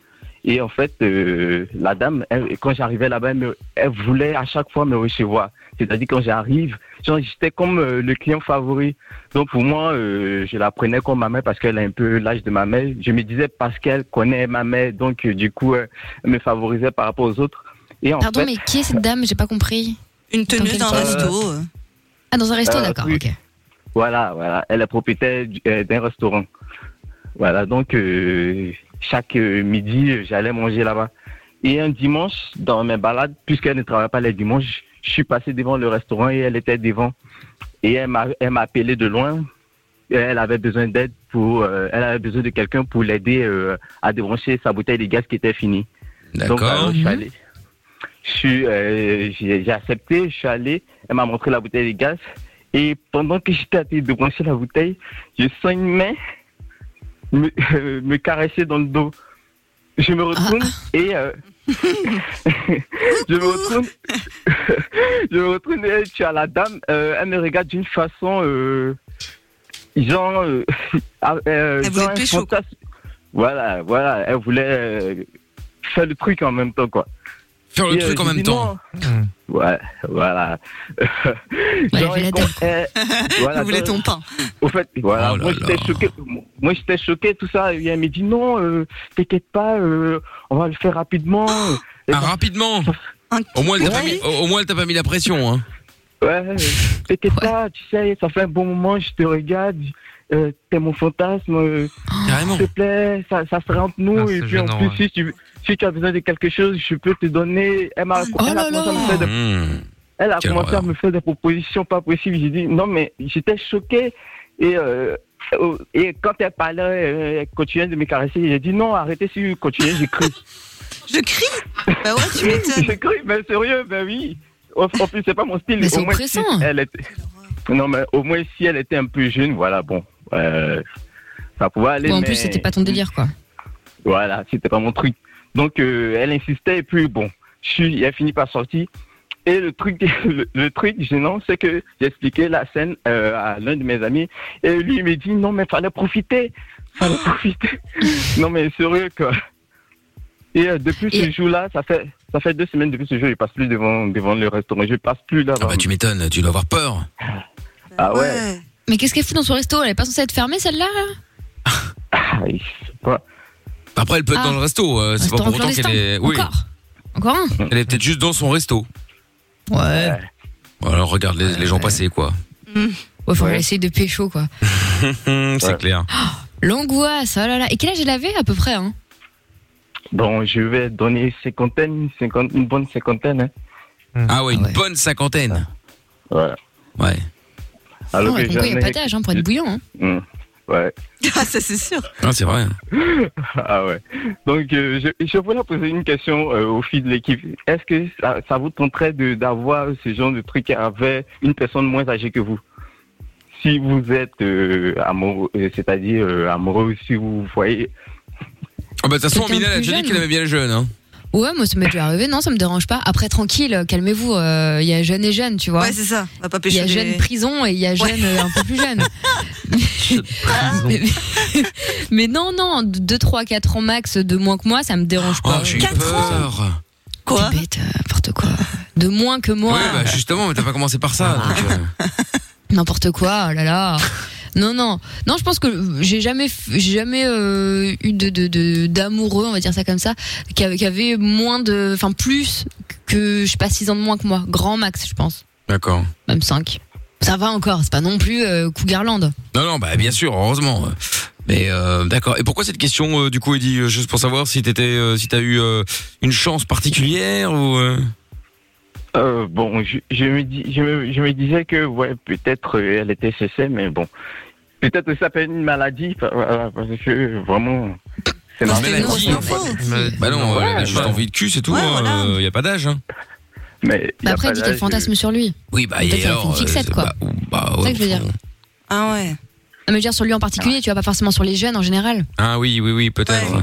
J: Et en fait, euh, la dame, elle- quand j'arrivais là-bas, elle, me- elle voulait à chaque fois me recevoir. C'est-à-dire quand j'arrive, genre, j'étais comme euh, le client favori. Donc pour moi, euh, je la prenais comme ma mère parce qu'elle a un peu l'âge de ma mère. Je me disais parce qu'elle connaît ma mère, donc euh, du coup, euh, elle me favorisait par rapport aux autres. Et en
C: Pardon,
J: fait,
C: mais qui est cette dame J'ai pas compris.
E: Une
J: tenue d'un resto.
C: Ah, dans un resto,
J: Euh,
C: d'accord,
J: oui.
C: ok.
J: Voilà, voilà. Elle est propriétaire du- euh, d'un restaurant. Voilà, donc euh, chaque euh, midi, euh, j'allais manger là-bas. Et un dimanche, dans mes balades, puisqu'elle ne travaille pas les dimanches, je suis passé devant le restaurant et elle était devant. Et elle m'a elle m'a appelé de loin. Et Elle avait besoin d'aide pour, euh, elle avait besoin de quelqu'un pour l'aider euh, à débrancher sa bouteille de gaz qui était finie.
B: D'accord.
J: Donc, alors, je suis
B: Mhm.
J: allé- je suis, euh, j'ai j'ai accepté, je suis allé, elle m'a montré la bouteille de gaz. Et pendant que j'étais à débrancher la bouteille, je sens une main me, me caresser dans le dos. Je me retourne
E: Ah.
J: et euh, je me retourne, je me retourne et tu as la dame, euh, elle me regarde d'une façon euh, genre, euh, ah, euh,
E: Elle voulait
J: genre
E: te
J: un
E: pécho,
J: fantasme. Voilà, voilà, elle voulait euh, faire le truc en même temps quoi.
B: Faire le
J: Et, euh,
B: truc en
J: j'ai
B: même
J: dit
B: temps. Hmm.
J: Ouais, voilà.
E: Bah,
J: Genre, elle-
G: euh,
J: elle- voilà,
E: voulait
J: donc-
E: ton pain.
J: Au fait, voilà,
B: Oh là
J: moi j'étais
B: là.
J: choqué. Moi j'étais choqué, tout ça. Et elle m'a dit non, euh, t'inquiète pas, euh, on va le faire rapidement. Et
B: Ah, rapidement
C: hein.
B: Au moins, elle t'a pas mis- au- au moins, elle t'a pas mis la pression, hein.
J: Ouais, euh, t'inquiète pas, tu sais, ça fait un bon moment, je te regarde, euh, t'es mon fantasme. euh, S'il te plaît, ça, ça sera entre nous. et puis en
B: Ah, gênant,
J: plus,
B: ouais.
J: si, tu, si tu as besoin de quelque chose, je peux te donner. Elle, m'a- elle a commencé à me faire des- elle a
B: Hmm. Quelle
J: commencé à me faire des propositions pas possibles. J'ai dit non, mais j'étais choqué. Et, euh, euh, et quand elle parlait, euh, elle continuait de me caresser. J'ai dit non, arrêtez si vous continuez, j'ai cru.
E: Je crie Bah ouais, tu
J: je crie, mais sérieux, ben oui. En en plus, c'est pas mon style.
E: Mais c'est
J: Au moins, si
C: hein.
E: oppressant.
J: elle était... Non, mais au moins, si elle était un peu jeune, voilà, bon. euh, ça pouvait aller.
C: Bon, en
J: mais-
C: plus, c'était pas ton délire, quoi.
J: Voilà, c'était pas mon truc. Donc, euh, elle insistait, et puis bon, je suis, elle finit par sortir. Et le truc, le, le truc gênant, c'est que j'expliquais la scène euh, à l'un de mes amis, et lui, il me dit Non, mais fallait profiter Fallait profiter Non, mais sérieux, quoi Et euh, depuis ce jour-là, ça fait, ça fait deux semaines depuis ce jour, je passe plus devant, devant le restaurant, je passe plus là-bas. Ah, bah,
B: tu m'étonnes, tu dois avoir peur
J: Ah ouais,
C: Mais qu'est-ce qu'elle fout dans son resto Elle est pas censée être fermée, celle-là là
J: Ah, je sais pas.
B: Après, elle peut être
C: Ah.
B: dans le resto, euh, c'est pas
C: Restaurant
B: pour autant qu'elle
C: clandestin.
B: est. Oui,
C: Encore Encore un
B: elle est peut-être juste dans son resto.
C: Ouais.
B: Bon, Alors, regarde les, les gens passer, quoi.
C: Ouais, faut
B: Ouais.
C: essayer de pécho, quoi.
B: c'est clair.
C: L'angoisse, oh là là. Et quel âge elle avait, à peu près hein
J: Bon, je vais donner cinquantaine, cinquante- une bonne cinquantaine. hein.
B: Ah ouais, une bonne cinquantaine.
J: Ouais. Ah,
B: Ouais.
C: Non, elle comprend, il n'y a pas d'âge hein, pour être bouillant. Hein.
J: Hmm. Ouais.
E: Ah, ça c'est sûr.
B: Ah, c'est vrai.
J: ah ouais. Donc, euh, je, je voulais poser une question euh, aux filles de l'équipe. Est-ce que ça, ça vous tenterait de- d'avoir ce genre de truc avec une personne moins âgée que vous Si vous êtes euh, amoureux, euh, c'est-à-dire euh, amoureux, si vous voyez.
B: Ah bah, de toute façon,
C: Quelqu'un de
B: Mina, elle a
C: plus
B: déjà dit
C: jeune.
B: qu'elle aimait bien les jeunes, hein.
C: Ouais, moi, ça m'est déjà arrivé. Non, ça me dérange pas. Après, tranquille, euh, calmez-vous. euh, Il y a jeune et jeune, tu vois.
E: Ouais, c'est ça. On va pas
C: Il y
E: pêcher
C: a
E: des-
C: jeune prison et il y a jeune euh, un peu plus jeune. mais, mais non, non, 2, 3, 4 ans max de moins que moi, ça me dérange pas.
B: Oh, j'ai eu peur.
C: Quoi bête, euh, n'importe quoi. De moins que moi.
B: Ouais, bah, justement, mais t'as pas commencé par ça.
C: Ah.
B: donc, euh,
C: N'importe quoi, oh là là. Non, non, non. Je pense que j'ai jamais, f- j'ai jamais euh, eu de de- de- d'amoureux, on va dire ça comme ça, qui avait, qui avait moins de, enfin plus que je sais pas six ans de moins que moi, grand max, je pense,
B: D'accord.
C: même 5 Ça va encore, c'est pas non plus euh, Cougarland.
B: Non, non, bah, bien sûr, heureusement. Mais euh, d'accord. Et pourquoi cette question, euh, du coup, Eddie euh, Juste pour savoir si t'étais, euh, si t'as eu euh, une chance particulière ou. euh,
J: Euh, bon, je, je me dis, je, me, je me disais que ouais, peut-être euh, elle était CC, mais bon, peut-être que ça peut être une maladie pa- voilà, parce que vraiment. C'est
B: Une maladie, en fait. Bah non, elle a juste envie de cul, c'est tout. Il y a pas d'âge. Hein.
J: Mais
C: Bah après, elle dit qu'elle fantasme sur lui.
B: Oui, bah,
C: Peut-être qu'elle
B: et
C: fait une
B: alors, euh,
C: fixette, quoi.
B: bah, bah,
C: C'est
B: ouais,
C: ça que je veux dire.
E: Ah ouais. Non,
C: mais je veux dire sur lui en particulier, tu vois, pas forcément sur les jeunes en général.
B: Ah oui, oui, oui, peut-être. Ouais.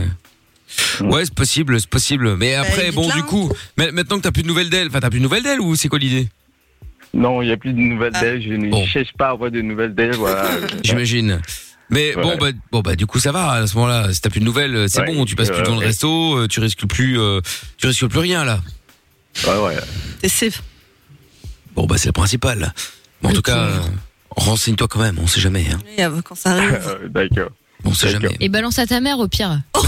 B: Ouais, c'est possible, c'est possible. Mais après, bon, du coup, ma- maintenant que t'as plus de nouvelles d'elle, enfin, t'as plus de nouvelles d'elle ou c'est quoi l'idée
J: Non, il n'y a plus de nouvelles d'elle. Je ne cherche pas à avoir de nouvelles d'elle. Voilà.
B: J'imagine. Mais bon,
J: Ouais.
B: bah, bon, bah, du coup, ça va à ce moment-là. Si t'as plus de nouvelles, euh, c'est
J: Ouais.
B: bon. Tu passes plus
J: Ouais,
B: devant le
J: ouais.
B: resto, euh, tu risques plus, euh, tu risques plus rien là.
J: Ouais, ouais.
E: C'est safe.
B: Bon, bah, c'est le principal. Bon, en tout cas, euh, renseigne-toi quand même. On sait jamais. Hein.
E: Et avant, Quand ça
C: Ah,
E: arrive.
J: D'accord.
B: On sait jamais.
C: Et balance à ta mère au pire. Oh,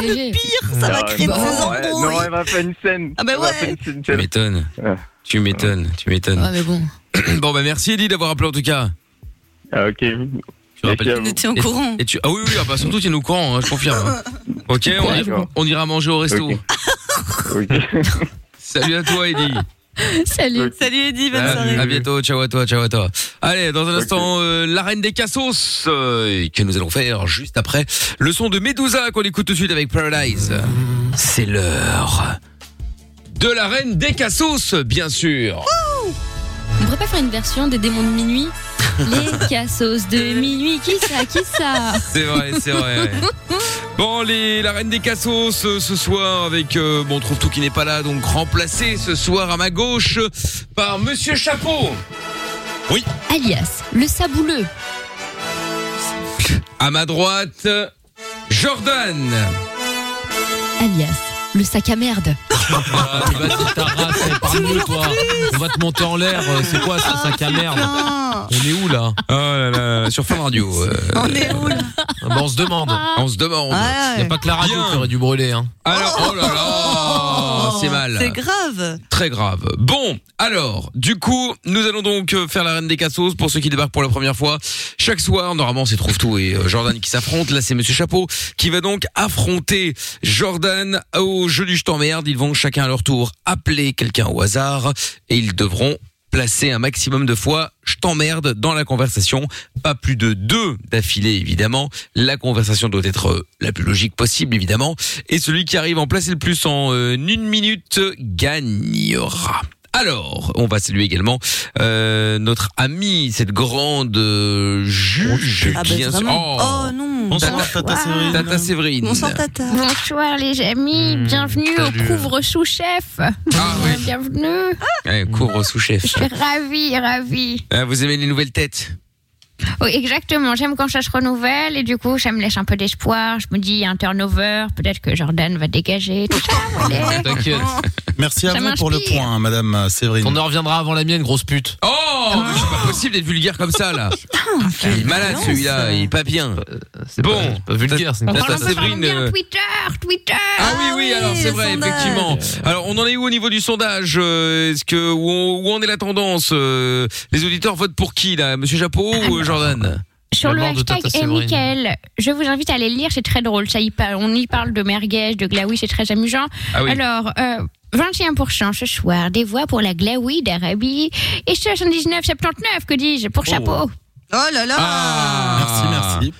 C: le pire,
B: ça va créer des
J: embrouilles. Ah, Non, elle va faire une scène. Ah bah ouais.
B: Tu m'étonnes.
J: Ah.
B: Tu m'étonnes. Tu m'étonnes.
C: Ouais, mais bon.
B: bon, bah, merci Eddie d'avoir appelé en tout cas.
J: Ah, ok.
B: Je te rappelles.
E: Merci à Tu es au
B: Et-
E: courant.
B: et tu- Ah oui, oui, ah bah, surtout tu es au courant, hein, je confirme. hein. Ok, on,
E: D'accord.
B: on ira manger au resto. Salut à toi, Eddie.
C: Salut.
E: Salut Eddy, bonne
B: Ah,
E: soirée.
B: à bientôt, ciao à toi, ciao à toi. Allez, dans un instant, euh, la reine des cassos euh, que nous allons faire juste après le son de Medusa qu'on écoute tout de suite avec Paradise. C'est l'heure de la reine des cassos, bien sûr.
C: On pourrait pas faire une version des démons de minuit Les cassos de minuit, qui ça Qui ça
B: C'est vrai, c'est vrai. ouais. Bon, les, la reine des cassos ce, ce soir avec euh, bon, on trouve tout qui n'est pas là, donc remplacé ce soir à ma gauche par Monsieur Chapeau. Oui.
C: Alias, le sabouleux.
B: À ma droite, Jordan.
C: Alias, le sac à merde.
B: Ah,
D: Ah, Vas-y, ta race, eh, parle-nous, toi. On va te monter en l'air. euh, C'est quoi ça,
C: Oh,
D: sac à merde On est où là
B: Oh là là, là, sur Fun Radio. euh,
E: On est où là Ah,
D: Ah bah, on se demande.
B: On se demande.
E: Ouais.
D: Il a pas que la radio qui aurait dû brûler. Hein.
B: Alors, oh là là, Oh, c'est mal.
E: C'est grave.
B: Très grave. Bon, alors, du coup, nous allons donc euh, faire la reine des cassos pour ceux qui débarquent pour la première fois. Chaque soir, normalement, c'est Trouve tout et euh, Jordan qui s'affrontent. Là, c'est Monsieur Chapeau qui va donc affronter Jordan au jeu du je t'emmerde. Ils vont chacun à leur tour appeler quelqu'un au hasard et ils devront placer un maximum de fois je t'emmerde dans la conversation. Pas plus de deux d'affilée, évidemment. La conversation doit être euh, la plus logique possible, évidemment. Et celui qui arrive à en placer le plus en euh, une minute gagnera. Alors, on va saluer également euh, notre amie, cette grande euh, juge.
F: Ah bah,
B: qui
F: vraiment.
E: Oh non.
B: Tata,
E: Bonsoir.
B: Séverine. Tata Séverine.
E: Bonsoir Tata.
F: Bonsoir les amis,
D: Hmm,
F: bienvenue
B: salut.
F: au couvre-sous-chef.
E: Ah,
F: Hein, Bienvenue.
B: Ah, Eh, cours au sous-chef.
F: Je suis ravie, ravie.
B: Ah, vous aimez les nouvelles têtes
F: Oui, exactement, j'aime quand ça se renouvelle et du coup, ça me laisse un peu d'espoir. Je me dis, il y a un turnover, peut-être que Jordan va dégager, tout ça. voilà.
D: T'inquiète.
M: Merci à
F: Ça
M: vous pour le
F: m'inspire.
M: point, hein, madame euh, Séverine.
D: On en reviendra avant la mienne, grosse pute.
B: Oh, mais c'est pas possible d'être vulgaire comme ça là. il est malade
D: violence.
B: celui-là, il est pas
D: Euh,
B: bien. bon,
D: vulgaire, c'est une
B: Tata
D: catastrophe.
B: Séverine. euh,
F: Twitter, Twitter. euh,
B: Ah oui, oui, alors c'est vrai, effectivement. Alors, on en est où au niveau du sondage euh, Est-ce que où, on- où en est la tendance euh, Les auditeurs votent pour qui là, Monsieur Chapeau ou euh, Jordan
F: Sur le hashtag et Mickaël, je vous invite à aller le lire, c'est très drôle. Ça y parle, on y parle de merguez, de glaoui, c'est très amusant.
B: Ah oui.
F: Alors, euh, 21% ce soir, des voix pour la glaoui d'Arabie. Et 79, 79, que dis-je, pour chapeau.
E: Oh là là
B: Ah. Merci, merci.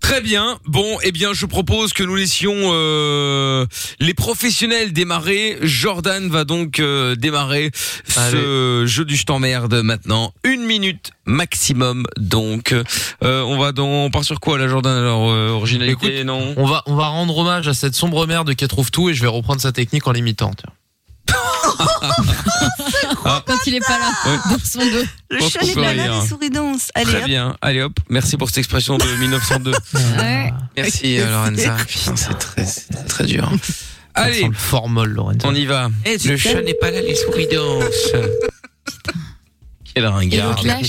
B: Très bien. Bon, eh bien, je propose que nous laissions euh, les professionnels démarrer. Jordan va donc euh, démarrer ce jeu du je t'emmerde maintenant. Une minute maximum, donc. Euh, on va dans, on part sur quoi là, Jordan Alors, euh, originalité, non
D: On va, on va rendre hommage à cette sombre merde qui trouve tout et je vais reprendre sa technique en l'imitant. tiens.
C: Quand il est pas là,
B: Ouais.
C: dans son dos.
E: Le
B: pense
E: chat
B: qu'on peut
E: éclate
B: rire.
E: les souris dansent. Allez,
B: Très
E: hop.
B: bien. Allez hop. Merci pour cette expression de 1902.
F: Ouais.
B: Merci euh, Lorenza. Putain, c'est très, c'est très dur. Allez.
D: Formol, Lorenza.
B: On y va.
D: Eh,
B: le
D: c'est
B: chat
D: tel-
B: n'est pas là, les souris dansent. Quel
C: Et le
B: ringard.
C: clash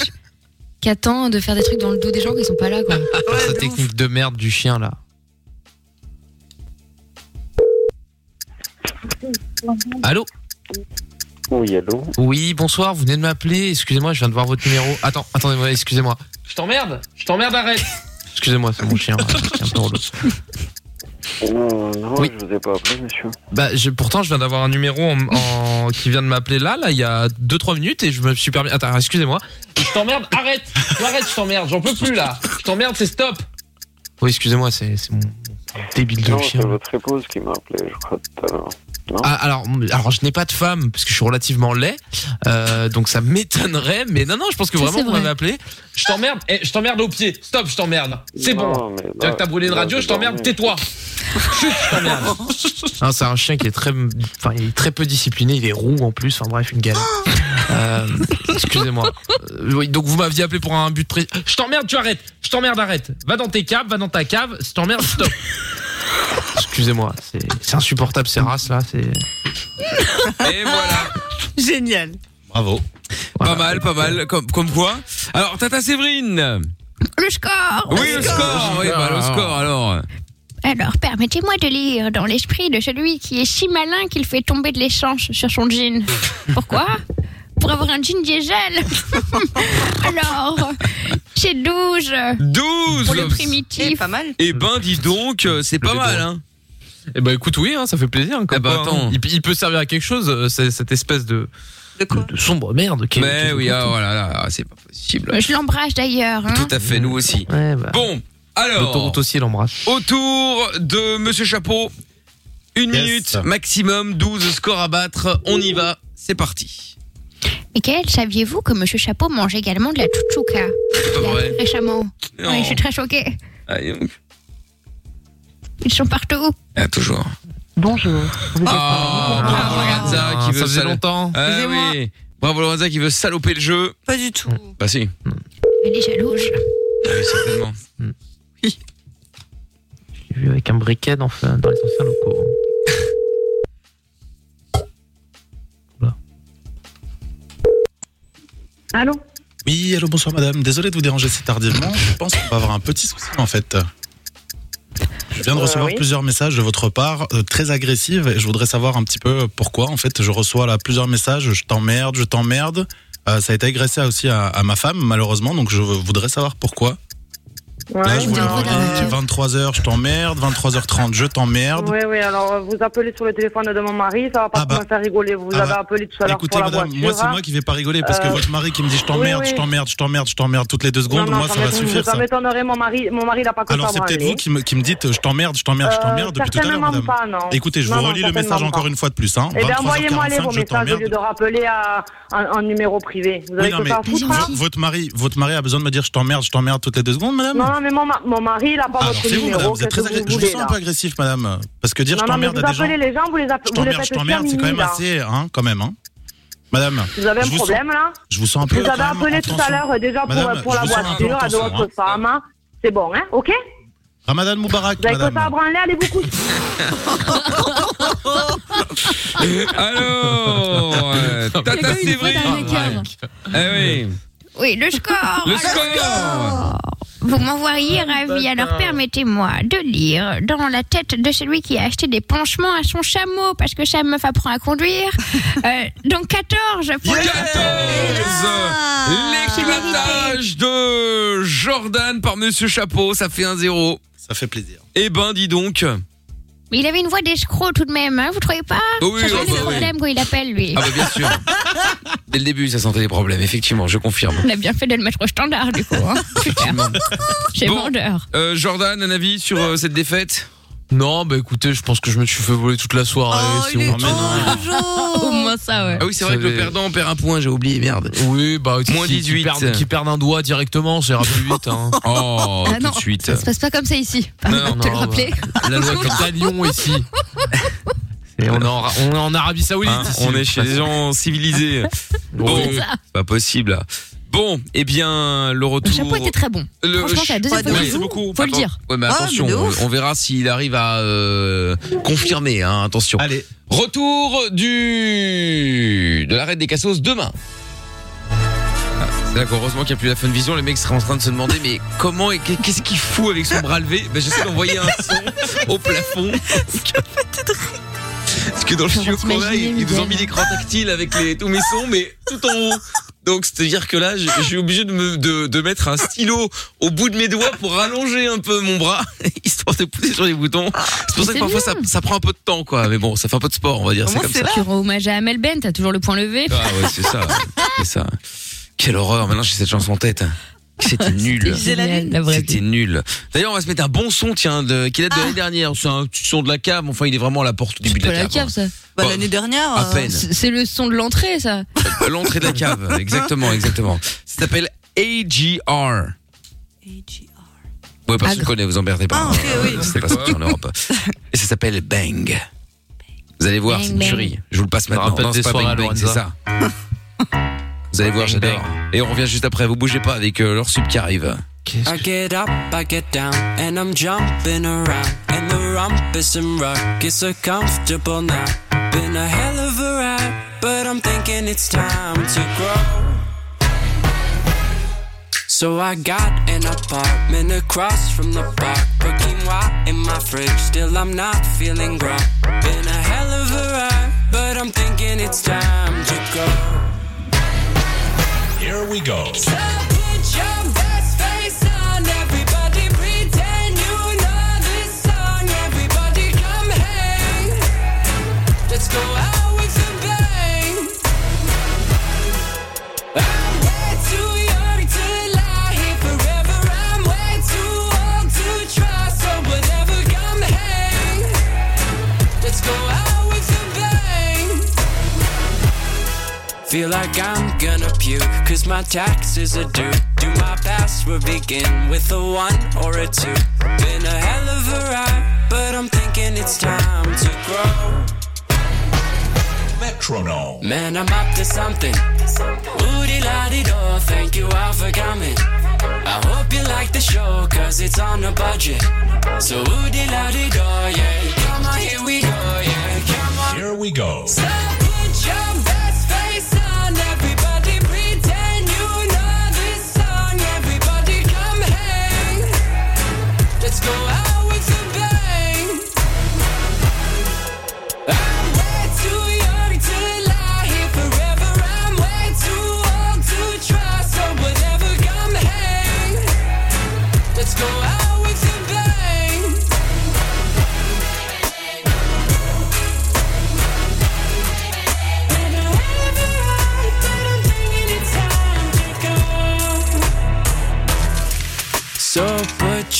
C: qui attend de faire des trucs dans le dos des gens qui sont pas là, quoi.
D: Sa technique de merde du chien là. Allô
Q: Oui, allô
D: Oui, bonsoir, vous venez de m'appeler. Excusez-moi, je viens de voir votre numéro. Attends, attendez-moi, excusez-moi. Je t'emmerde Je t'emmerde, arrête Excusez-moi, c'est mon chien. c'est un peu relou.
Q: Non, non,
D: Oui.
Q: je vous ai pas appelé, monsieur.
D: Bah, je- pourtant, je viens d'avoir un numéro en- en- qui vient de m'appeler là, là, il y a 2-3 minutes et je me suis permis. Attends, excusez-moi. Je t'emmerde, arrête Arrête, je t'emmerde, j'en peux plus là Je t'emmerde, c'est stop Oui, excusez-moi, c'est c'est mon mon débile de
Q: non,
D: chien.
Q: c'est votre épouse qui m'a appelé, je crois, tout à l'heure. Non
D: Ah, alors, alors, je n'ai pas de femme parce que je suis relativement laid, euh, donc ça m'étonnerait. Mais non, non, je pense que
Q: Ça,
D: vraiment
Q: c'est
D: vous
Q: vrai.
D: m'avez appelé. Je t'emmerde, eh, je t'emmerde au pied. Stop, je t'emmerde. C'est
Q: Non,
D: bon.
Q: mais là-
D: Tu que t'as brûlé une
Q: là,
D: radio,
Q: c'est
D: je t'emmerde.
Q: dormi.
D: Tais-toi. Chut, je t'emmerde. Hein, c'est un chien qui est très, enfin, il est très peu discipliné. Il est roux en plus. Enfin bref, une galère. Euh, Excusez-moi. Euh, oui, donc vous m'aviez appelé pour un but précis. Je t'emmerde, tu arrêtes. Je t'emmerde, arrête. Va dans tes caves, va dans ta cave. Je t'emmerde, stop. Excusez-moi, Ah, c'est c'est insupportable ces races là. C'est
B: Et voilà.
E: Génial.
B: Bravo. Pas mal, pas mal. Comme, comme quoi. Alors, Tata Séverine.
F: Le score
B: Oui, le score. Oui, bah, le score, alors.
F: Alors, permettez-moi de lire dans l'esprit de celui qui est si malin qu'il fait tomber de l'essence sur son jean. Pourquoi pour avoir un jean diesel. Alors, c'est 12.
B: 12
F: Pour le primitif. pas mal.
B: Eh ben, dis donc, euh, c'est pas mal, hein.
D: Eh ben écoute, oui, hein, ça fait plaisir. comme
B: bah,
D: quoi, hein.
B: attends.
D: Il, il peut servir à quelque chose, euh, c'est- cette espèce de, de- de sombre merde. qui-
B: Mais
D: qui-
B: oui,
D: qui-
B: ah, voilà, là, ah, c'est pas possible.
F: Je l'embrasse d'ailleurs. hein.
B: Tout à fait, nous aussi.
D: bah.
B: Bon, alors,
D: L'autoroute aussi l'embrasse.
B: autour de Monsieur Chapeau, une minute maximum, 12 scores à battre. On y va, c'est parti.
F: Michael, saviez-vous que Monsieur Chapeau mange également de la chouchouka
B: C'est pas vrai.
F: Récemment.
B: Non.
F: Oui, je suis très choquée.
B: Ah, dis donc.
F: Ils sont partout.
B: Ah, toujours.
F: Bonjour.
B: Ah, Lorenza qui veut
D: ça faisait
B: sal-
D: longtemps.
B: Ah
F: Excusez-moi.
B: oui. Bravo Lorenza qui veut saloper le jeu.
E: Pas du tout.
D: Hum.
B: Bah si.
F: Elle est jalouse.
B: Ah oui, certainement.
D: Hmm. J'ai vu avec un briquet dans, dans les anciens locaux.
K: Allô
M: Oui, allô, bonsoir madame. Désolé de vous déranger si tardivement. Je pense qu'on va avoir un petit souci en fait. Je viens de
K: Euh,
M: recevoir
K: oui.
M: plusieurs messages de votre part, euh, très agressives, et je voudrais savoir un petit peu pourquoi. En fait, je reçois là plusieurs messages, je t'emmerde, je t'emmerde. Euh, ça a été agressé aussi à, à ma femme, malheureusement, donc je voudrais savoir pourquoi. là, je voulais envoyer 23h, je t'emmerde, 23h30, je t'emmerde.
K: Euh. Oui, oui, alors euh, vous appelez sur le téléphone de mon mari, ça va pas me faire rigoler. Vous
M: Ah
K: avez
M: bah,
K: appelé tout à l'heure
M: Écoutez,
K: pour la
M: madame,
K: voiture. hein.
O: hein.
M: moi, c'est moi qui vais pas rigoler parce que
K: Euh,
M: votre mari qui me dit je t'emmerde,
K: oui, oui.
M: je t'emmerde, je t'emmerde, je t'emmerde toutes les deux secondes, moi, ça va
K: m'étonne-
M: suffire.
K: Ça
M: ça.
K: m'étonnerait, mon mari, mon mari n'a pas que
M: Alors,
K: ça
M: c'est
K: à
M: peut-être
K: branler.
M: vous qui me, qui me dites je t'emmerde, je t'emmerde, je t'emmerde depuis tout à l'heure,
K: certainement
M: madame.
K: pas, non.
M: Écoutez, je
K: Non,
M: vous
K: non,
M: relis le message
K: certainement
M: encore
K: pas.
M: une fois de plus. Hein.
K: Eh bien, envoyez-moi les
M: 23h45,
K: vos
M: je
K: messages au
M: t'emmerde.
K: lieu de rappeler à un, un numéro privé. Vous avez
M: Oui,
K: que
M: non, mais
K: ça à foutre, hein
M: v- votre mari, votre mari a besoin de me dire je t'emmerde, je t'emmerde toutes les deux secondes, madame
K: Non, non, mais mon, ma- mon mari, il n'a pas
M: Alors,
K: votre
M: c'est vous,
K: numéro.
M: madame, vous êtes
K: qu'est-ce
M: très
K: que
M: agressif.
K: vous
M: Je vous sens
K: voulez,
M: un peu
K: là
M: agressif, madame. Parce que dire je
K: Non, non, mais
M: t'emmerde
K: vous
M: à des gens.
K: appelez les gens, vous les
M: Je
K: appelez. Vous les
M: t'emmerde,
K: faites
M: je t'emmerde,
K: terminer,
M: c'est quand même
K: là.
M: assez, hein, quand même, hein. Madame.
K: Vous avez
M: je
K: un
M: vous
K: problème,
M: sens-
K: là
M: Je vous sens un peu.
K: Vous avez
M: quand même en
K: appelé tout à
M: tension.
K: l'heure euh, déjà pour,
M: Madame,
K: euh, pour
M: je
K: la
M: vous sens un peu en
K: voiture à de
M: tension,
K: votre
M: hein.
K: femme. hein. C'est bon, hein Ok
M: Ramadan Moubarak,
K: Vous avez que ça à
M: madame.
K: branler, allez vous coucher.
B: Alors, euh, Tata Séverine. Eh oui.
F: Oui, le score.
B: Le
F: alors.
B: score
F: Vous m'envoyez ravi, alors permettez-moi de lire dans la tête de celui qui a acheté des panchements à son chameau parce que sa meuf apprend à conduire. Euh, donc 14 pour le-
B: 14 L'équipatage de Jordan par Monsieur Chapeau, ça fait 1-0.
M: Ça fait plaisir.
B: Eh ben, dis donc.
F: Mais il avait une voix d'escroc tout de même, hein, vous trouvez pas
B: Oh oui,
F: Ça sent
B: oh
F: les
B: bah oui.
F: problèmes quand il appelle lui.
B: Ah bah bien sûr. Dès le début, ça sentait des problèmes, effectivement, je confirme.
F: On a bien fait de le mettre au standard du coup. Hein. Super. J'ai
B: Bon.
F: vendeur.
B: Euh, Jordan, un avis sur euh, cette défaite
D: Non, bah écoutez, je pense que je me suis fait voler toute la soirée.
C: Oh,
D: si on m'emmène.
F: Au moins ça, ouais.
B: Ah oui, c'est vrai que le
D: Vous savez-
B: perdant perd un point, j'ai oublier merde.
D: Oui, bah,
B: Moins
D: qui-
B: 18.
D: Qui perdent, qui perdent un doigt directement, ça ira plus vite. Hein.
B: Oh,
C: Ah non, Ça se passe pas comme ça ici.
D: Non,
C: Pardon de te
D: non,
C: le
D: bah.
C: rappeler.
D: La loi Cantalion ici. Et on, est en, on est en Arabie Saoudite.
B: Hein,
D: ici,
B: on
D: de
B: est
D: toute
B: chez les
D: façon.
B: gens civilisés. Bon,
D: Oui.
B: c'est pas possible. là. Bon, eh bien, le retour.
C: Le chapeau était très bon.
B: Le-
C: Franchement, c'est la deuxième
B: Ouais,
C: fois qu'il
B: ouais,
C: joue. Faut le
B: Attends-
C: dire. Ah,
B: Ouais, mais attention, on- on verra s'il arrive à euh, confirmer. hein, attention.
M: Allez.
B: Retour du de l'arrêt des Cassos demain. Ah, c'est là qu'heureusement qu'il n'y a plus la fun vision, les mecs seraient en train de se demander mais comment et qu'est- qu'est-ce qu'il fout avec son bras levé ben, J'essaie d'envoyer un son au plafond. Parce que dans le studio qu'on a, ils ils nous ont mis l'écran tactile avec les, tous mes sons, mais tout en haut. Donc c'est-à-dire que là, je je suis obligé de, me- de, de mettre un stylo au bout de mes doigts pour rallonger un peu mon bras, histoire de pousser sur les boutons. C'est pour ça que
C: Ah, C'est
B: parfois ça, ça prend un peu de temps, quoi. Mais bon, ça fait un peu de sport, on va dire. C'est comme ça.
C: Tu rends hommage à Amel Ben, t'as toujours le point levé.
B: Ah ouais, c'est ça. C'est ça. Quelle horreur. Maintenant, j'ai cette chanson en tête. C'était nul.
C: C'était génial, la vraie
B: C'était nul. D'ailleurs, on va se mettre un bon son, tiens, de, qui date de l'année dernière. C'est un petit son de la cave. Enfin, il est vraiment à la porte au début de
C: Pas
B: la
C: la
B: cave.
C: cave, ça.
B: Bah, l'année
E: dernière.
B: À peine.
C: C'est c'est le son de l'entrée, ça.
B: Euh, L'entrée de la cave, exactement, exactement. Ça s'appelle AGR. AGR. Ouais, personne ne connaît, vous emmerdez pas. Euh, C'est pas sorti en Europe. Et ça s'appelle Bang. Vous allez voir,
D: Bang,
B: c'est une
D: bang.
B: tuerie. Je vous le passe
D: Ça me
B: maintenant.
D: rappelle
B: Non,
D: des
B: c'est pas
D: soirées à
B: Bang Bang, c'est
D: Lorenza.
B: ça. Vous allez voir, j'adore. Et on revient juste après, vous bougez pas avec euh, leur sub qui arrive.
I: I get up, I get down, and I'm jumping around. And the rumpus and rock is so comfortable now. Been a hell of a ride, but I'm thinking it's time to grow. So I got an apartment across from the park. Put quinoa in my fridge, still I'm not feeling grow. Been a hell of a ride, but I'm thinking it's time to go.
R: Here we go.
I: Let's go out with a bang. I'm way too young to lie here forever. I'm way too old to try, so whatever, come hang. Let's go out with a bang. Feel like I'm gonna puke, cause my taxes are due. Do my password begin with a one or a two? Been a hell of a ride, but I'm thinking it's time to grow.
R: Metronome.
I: Man, I'm up to something. Woody la di do, thank you all for coming. I hope you like the show, cause it's on a budget. So woody la di do, yeah. Come on, here we go, yeah. Come on.
R: Here we go.
I: So put your best face on, everybody pretend you know this song. Everybody come hang. Let's go out with a bang. I'm way too young to lie here forever. I'm way too old to try, so whatever, come hang. Let's go out with a bang. Been a hell of a ride, but I'm thinking it's time to go. So put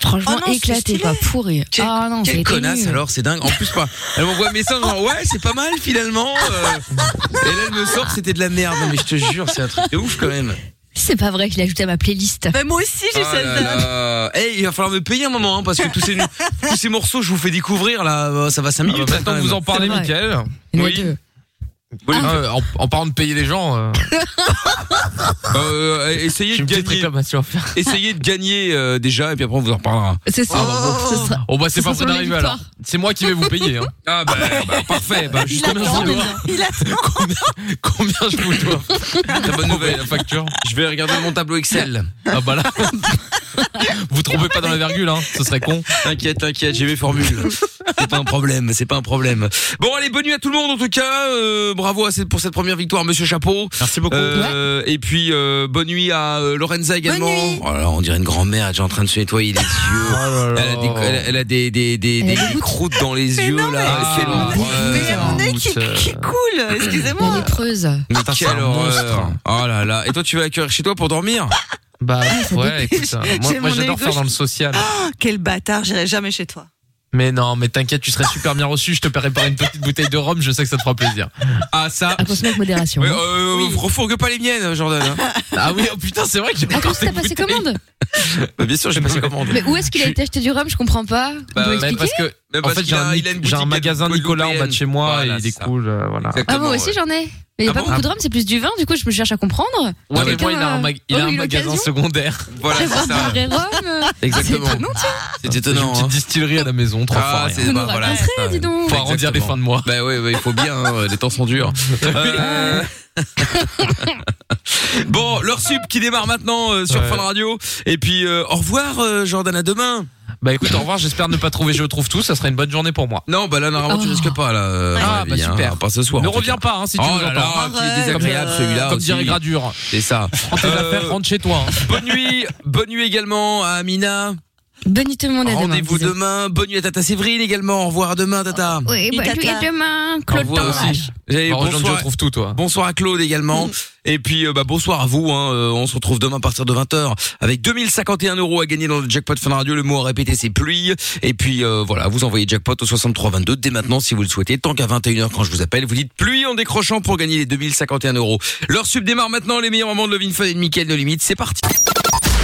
C: Franchement,
B: Oh non, c'est
C: éclaté, quoi, pourri. Ah non,
B: Quelle
C: c'était
B: connasse
C: nul.
B: alors, c'est dingue. En plus, quoi, elle m'envoie un message genre, ouais, c'est pas mal finalement. euh. et là, elle me sort, c'était de la merde. Non, mais je te jure, c'est un truc de ouf quand même.
C: C'est pas vrai que je l'ai ajouté à ma playlist.
E: Bah, moi aussi,
B: Ah là là. Eh, il va falloir me payer un moment hein, parce que tous ces, tous ces morceaux, je vous fais découvrir là, euh, ça va 5 minutes.
D: maintenant que Ah, bah, vous en parlez, Michael.
C: Oui.
D: Oui, euh, en, en parlant de payer les gens, euh,
B: Euh, essayez, de gagner, essayez de gagner euh, déjà et puis après on vous en reparlera.
C: C'est ça. Ce sera-
D: oh bah c'est
C: ce
D: pas
C: sera
D: prêt
C: la
D: d'arriver
C: victoire.
D: alors. C'est moi qui vais vous payer. Hein.
B: Ah bah, parfait, bah
D: justement.
E: Il
D: combien, combien je vous dois
B: La bonne nouvelle, la facture. Je vais regarder mon tableau Excel.
D: Ah bah là. vous trompez pas dans la virgule, hein. Ce serait con.
B: T'inquiète, t'inquiète, j'ai mes formules. C'est pas un
D: Eh,
B: problème, c'est pas un problème. Bon, allez, bonne nuit à tout le monde en tout cas. Euh, bravo à cette- pour cette première victoire, Monsieur Chapeau.
M: Merci beaucoup.
B: Euh, Et puis euh, bonne nuit à euh, Lorenza également. Oh là, on dirait une grand-mère, elle est déjà en train de se nettoyer les yeux.
D: Oh
B: Elle a des, elle a- elle a des, des, des, des- des croûtes dans les yeux là. Ah, Quelle horreur.
E: cool, excusez-moi.
C: La lépreuse.
B: Mais
D: c'est
B: quelle
D: un
B: horreur. Oh là là. Et toi, tu vas accueillir chez toi pour dormir
D: Bah
E: dépend.
D: ouais, écoute, hein, moi,
E: J'ai
D: moi
E: mon œil
D: j'adore faire
E: gauche.
D: dans le social.
E: Oh, quel bâtard, j'irai jamais chez toi.
D: Mais non, mais t'inquiète, tu serais super bien reçu. Je te paierai par une petite bouteille de rhum. Je sais que ça te fera plaisir.
B: Ah ça.
C: À consommer avec modération.
B: Ouais, euh, refourgue pas les miennes, Jordan. hein.
D: Ah oui, oh putain, c'est vrai que j'ai pas
C: Attends,
D: encore
C: t'as passé commande
B: Bah, Bien sûr, j'ai passé commande.
C: Mais où est-ce qu'il a été acheté du rhum Je comprends pas. Ah,
B: Bah,
C: Vous
B: mais
C: expliquez
D: parce que
B: Mais
D: en
B: parce
D: fait
B: qu'il
D: j'ai
B: a-
D: un,
B: il a une
D: j'ai un
B: boutique
D: magasin Nicolas en bas de chez moi
B: Voilà,
D: et il est
B: c'est ça.
D: cool euh, voilà.
C: Ah, moi aussi j'en ai. Mais il y a
B: Ah
C: pas
B: bon
C: beaucoup de rhum, c'est plus du vin, du coup je me cherche à comprendre. Ah,
D: Ouais, mais moi,
C: Quelqu'un
D: il a un,
C: a-
D: mag- il a
C: oh,
D: un
C: eu
D: magasin
C: l'occasion
D: secondaire.
B: Voilà,
C: d'avoir
B: c'est ça.
C: du vrai rhum. euh.
B: Exactement.
C: Ah, c'est étonnant, tiens.
B: C'est étonnant.
D: J'ai une petite distillerie à la maison, trois
B: Ah,
D: fois rien.
B: c'est- bah, voilà,
C: raconterez,
B: c'est ça.
C: dis donc.
D: Faut arrondir les
B: Exactement.
D: fins de mois.
B: Bah ouais, ouais, il faut bien, hein, les temps sont durs. Euh, bon, leur sub qui démarre maintenant euh, sur
D: Ouais.
B: Fun Radio. Et puis, euh, au revoir, euh, Jordan, à demain.
D: Bah écoute, au revoir, j'espère ne pas trouver Je trouve tout, ça serait une bonne journée pour moi.
B: Non, bah là, normalement, tu
D: Oh.
B: risques pas, là. euh, à
D: Ah
B: mon
D: bah
B: avis, hein,
D: super.
B: Pas ce soir.
D: Ne
B: en tout
D: reviens
B: cas.
D: pas hein, si tu
B: oh
D: nous
B: là
D: entends.
B: là, qui est désagréable celui-là.
D: euh, Comme
B: aussi.
D: dirait Gradure.
B: C'est ça. Euh,
D: Prends tes affaires, rentre chez toi. hein.
B: Bonne nuit, bonne nuit également à Amina.
C: Bonne nuit tout le monde, à demain.
B: Rendez-vous
C: Bisous.
B: demain. Bonne nuit à Tata Séverine également. Au revoir à demain, Tata.
F: Oui, bah, lui, et demain, Claude
B: Au revoir
F: Tanguy.
B: aussi. J'avais
D: Heureusement que
B: bonsoir-
D: je Bah, trouve tout, toi.
B: Bonsoir à Claude également. Et puis euh, bah, bonsoir à vous. hein. Euh, on se retrouve demain à partir de 20h avec 2051 euros à gagner dans le jackpot Fun Radio. Le mot à répéter c'est pluie. Et puis euh, voilà, vous envoyez jackpot au 6322 dès maintenant si vous le souhaitez. Tant qu'à 21h quand je vous appelle, vous dites pluie en décrochant pour gagner les 2051 euros. Leur sub démarre maintenant. Les meilleurs moments de Levin Fun et de Mickaël de Limite. C'est parti.